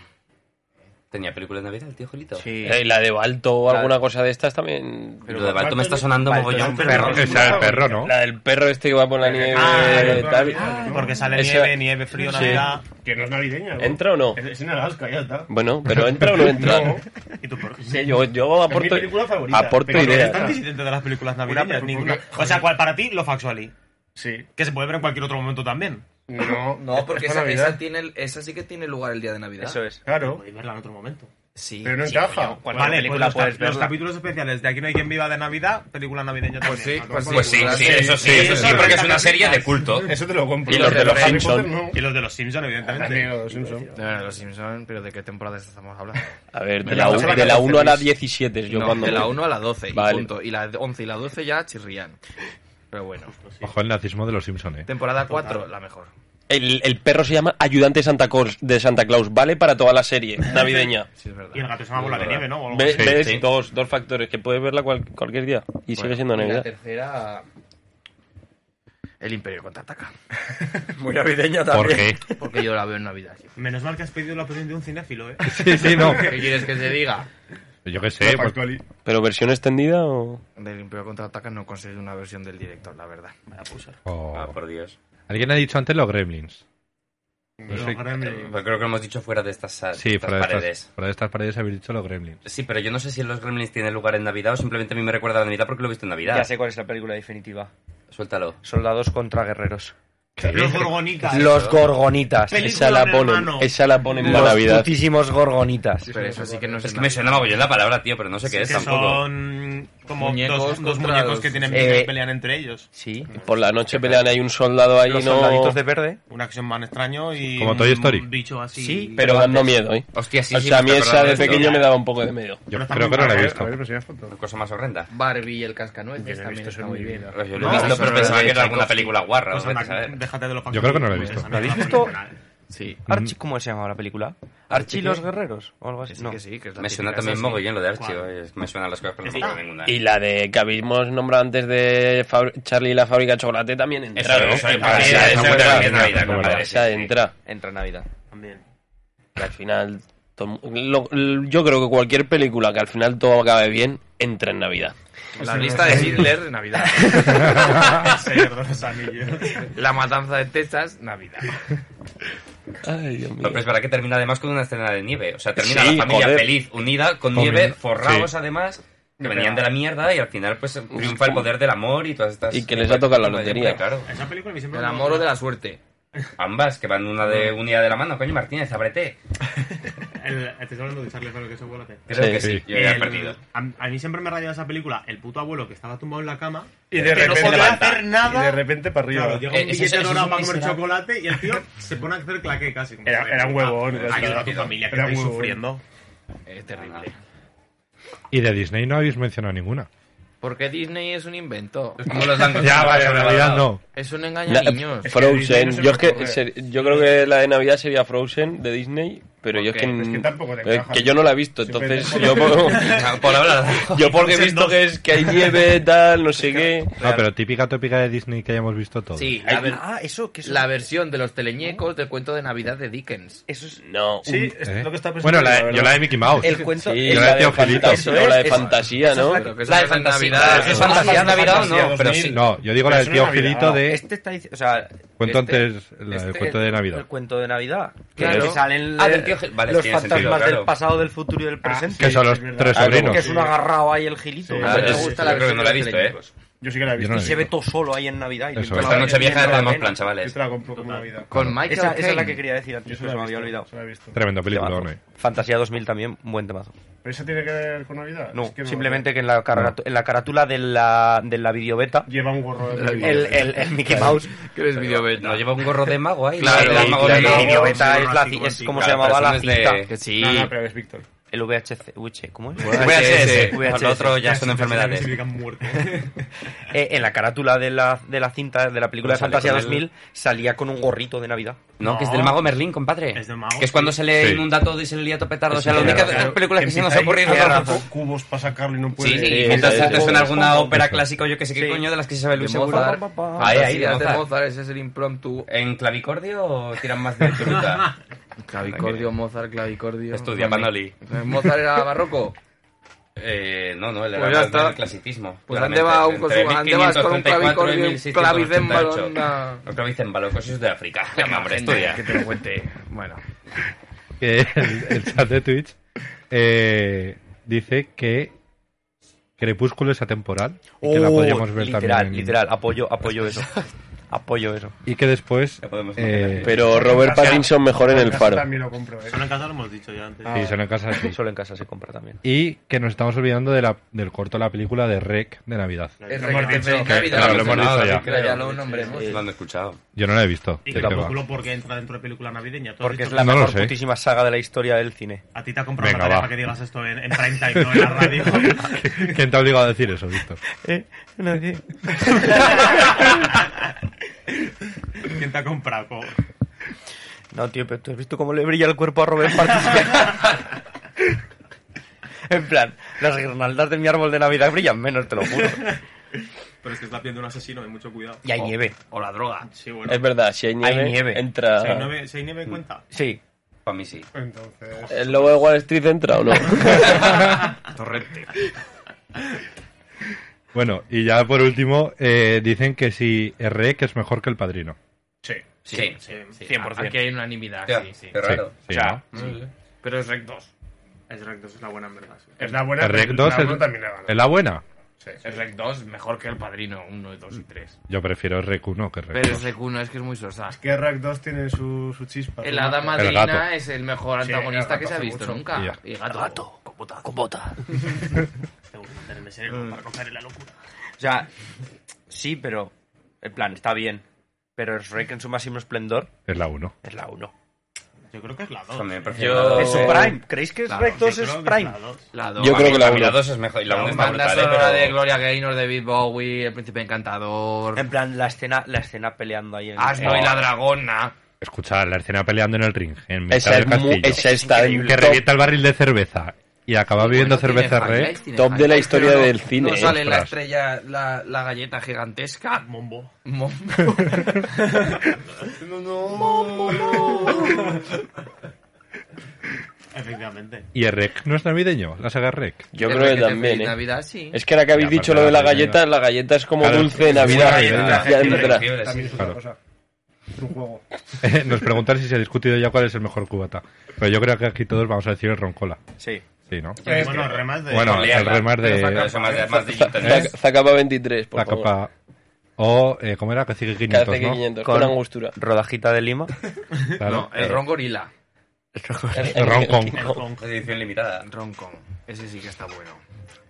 Speaker 9: ¿Tenía película de Navidad el tío Jolito?
Speaker 3: sí.
Speaker 7: Eh, y la de Balto o
Speaker 5: Claro.
Speaker 7: alguna cosa de estas también...
Speaker 9: Pero lo de Balto me está sonando
Speaker 5: Balto
Speaker 9: mogollón,
Speaker 5: es un
Speaker 9: pero...
Speaker 4: Perro,
Speaker 9: no
Speaker 4: esa
Speaker 9: lo
Speaker 4: es
Speaker 9: sé.
Speaker 4: el perro, ¿no?
Speaker 7: La del perro este que va por la nieve...
Speaker 6: Ah,
Speaker 7: tal.
Speaker 6: Feliz. Porque sale
Speaker 7: Eso-
Speaker 6: nieve, nieve, frío,
Speaker 7: Sí.
Speaker 6: Navidad...
Speaker 8: Que no es navideña. ¿no?
Speaker 7: ¿Entra o no?
Speaker 8: Es, es en Alaska, ya está.
Speaker 7: Bueno, pero ¿entra o no entra?
Speaker 6: ¿Y tú por qué?
Speaker 7: Sí, yo, yo
Speaker 8: Es mi
Speaker 7: aporto,
Speaker 8: película favorita.
Speaker 7: aporto
Speaker 8: Pero no
Speaker 7: ideas.
Speaker 8: es
Speaker 6: Están disidentes de las películas
Speaker 8: Una,
Speaker 6: navideñas,
Speaker 8: pero
Speaker 6: ninguna.
Speaker 8: porque-
Speaker 6: O sea, cual para ti, lo factualí.
Speaker 8: Sí.
Speaker 6: Que se puede ver en cualquier otro momento también.
Speaker 8: No,
Speaker 3: No, porque
Speaker 8: es para
Speaker 3: esa,
Speaker 8: Navidad.
Speaker 3: esa tiene, el- esa sí que tiene lugar el día de Navidad.
Speaker 5: Eso es.
Speaker 8: Claro,
Speaker 6: Podéis verla en otro momento.
Speaker 3: Sí.
Speaker 8: pero no encaja.
Speaker 5: Cualquier
Speaker 6: Vale, pues
Speaker 5: película
Speaker 6: los,
Speaker 5: puedes
Speaker 6: cap- los
Speaker 5: verla.
Speaker 6: capítulos especiales de Aquí no hay quien viva de Navidad, película navideña también.
Speaker 3: Pues sí,
Speaker 6: A tomar
Speaker 3: pues
Speaker 6: por
Speaker 9: Pues
Speaker 6: culo.
Speaker 9: sí, sí, eso sí,
Speaker 8: Sí,
Speaker 9: eso sí,
Speaker 8: sí,
Speaker 9: porque es
Speaker 8: sí.
Speaker 9: una serie de culto.
Speaker 8: Eso te lo compro.
Speaker 3: Y los de los
Speaker 8: Harry
Speaker 3: Simpson.
Speaker 8: Potter, no.
Speaker 6: Y los de los Simpsons,
Speaker 8: También
Speaker 6: evidentemente.
Speaker 8: los de los Simpson.
Speaker 3: De verdad, los Simpson, pero ¿de qué temporada estamos hablando?
Speaker 7: A ver, de
Speaker 8: Me
Speaker 7: la,
Speaker 8: llamas a la
Speaker 7: de la
Speaker 8: 14,
Speaker 7: 1 a la
Speaker 8: Luis.
Speaker 7: 17 es yo
Speaker 3: No,
Speaker 7: cuando...
Speaker 3: de la 1 a la 12 y
Speaker 7: Vale.
Speaker 3: punto. Y la 11 y la 12 ya chirrían. Pero bueno.
Speaker 4: Ojo el nazismo de los Simpson, ¿eh?
Speaker 3: Temporada 4, la mejor.
Speaker 7: El, el perro se llama Ayudante Santa Claus, de Santa Claus, vale para toda la serie navideña.
Speaker 3: Sí, es verdad.
Speaker 6: Y el gato se llama bola de nieve, ¿no? O algo
Speaker 7: Ve-
Speaker 6: así.
Speaker 7: ¿Ves? Dos, dos factores, que puedes verla cual- cualquier día y sigue siendo
Speaker 3: Y la
Speaker 7: Navidad.
Speaker 3: tercera... El Imperio contraataca.
Speaker 5: Muy navideña
Speaker 4: ¿Por
Speaker 5: también.
Speaker 4: qué?
Speaker 3: Porque yo la veo en Navidad. siempre.
Speaker 6: Menos mal que has pedido la opinión de un cinéfilo, ¿eh?
Speaker 4: Sí, sí, no.
Speaker 3: ¿Qué quieres que te diga?
Speaker 4: Yo qué sé.
Speaker 8: Lo
Speaker 4: pues-
Speaker 8: factuali-
Speaker 7: ¿Pero versión extendida o...?
Speaker 3: Del Imperio contraataca no conseguí una versión del director, la verdad.
Speaker 4: oh.
Speaker 9: Ah, por Dios.
Speaker 4: Alguien ha dicho antes los gremlins. No
Speaker 6: Los
Speaker 4: sé-
Speaker 6: Gremlins.
Speaker 9: Pero creo que lo hemos dicho fuera de estas,
Speaker 3: Ah,
Speaker 9: sa-
Speaker 4: Sí,
Speaker 9: estas
Speaker 4: fuera de,
Speaker 9: paredes.
Speaker 4: estas, fuera de estas paredes habéis dicho los gremlins.
Speaker 9: Sí, pero yo no sé si los Gremlins tienen lugar en Navidad o simplemente a mí me recuerda a la Navidad porque lo he visto en Navidad.
Speaker 5: Ya sé cuál es la película definitiva.
Speaker 9: Suéltalo.
Speaker 5: Soldados contra guerreros.
Speaker 6: Los gorgonitas.
Speaker 5: Los gorgonitas.
Speaker 6: Película
Speaker 7: Esa la
Speaker 6: del
Speaker 7: ponen,
Speaker 6: hermano.
Speaker 7: esa la ponen para
Speaker 5: Los
Speaker 7: Navidad.
Speaker 5: putísimos gorgonitas.
Speaker 3: Pero eso sí que no es...
Speaker 9: Es que
Speaker 3: en
Speaker 9: me
Speaker 3: Navidad.
Speaker 9: suena mogollón la palabra, tío, pero no sé qué
Speaker 6: Que
Speaker 9: es tampoco.
Speaker 6: son como
Speaker 3: Muñecos
Speaker 6: dos, dos
Speaker 3: contra
Speaker 6: muñecos
Speaker 3: los-
Speaker 6: que tienen
Speaker 5: Eh,
Speaker 6: que pelean entre ellos.
Speaker 5: Sí.
Speaker 7: Por la noche pelean, hay un soldado ahí,
Speaker 5: Los
Speaker 7: no...
Speaker 5: soldaditos de verde.
Speaker 6: Un action man extraño y
Speaker 4: Como Toy
Speaker 6: un
Speaker 4: Story.
Speaker 6: bicho así. Pues
Speaker 5: Sí,
Speaker 7: Pero dan no miedo, ¿eh?
Speaker 9: Hostia, sí,
Speaker 7: o
Speaker 9: sí,
Speaker 7: sea, a
Speaker 9: me
Speaker 7: mí
Speaker 9: estoy
Speaker 7: esa de
Speaker 9: acordando esto.
Speaker 7: pequeño me daba un poco de miedo.
Speaker 4: Yo
Speaker 6: Pero está
Speaker 4: creo
Speaker 6: muy
Speaker 4: que no la he
Speaker 6: mal,
Speaker 4: visto.
Speaker 8: A ver, pero si hay foto.
Speaker 9: Cosa más horrenda.
Speaker 3: Barbie y el cascanueces
Speaker 8: Yo no he
Speaker 3: también
Speaker 8: visto eso
Speaker 3: está
Speaker 8: en
Speaker 3: muy
Speaker 8: mi
Speaker 3: bien.
Speaker 8: vida.
Speaker 9: Yo lo
Speaker 6: No,
Speaker 9: he visto,
Speaker 6: eso
Speaker 9: pero
Speaker 6: no
Speaker 9: pensaba
Speaker 3: es
Speaker 9: que era alguna
Speaker 3: Tchaikovsky.
Speaker 9: película guarra.
Speaker 6: Pues
Speaker 9: vete a
Speaker 6: anda,
Speaker 9: saber.
Speaker 6: déjate de los
Speaker 4: Yo creo que no lo he
Speaker 6: factuales,
Speaker 4: visto.
Speaker 6: esa
Speaker 5: ¿Lo habéis
Speaker 6: mierda
Speaker 5: visto?
Speaker 6: profesional.
Speaker 3: Sí.
Speaker 5: Archie, ¿cómo se llamaba la película? Archie los guerreros o algo
Speaker 3: Que
Speaker 5: así.
Speaker 3: sí,
Speaker 5: No.
Speaker 3: que sí, que es la
Speaker 9: Me suena
Speaker 3: típica
Speaker 9: también
Speaker 3: esa, sí.
Speaker 9: mogollón lo de archivo. Me suenan las cosas, pero no me
Speaker 6: Ah,
Speaker 9: acuerdo ninguna.
Speaker 7: Y la de que habíamos nombrado antes de Fabri- Charlie y la fábrica de chocolate también entra,
Speaker 9: Eso,
Speaker 7: ¿no?
Speaker 9: eso, en
Speaker 7: Esa
Speaker 9: Navidad, eso
Speaker 7: entra, esa
Speaker 9: en
Speaker 7: entra,
Speaker 9: Navidad, Navidad,
Speaker 7: esa
Speaker 9: Navidad,
Speaker 7: esa
Speaker 9: sí, sí.
Speaker 7: entra.
Speaker 5: Entra en Navidad.
Speaker 6: También.
Speaker 7: Que al final... todo- lo- lo- yo creo que cualquier película que al final todo acabe bien, entra en Navidad.
Speaker 3: La lista de Hitler de Navidad.
Speaker 6: El Señor de los Anillos.
Speaker 3: La matanza de Texas, Navidad.
Speaker 7: Ay, Dios mío.
Speaker 9: Pero es verdad que termina además con una escena de nieve. O sea, termina
Speaker 7: Sí,
Speaker 9: la familia
Speaker 7: joder.
Speaker 9: feliz, unida, con
Speaker 4: Con
Speaker 9: nieve,
Speaker 4: nieve.
Speaker 9: forrados
Speaker 4: Sí.
Speaker 9: además, que venían de la mierda y al final pues triunfa el poder del amor y todas estas...
Speaker 7: Y que les ha tocado la
Speaker 9: Hombre,
Speaker 7: lotería.
Speaker 9: Claro.
Speaker 6: Esa película a mí siempre
Speaker 3: Del
Speaker 6: me ha
Speaker 3: amor o de la suerte.
Speaker 9: Ambas, que van una de unida de la mano. Coño, Martínez, ábrete.
Speaker 6: El, te estoy hablando de Charlie Faro, que es abuelo. que-
Speaker 9: Creo
Speaker 7: Sí,
Speaker 9: que sí.
Speaker 4: sí.
Speaker 9: Yo ya he
Speaker 6: El-
Speaker 9: perdido.
Speaker 6: A, a mí siempre me rayaba esa película, el puto abuelo que estaba tumbado en la cama
Speaker 8: Y de
Speaker 6: que no
Speaker 8: repente
Speaker 6: podía
Speaker 8: levanta.
Speaker 6: hacer nada.
Speaker 8: Y de repente para arriba.
Speaker 6: Claro, llega
Speaker 9: Eh,
Speaker 6: un
Speaker 9: ese-
Speaker 6: billete
Speaker 9: ese es
Speaker 6: dorado
Speaker 9: un
Speaker 6: para comer
Speaker 9: miserable.
Speaker 6: chocolate y el tío se pone a hacer claque casi. como,
Speaker 8: Era-
Speaker 6: joder,
Speaker 8: era un huevón, ya
Speaker 6: Ayuda a tu
Speaker 8: está.
Speaker 6: familia que
Speaker 8: Era
Speaker 6: estáis
Speaker 8: un huevón.
Speaker 6: sufriendo.
Speaker 3: Es terrible.
Speaker 4: Y de Disney no habéis mencionado ninguna.
Speaker 3: Porque Disney es un invento.
Speaker 9: Como los dan-
Speaker 5: Ah,
Speaker 4: Ya, vale, en realidad no.
Speaker 3: Es un
Speaker 7: Na-
Speaker 3: engaño a niños.
Speaker 7: Frozen.
Speaker 8: Disney no se
Speaker 7: yo,
Speaker 8: me
Speaker 7: es que,
Speaker 8: ocurre.
Speaker 7: ser- yo creo que la de Navidad sería Frozen de Disney. pero yo es que,
Speaker 8: Es que tampoco te
Speaker 7: pero es
Speaker 8: encaja.
Speaker 7: que yo no la he visto, entonces
Speaker 8: Simplemente
Speaker 7: yo
Speaker 8: por-
Speaker 7: por,
Speaker 9: por hablar.
Speaker 7: yo porque he visto que es que hay nieve, tal, no sé qué.
Speaker 4: No, pero típica tópica de Disney que hayamos visto todos.
Speaker 3: Sí,
Speaker 7: Hay-
Speaker 3: la, ver-
Speaker 5: Ah, eso, que eso.
Speaker 3: la versión de los teleñecos del cuento de Navidad de Dickens.
Speaker 5: Eso es.
Speaker 7: No,
Speaker 8: Sí,
Speaker 4: ¿Eh?
Speaker 8: es lo que está pensando.
Speaker 4: Bueno, la- yo la de Mickey Mouse.
Speaker 5: El cuento.
Speaker 7: sí,
Speaker 5: el-
Speaker 4: yo le
Speaker 7: la, de
Speaker 4: decía Angelito.
Speaker 7: fantasía,
Speaker 5: Eso es,
Speaker 7: o la
Speaker 5: eso
Speaker 7: de
Speaker 5: es.
Speaker 7: fantasía, ¿no?
Speaker 3: Pero que eso
Speaker 5: La
Speaker 3: no
Speaker 5: de
Speaker 3: es
Speaker 5: fantasía.
Speaker 3: Navidad.
Speaker 5: ¿Es fantasía
Speaker 3: Ah,
Speaker 5: Navidad o no?
Speaker 8: Fantasía
Speaker 3: Pero
Speaker 8: 2000.
Speaker 3: sí.
Speaker 4: No, yo digo
Speaker 8: Pero
Speaker 4: la
Speaker 8: eso
Speaker 4: del
Speaker 8: no
Speaker 4: tío
Speaker 8: es Navidad,
Speaker 4: Angelito
Speaker 8: no.
Speaker 4: de...
Speaker 5: Este está diciendo. O sea.
Speaker 4: Cuento
Speaker 3: este-
Speaker 4: antes la- el
Speaker 3: este-
Speaker 4: cuento de Navidad.
Speaker 5: El cuento de Navidad.
Speaker 3: Claro.
Speaker 5: Que salen
Speaker 9: Ah,
Speaker 5: le-
Speaker 9: del tío Gil- vale,
Speaker 5: los
Speaker 9: tiene
Speaker 5: fantasmas
Speaker 9: sentido, claro.
Speaker 5: del pasado, del futuro y
Speaker 3: Ah,
Speaker 5: del presente.
Speaker 4: que son los
Speaker 8: sí, es
Speaker 4: tres
Speaker 7: verdad.
Speaker 4: sobrinos.
Speaker 5: que es un agarrado ahí el gilito.
Speaker 8: Sí,
Speaker 5: Ah,
Speaker 8: sí,
Speaker 5: me
Speaker 9: sí, sí,
Speaker 5: gusta la
Speaker 9: yo creo que
Speaker 5: versión
Speaker 9: no la he
Speaker 5: de
Speaker 9: visto, ¿eh?
Speaker 5: Teleñecos.
Speaker 8: Yo sí que la he
Speaker 4: Yo
Speaker 8: visto.
Speaker 4: no la he
Speaker 5: Y se ve
Speaker 4: visto.
Speaker 5: todo solo ahí en Navidad. Y
Speaker 4: Eso
Speaker 5: lo
Speaker 4: es.
Speaker 9: Esta noche vieja
Speaker 5: de
Speaker 9: tenemos plan,
Speaker 8: Yo
Speaker 9: chavales.
Speaker 8: te la compro como Navidad.
Speaker 3: Con Michael
Speaker 5: Esa, esa es la
Speaker 3: Caine.
Speaker 5: que quería decir antes,
Speaker 8: Yo sí
Speaker 5: pero se
Speaker 8: la he
Speaker 5: me había
Speaker 8: visto,
Speaker 5: olvidado.
Speaker 8: sí la he visto.
Speaker 4: Tremenda película,
Speaker 5: Temazo.
Speaker 4: ¿no? eh?
Speaker 5: Fantasía 2000 también, un buen temazo.
Speaker 8: ¿Pero esa tiene que ver con Navidad?
Speaker 5: No,
Speaker 8: Es que
Speaker 5: simplemente que en la, carga- en la carátula de la, de la videobeta,
Speaker 8: Lleva un gorro de
Speaker 3: La
Speaker 8: Navidad.
Speaker 5: el, el, el Mickey Mouse,
Speaker 3: Que eres videobeta.
Speaker 9: Nos lleva un gorro de mago ahí.
Speaker 3: Claro,
Speaker 9: el mago de
Speaker 5: la
Speaker 9: mago.
Speaker 5: videobeta
Speaker 6: sí,
Speaker 5: es, la,
Speaker 6: sí,
Speaker 5: ci- es
Speaker 6: sí,
Speaker 5: como
Speaker 9: claro,
Speaker 5: se llamaba la
Speaker 9: personas de-
Speaker 5: cinta,
Speaker 3: Que sí.
Speaker 8: No, no, pero es Víctor.
Speaker 5: el VHC, VH, ¿cómo es?
Speaker 9: VHS.
Speaker 5: VHS.
Speaker 9: Los otros ya son enfermedades.
Speaker 6: significan muerte.
Speaker 5: Eh, en la carátula de la, de la cinta de la película
Speaker 9: Pues
Speaker 5: de
Speaker 9: sale
Speaker 5: Fantasía
Speaker 9: con el-
Speaker 5: 2000 salía con un gorrito de Navidad.
Speaker 9: No, que es
Speaker 6: No.
Speaker 9: del mago Merlín, compadre.
Speaker 6: Es del mago,
Speaker 9: Que es cuando
Speaker 6: sí.
Speaker 9: se le
Speaker 4: Sí.
Speaker 9: inunda todo y se le lía todo petardo. O sea, la
Speaker 5: Sí,
Speaker 9: única
Speaker 5: claro,
Speaker 9: de las
Speaker 5: claro.
Speaker 9: películas que se nos ha ocurrido.
Speaker 8: Hay
Speaker 9: Sí,
Speaker 8: cubos para sacarlo y no
Speaker 4: Pues
Speaker 8: puede.
Speaker 9: sí,
Speaker 7: Sí,
Speaker 9: y mientras
Speaker 7: sí,
Speaker 9: te
Speaker 7: sí.
Speaker 9: suena alguna ópera
Speaker 4: Eso.
Speaker 9: clásica o yo que sé qué
Speaker 5: Sí.
Speaker 9: coño de las que se sabe
Speaker 3: De
Speaker 9: Luis
Speaker 3: Mozart.
Speaker 9: seguro. Ahí, ahí, de
Speaker 3: Fantasías de
Speaker 9: Mozart.
Speaker 3: Mozart, ese es el impromptu.
Speaker 9: ¿En clavicordio o tiran más de fruta?
Speaker 3: Clavicordio, Mozart, clavicordio.
Speaker 9: Estudia,
Speaker 3: Vale.
Speaker 9: Manoli.
Speaker 3: ¿Mozart era barroco?
Speaker 9: eh, no, no, el
Speaker 3: Pues ya
Speaker 9: más
Speaker 3: está.
Speaker 9: del clasicismo.
Speaker 3: Pues
Speaker 9: claramente.
Speaker 3: ande va un- con
Speaker 9: Entre
Speaker 3: su- ande vas con un
Speaker 9: 1534 y
Speaker 3: clavicordio y un
Speaker 9: 1688.
Speaker 3: clavicémbalo, anda.
Speaker 9: Un clavicémbalo, cosas de África. Venga, hombre, estudia.
Speaker 3: Que te lo cuente. Bueno.
Speaker 4: que el, el chat de Twitch eh, dice que Crepúsculo es atemporal y que la
Speaker 5: Oh,
Speaker 4: podríamos ver
Speaker 5: literal,
Speaker 4: también en-
Speaker 5: literal, apoyo, apoyo eso. apoyo eso.
Speaker 4: y que después
Speaker 9: La podemos
Speaker 4: eh,
Speaker 7: Pero Robert Pattinson mejor en el
Speaker 8: Casi
Speaker 7: faro.
Speaker 8: También lo compro, eh.
Speaker 6: Solo en casa lo hemos dicho ya antes.
Speaker 4: sí, son en casa sí.
Speaker 5: Solo en casa se compra también.
Speaker 4: y que nos estamos olvidando de la, del corto de la película de Rec de Navidad
Speaker 3: Es
Speaker 8: Lo hemos
Speaker 3: reggaetón
Speaker 8: dicho.
Speaker 3: feliz Navidad.
Speaker 4: Claro, lo hemos dicho
Speaker 3: Así
Speaker 4: ya.
Speaker 3: que ya lo nombremos.
Speaker 9: No lo han escuchado.
Speaker 4: yo no la he visto
Speaker 6: Y
Speaker 4: ¿de qué va?
Speaker 6: Crepúsculo porque entra dentro de película navideña. Tú has
Speaker 5: Porque es
Speaker 6: dicho
Speaker 5: la
Speaker 4: No lo
Speaker 5: mejor
Speaker 4: sé.
Speaker 5: putísima saga de la historia del cine.
Speaker 6: que A ti te ha comprado
Speaker 4: Venga,
Speaker 6: una tarea
Speaker 4: va.
Speaker 6: para que digas esto en, en prime time, no en la radio.
Speaker 4: ¿quién te ha obligado a decir eso Víctor?
Speaker 3: Eh,
Speaker 6: ¿Quién te ha comprado? co?
Speaker 5: No, tío, pero tú has visto cómo le brilla el cuerpo a Robert Pattinson. en plan, las guirnaldas de mi árbol de Navidad brillan menos, te lo juro.
Speaker 6: Pero es que es la piel de un asesino, hay mucho cuidado.
Speaker 5: Y hay nieve.
Speaker 3: O la droga.
Speaker 6: Sí, bueno.
Speaker 7: Es verdad, si hay nieve,
Speaker 5: nieve.
Speaker 7: entra...
Speaker 6: ¿Se hay nueve- se hay nueve cuenta?
Speaker 5: Sí.
Speaker 9: Para mí sí.
Speaker 8: Entonces.
Speaker 7: ¿El lobo de Wall Street entra o no?
Speaker 3: Torrente.
Speaker 4: bueno y ya por último eh, dicen que si eh, Rec es mejor que El Padrino
Speaker 9: Sí, sí.
Speaker 3: Sí,
Speaker 5: 100%.
Speaker 3: Aquí hay unanimidad,
Speaker 9: Hostia,
Speaker 3: sí, sí.
Speaker 9: Qué
Speaker 4: Sí,
Speaker 9: raro.
Speaker 4: sí, ¿no?
Speaker 3: Pero es rec 2.
Speaker 6: Es recto, es la buena en verdad. sí.
Speaker 8: Es la buena.
Speaker 4: El Rec 2
Speaker 8: pero
Speaker 4: es,
Speaker 8: la también la gana.
Speaker 4: es la buena
Speaker 8: Sí.
Speaker 3: Es rec 2 mejor que el padrino 1, 2 y 3.
Speaker 4: yo prefiero Rec 1 que Rec
Speaker 3: Pero
Speaker 4: 2.
Speaker 3: rec 1 es que es muy sosa.
Speaker 8: Que Rack 2 tiene su, su chispa.
Speaker 3: El hada
Speaker 4: El gato.
Speaker 3: madrina es el mejor
Speaker 8: Sí,
Speaker 3: antagonista
Speaker 8: el
Speaker 3: que se ha
Speaker 8: gato hace
Speaker 3: visto
Speaker 8: mucho.
Speaker 3: nunca.
Speaker 4: Y ya.
Speaker 3: Y gato. gato.
Speaker 6: Tengo que mantenerme serio para coger la locura.
Speaker 5: Mm. O sea, sí, pero. En plan, está bien. Pero Shrek en su máximo esplendor
Speaker 4: es la 1
Speaker 5: es la 1.
Speaker 6: Yo creo que es la 2.
Speaker 9: También
Speaker 3: Yo-
Speaker 9: prefiero.
Speaker 5: Es su prime. ¿Creéis que
Speaker 3: Claro,
Speaker 5: Shrek 2 es prime?
Speaker 6: La 2.
Speaker 3: La dos.
Speaker 7: Yo creo que la
Speaker 9: Para mí la
Speaker 7: uno.
Speaker 9: 2 es mejor. Y la 1 está
Speaker 3: banda
Speaker 9: brutal, eh,
Speaker 3: sonora de
Speaker 9: pero-
Speaker 3: Gloria Gaynor, David Bowie, El Príncipe Encantador,
Speaker 9: Em,
Speaker 5: En plan, la escena, la escena peleando ahí en.
Speaker 3: Asno y la Dragona.
Speaker 4: Escuchad la escena peleando en el ring, en mitad
Speaker 7: Esa,
Speaker 4: del
Speaker 7: es
Speaker 4: castillo.
Speaker 7: mu- esa está en
Speaker 4: que
Speaker 7: top,
Speaker 4: revienta el barril de cerveza y acaba bebiendo
Speaker 3: Bueno, tiene
Speaker 4: cerveza
Speaker 3: highlights,
Speaker 4: red.
Speaker 3: tiene
Speaker 7: top de la
Speaker 3: highlights,
Speaker 7: historia
Speaker 3: pero no-
Speaker 7: del cine.
Speaker 3: No sale la
Speaker 4: Ostras.
Speaker 3: estrella, la, la galleta gigantesca.
Speaker 6: Mombo.
Speaker 3: Mo-
Speaker 6: Efectivamente.
Speaker 4: Y el rec no es navideño, la saga rec.
Speaker 7: Yo
Speaker 3: El
Speaker 7: creo que
Speaker 3: requete
Speaker 7: también,
Speaker 3: feliz
Speaker 7: ¿eh?
Speaker 3: Navidad, sí.
Speaker 7: Es que ahora que habéis
Speaker 4: Ya,
Speaker 7: dicho
Speaker 4: pero
Speaker 7: lo de la
Speaker 4: la galleta-
Speaker 7: galleta, la galleta es como
Speaker 4: Claro,
Speaker 7: dulce de
Speaker 4: es
Speaker 7: Navidad.
Speaker 4: una galleta,
Speaker 7: ya
Speaker 9: es
Speaker 7: entra.
Speaker 9: increíble, sí.
Speaker 8: También es
Speaker 4: Claro.
Speaker 8: otra cosa. Es un juego.
Speaker 4: Nos preguntan si se ha discutido ya cuál es el mejor cubata. Pero yo creo que aquí todos vamos a decir el roncola.
Speaker 5: Sí.
Speaker 4: Sí, ¿no?
Speaker 6: bueno, remas de.
Speaker 4: Bueno, el
Speaker 9: Leerla.
Speaker 4: remar
Speaker 9: Pero
Speaker 4: de
Speaker 9: saca- más de- más de
Speaker 7: Zac-
Speaker 9: internet.
Speaker 7: Zacapa 23, por
Speaker 4: la
Speaker 7: favor.
Speaker 4: capa. O, eh, ¿cómo era? Cacique
Speaker 7: Que
Speaker 4: 500,
Speaker 7: hace que
Speaker 4: ¿no?
Speaker 7: 500, con angostura.
Speaker 5: Rodajita de Lima.
Speaker 4: Claro. Eh,
Speaker 3: No, el Ron Gorila.
Speaker 4: El roncón.
Speaker 9: Edición limitada.
Speaker 3: Ron Kong. Ese sí que está bueno.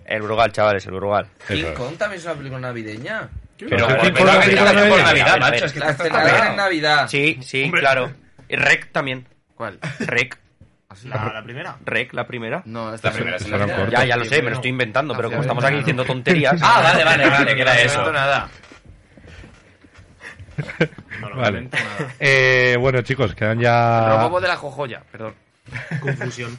Speaker 5: El Brugal, chavales, el Brugal.
Speaker 4: Eso
Speaker 3: King
Speaker 4: es.
Speaker 3: Kong también es una película navideña.
Speaker 4: Pero
Speaker 9: Por
Speaker 4: King Kong
Speaker 9: Navidad,
Speaker 4: es película
Speaker 9: por
Speaker 4: navideña.
Speaker 9: Navidad,
Speaker 5: A ver,
Speaker 9: macho, es que
Speaker 3: La
Speaker 9: esto está
Speaker 3: estrenaron en
Speaker 9: pegado.
Speaker 3: Navidad.
Speaker 5: Sí, sí, claro. Y Rec también.
Speaker 3: ¿Cuál?
Speaker 5: Rec.
Speaker 6: La, la primera.
Speaker 5: Rec, la primera.
Speaker 3: No,
Speaker 9: La
Speaker 3: esta
Speaker 9: primera
Speaker 3: es
Speaker 9: es
Speaker 3: en
Speaker 4: Será un
Speaker 3: Navidad.
Speaker 4: corto.
Speaker 5: Ya, ya lo sé, me lo estoy inventando, pero como estamos aquí diciendo tonterías.
Speaker 9: Ah, vale, vale, vale, que era
Speaker 3: No
Speaker 9: eso.
Speaker 3: invento nada.
Speaker 4: Vale. Eh, bueno, chicos, quedan ya. Ah.
Speaker 3: Robobo de la jojoya, perdón.
Speaker 6: Confusión.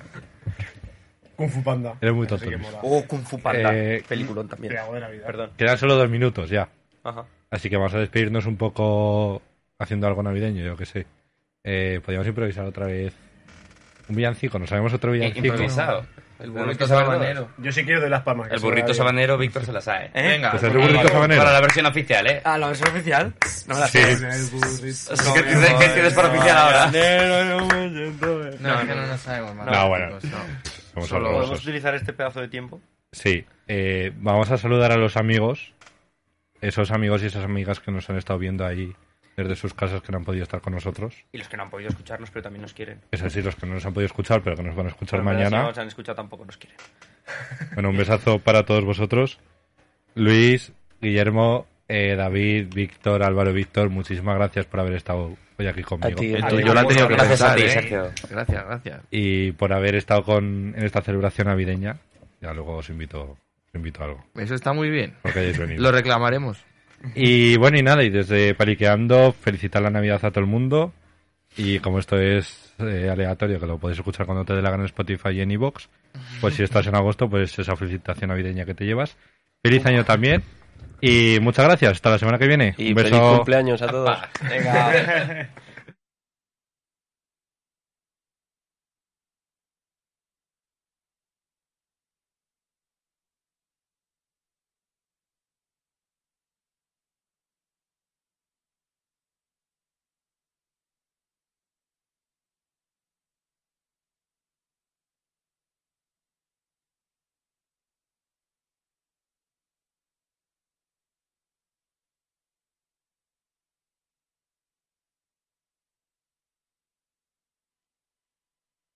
Speaker 8: Kung Fu Panda.
Speaker 4: Eres muy
Speaker 8: Así
Speaker 4: tonto,
Speaker 8: que
Speaker 4: Luis.
Speaker 8: mola.
Speaker 5: Oh, Kung Fu Panda.
Speaker 4: Eh,
Speaker 5: Peliculón también.
Speaker 8: Regalo de Navidad.
Speaker 5: Perdón.
Speaker 4: Quedan solo dos minutos ya.
Speaker 5: Ajá.
Speaker 4: Así que vamos a despedirnos un poco haciendo algo navideño, yo que sé. Eh, podríamos improvisar otra vez un villancico, no sabemos otro villancico.
Speaker 9: Improvisado.
Speaker 3: El
Speaker 9: Tenemos
Speaker 3: burrito
Speaker 9: que saber dos.
Speaker 3: sabanero.
Speaker 8: Yo sí quiero de las palmas. que
Speaker 9: El
Speaker 8: se
Speaker 9: burrito
Speaker 8: vea bien.
Speaker 9: sabanero, Víctor se la sabe.
Speaker 3: Venga,
Speaker 4: Pues el burrito sabanero.
Speaker 9: Para la versión oficial, ¿eh?
Speaker 5: ¿Eh? Ah, la versión oficial. No me la
Speaker 4: Sí.
Speaker 8: El burrito.
Speaker 9: ¿Qué tienes- qué tienes para oficial ahora?
Speaker 3: No, es que no nos sabemos más.
Speaker 4: No, bueno.
Speaker 9: pues
Speaker 3: chicos, no.
Speaker 4: Somos
Speaker 3: Solo
Speaker 4: horrorosos.
Speaker 5: ¿Podemos utilizar este pedazo de tiempo?
Speaker 4: Sí, eh, vamos a saludar a los amigos, esos amigos y esas amigas que nos han estado viendo ahí desde sus casas que no han podido estar con nosotros.
Speaker 5: Y los que no han podido escucharnos, pero también nos quieren.
Speaker 4: Es así, los que no nos han podido escuchar, pero que nos van a escuchar
Speaker 5: Pero en verdad, Si no
Speaker 4: mañana.
Speaker 5: nos han escuchado, tampoco nos quieren.
Speaker 4: Bueno, un besazo para todos vosotros. Luis, Guillermo, eh, David, Víctor, Álvaro, Víctor, muchísimas gracias por haber estado hoy aquí conmigo.
Speaker 7: ti,
Speaker 3: Tú, yo lo he tenido que
Speaker 9: Gracias a
Speaker 3: pensar,
Speaker 9: ti,
Speaker 3: ¿eh?
Speaker 9: Sergio.
Speaker 3: Gracias, gracias.
Speaker 4: Y por haber estado con, en esta celebración navideña. Ya luego os invito, os invito a algo,
Speaker 3: Eso está muy bien.
Speaker 4: porque hayáis venido.
Speaker 3: Lo reclamaremos.
Speaker 4: Y bueno, y nada, y desde Paliqueando, felicitar la Navidad a todo el mundo. Y como esto es eh, aleatorio, que lo podéis escuchar cuando te dé la gana en Spotify y en iVoox, pues si estás en agosto, pues esa felicitación navideña que te llevas. Feliz año también. Y muchas gracias. Hasta la semana que viene.
Speaker 7: Y
Speaker 4: Un
Speaker 7: feliz
Speaker 4: beso.
Speaker 7: cumpleaños a todos.
Speaker 5: Venga.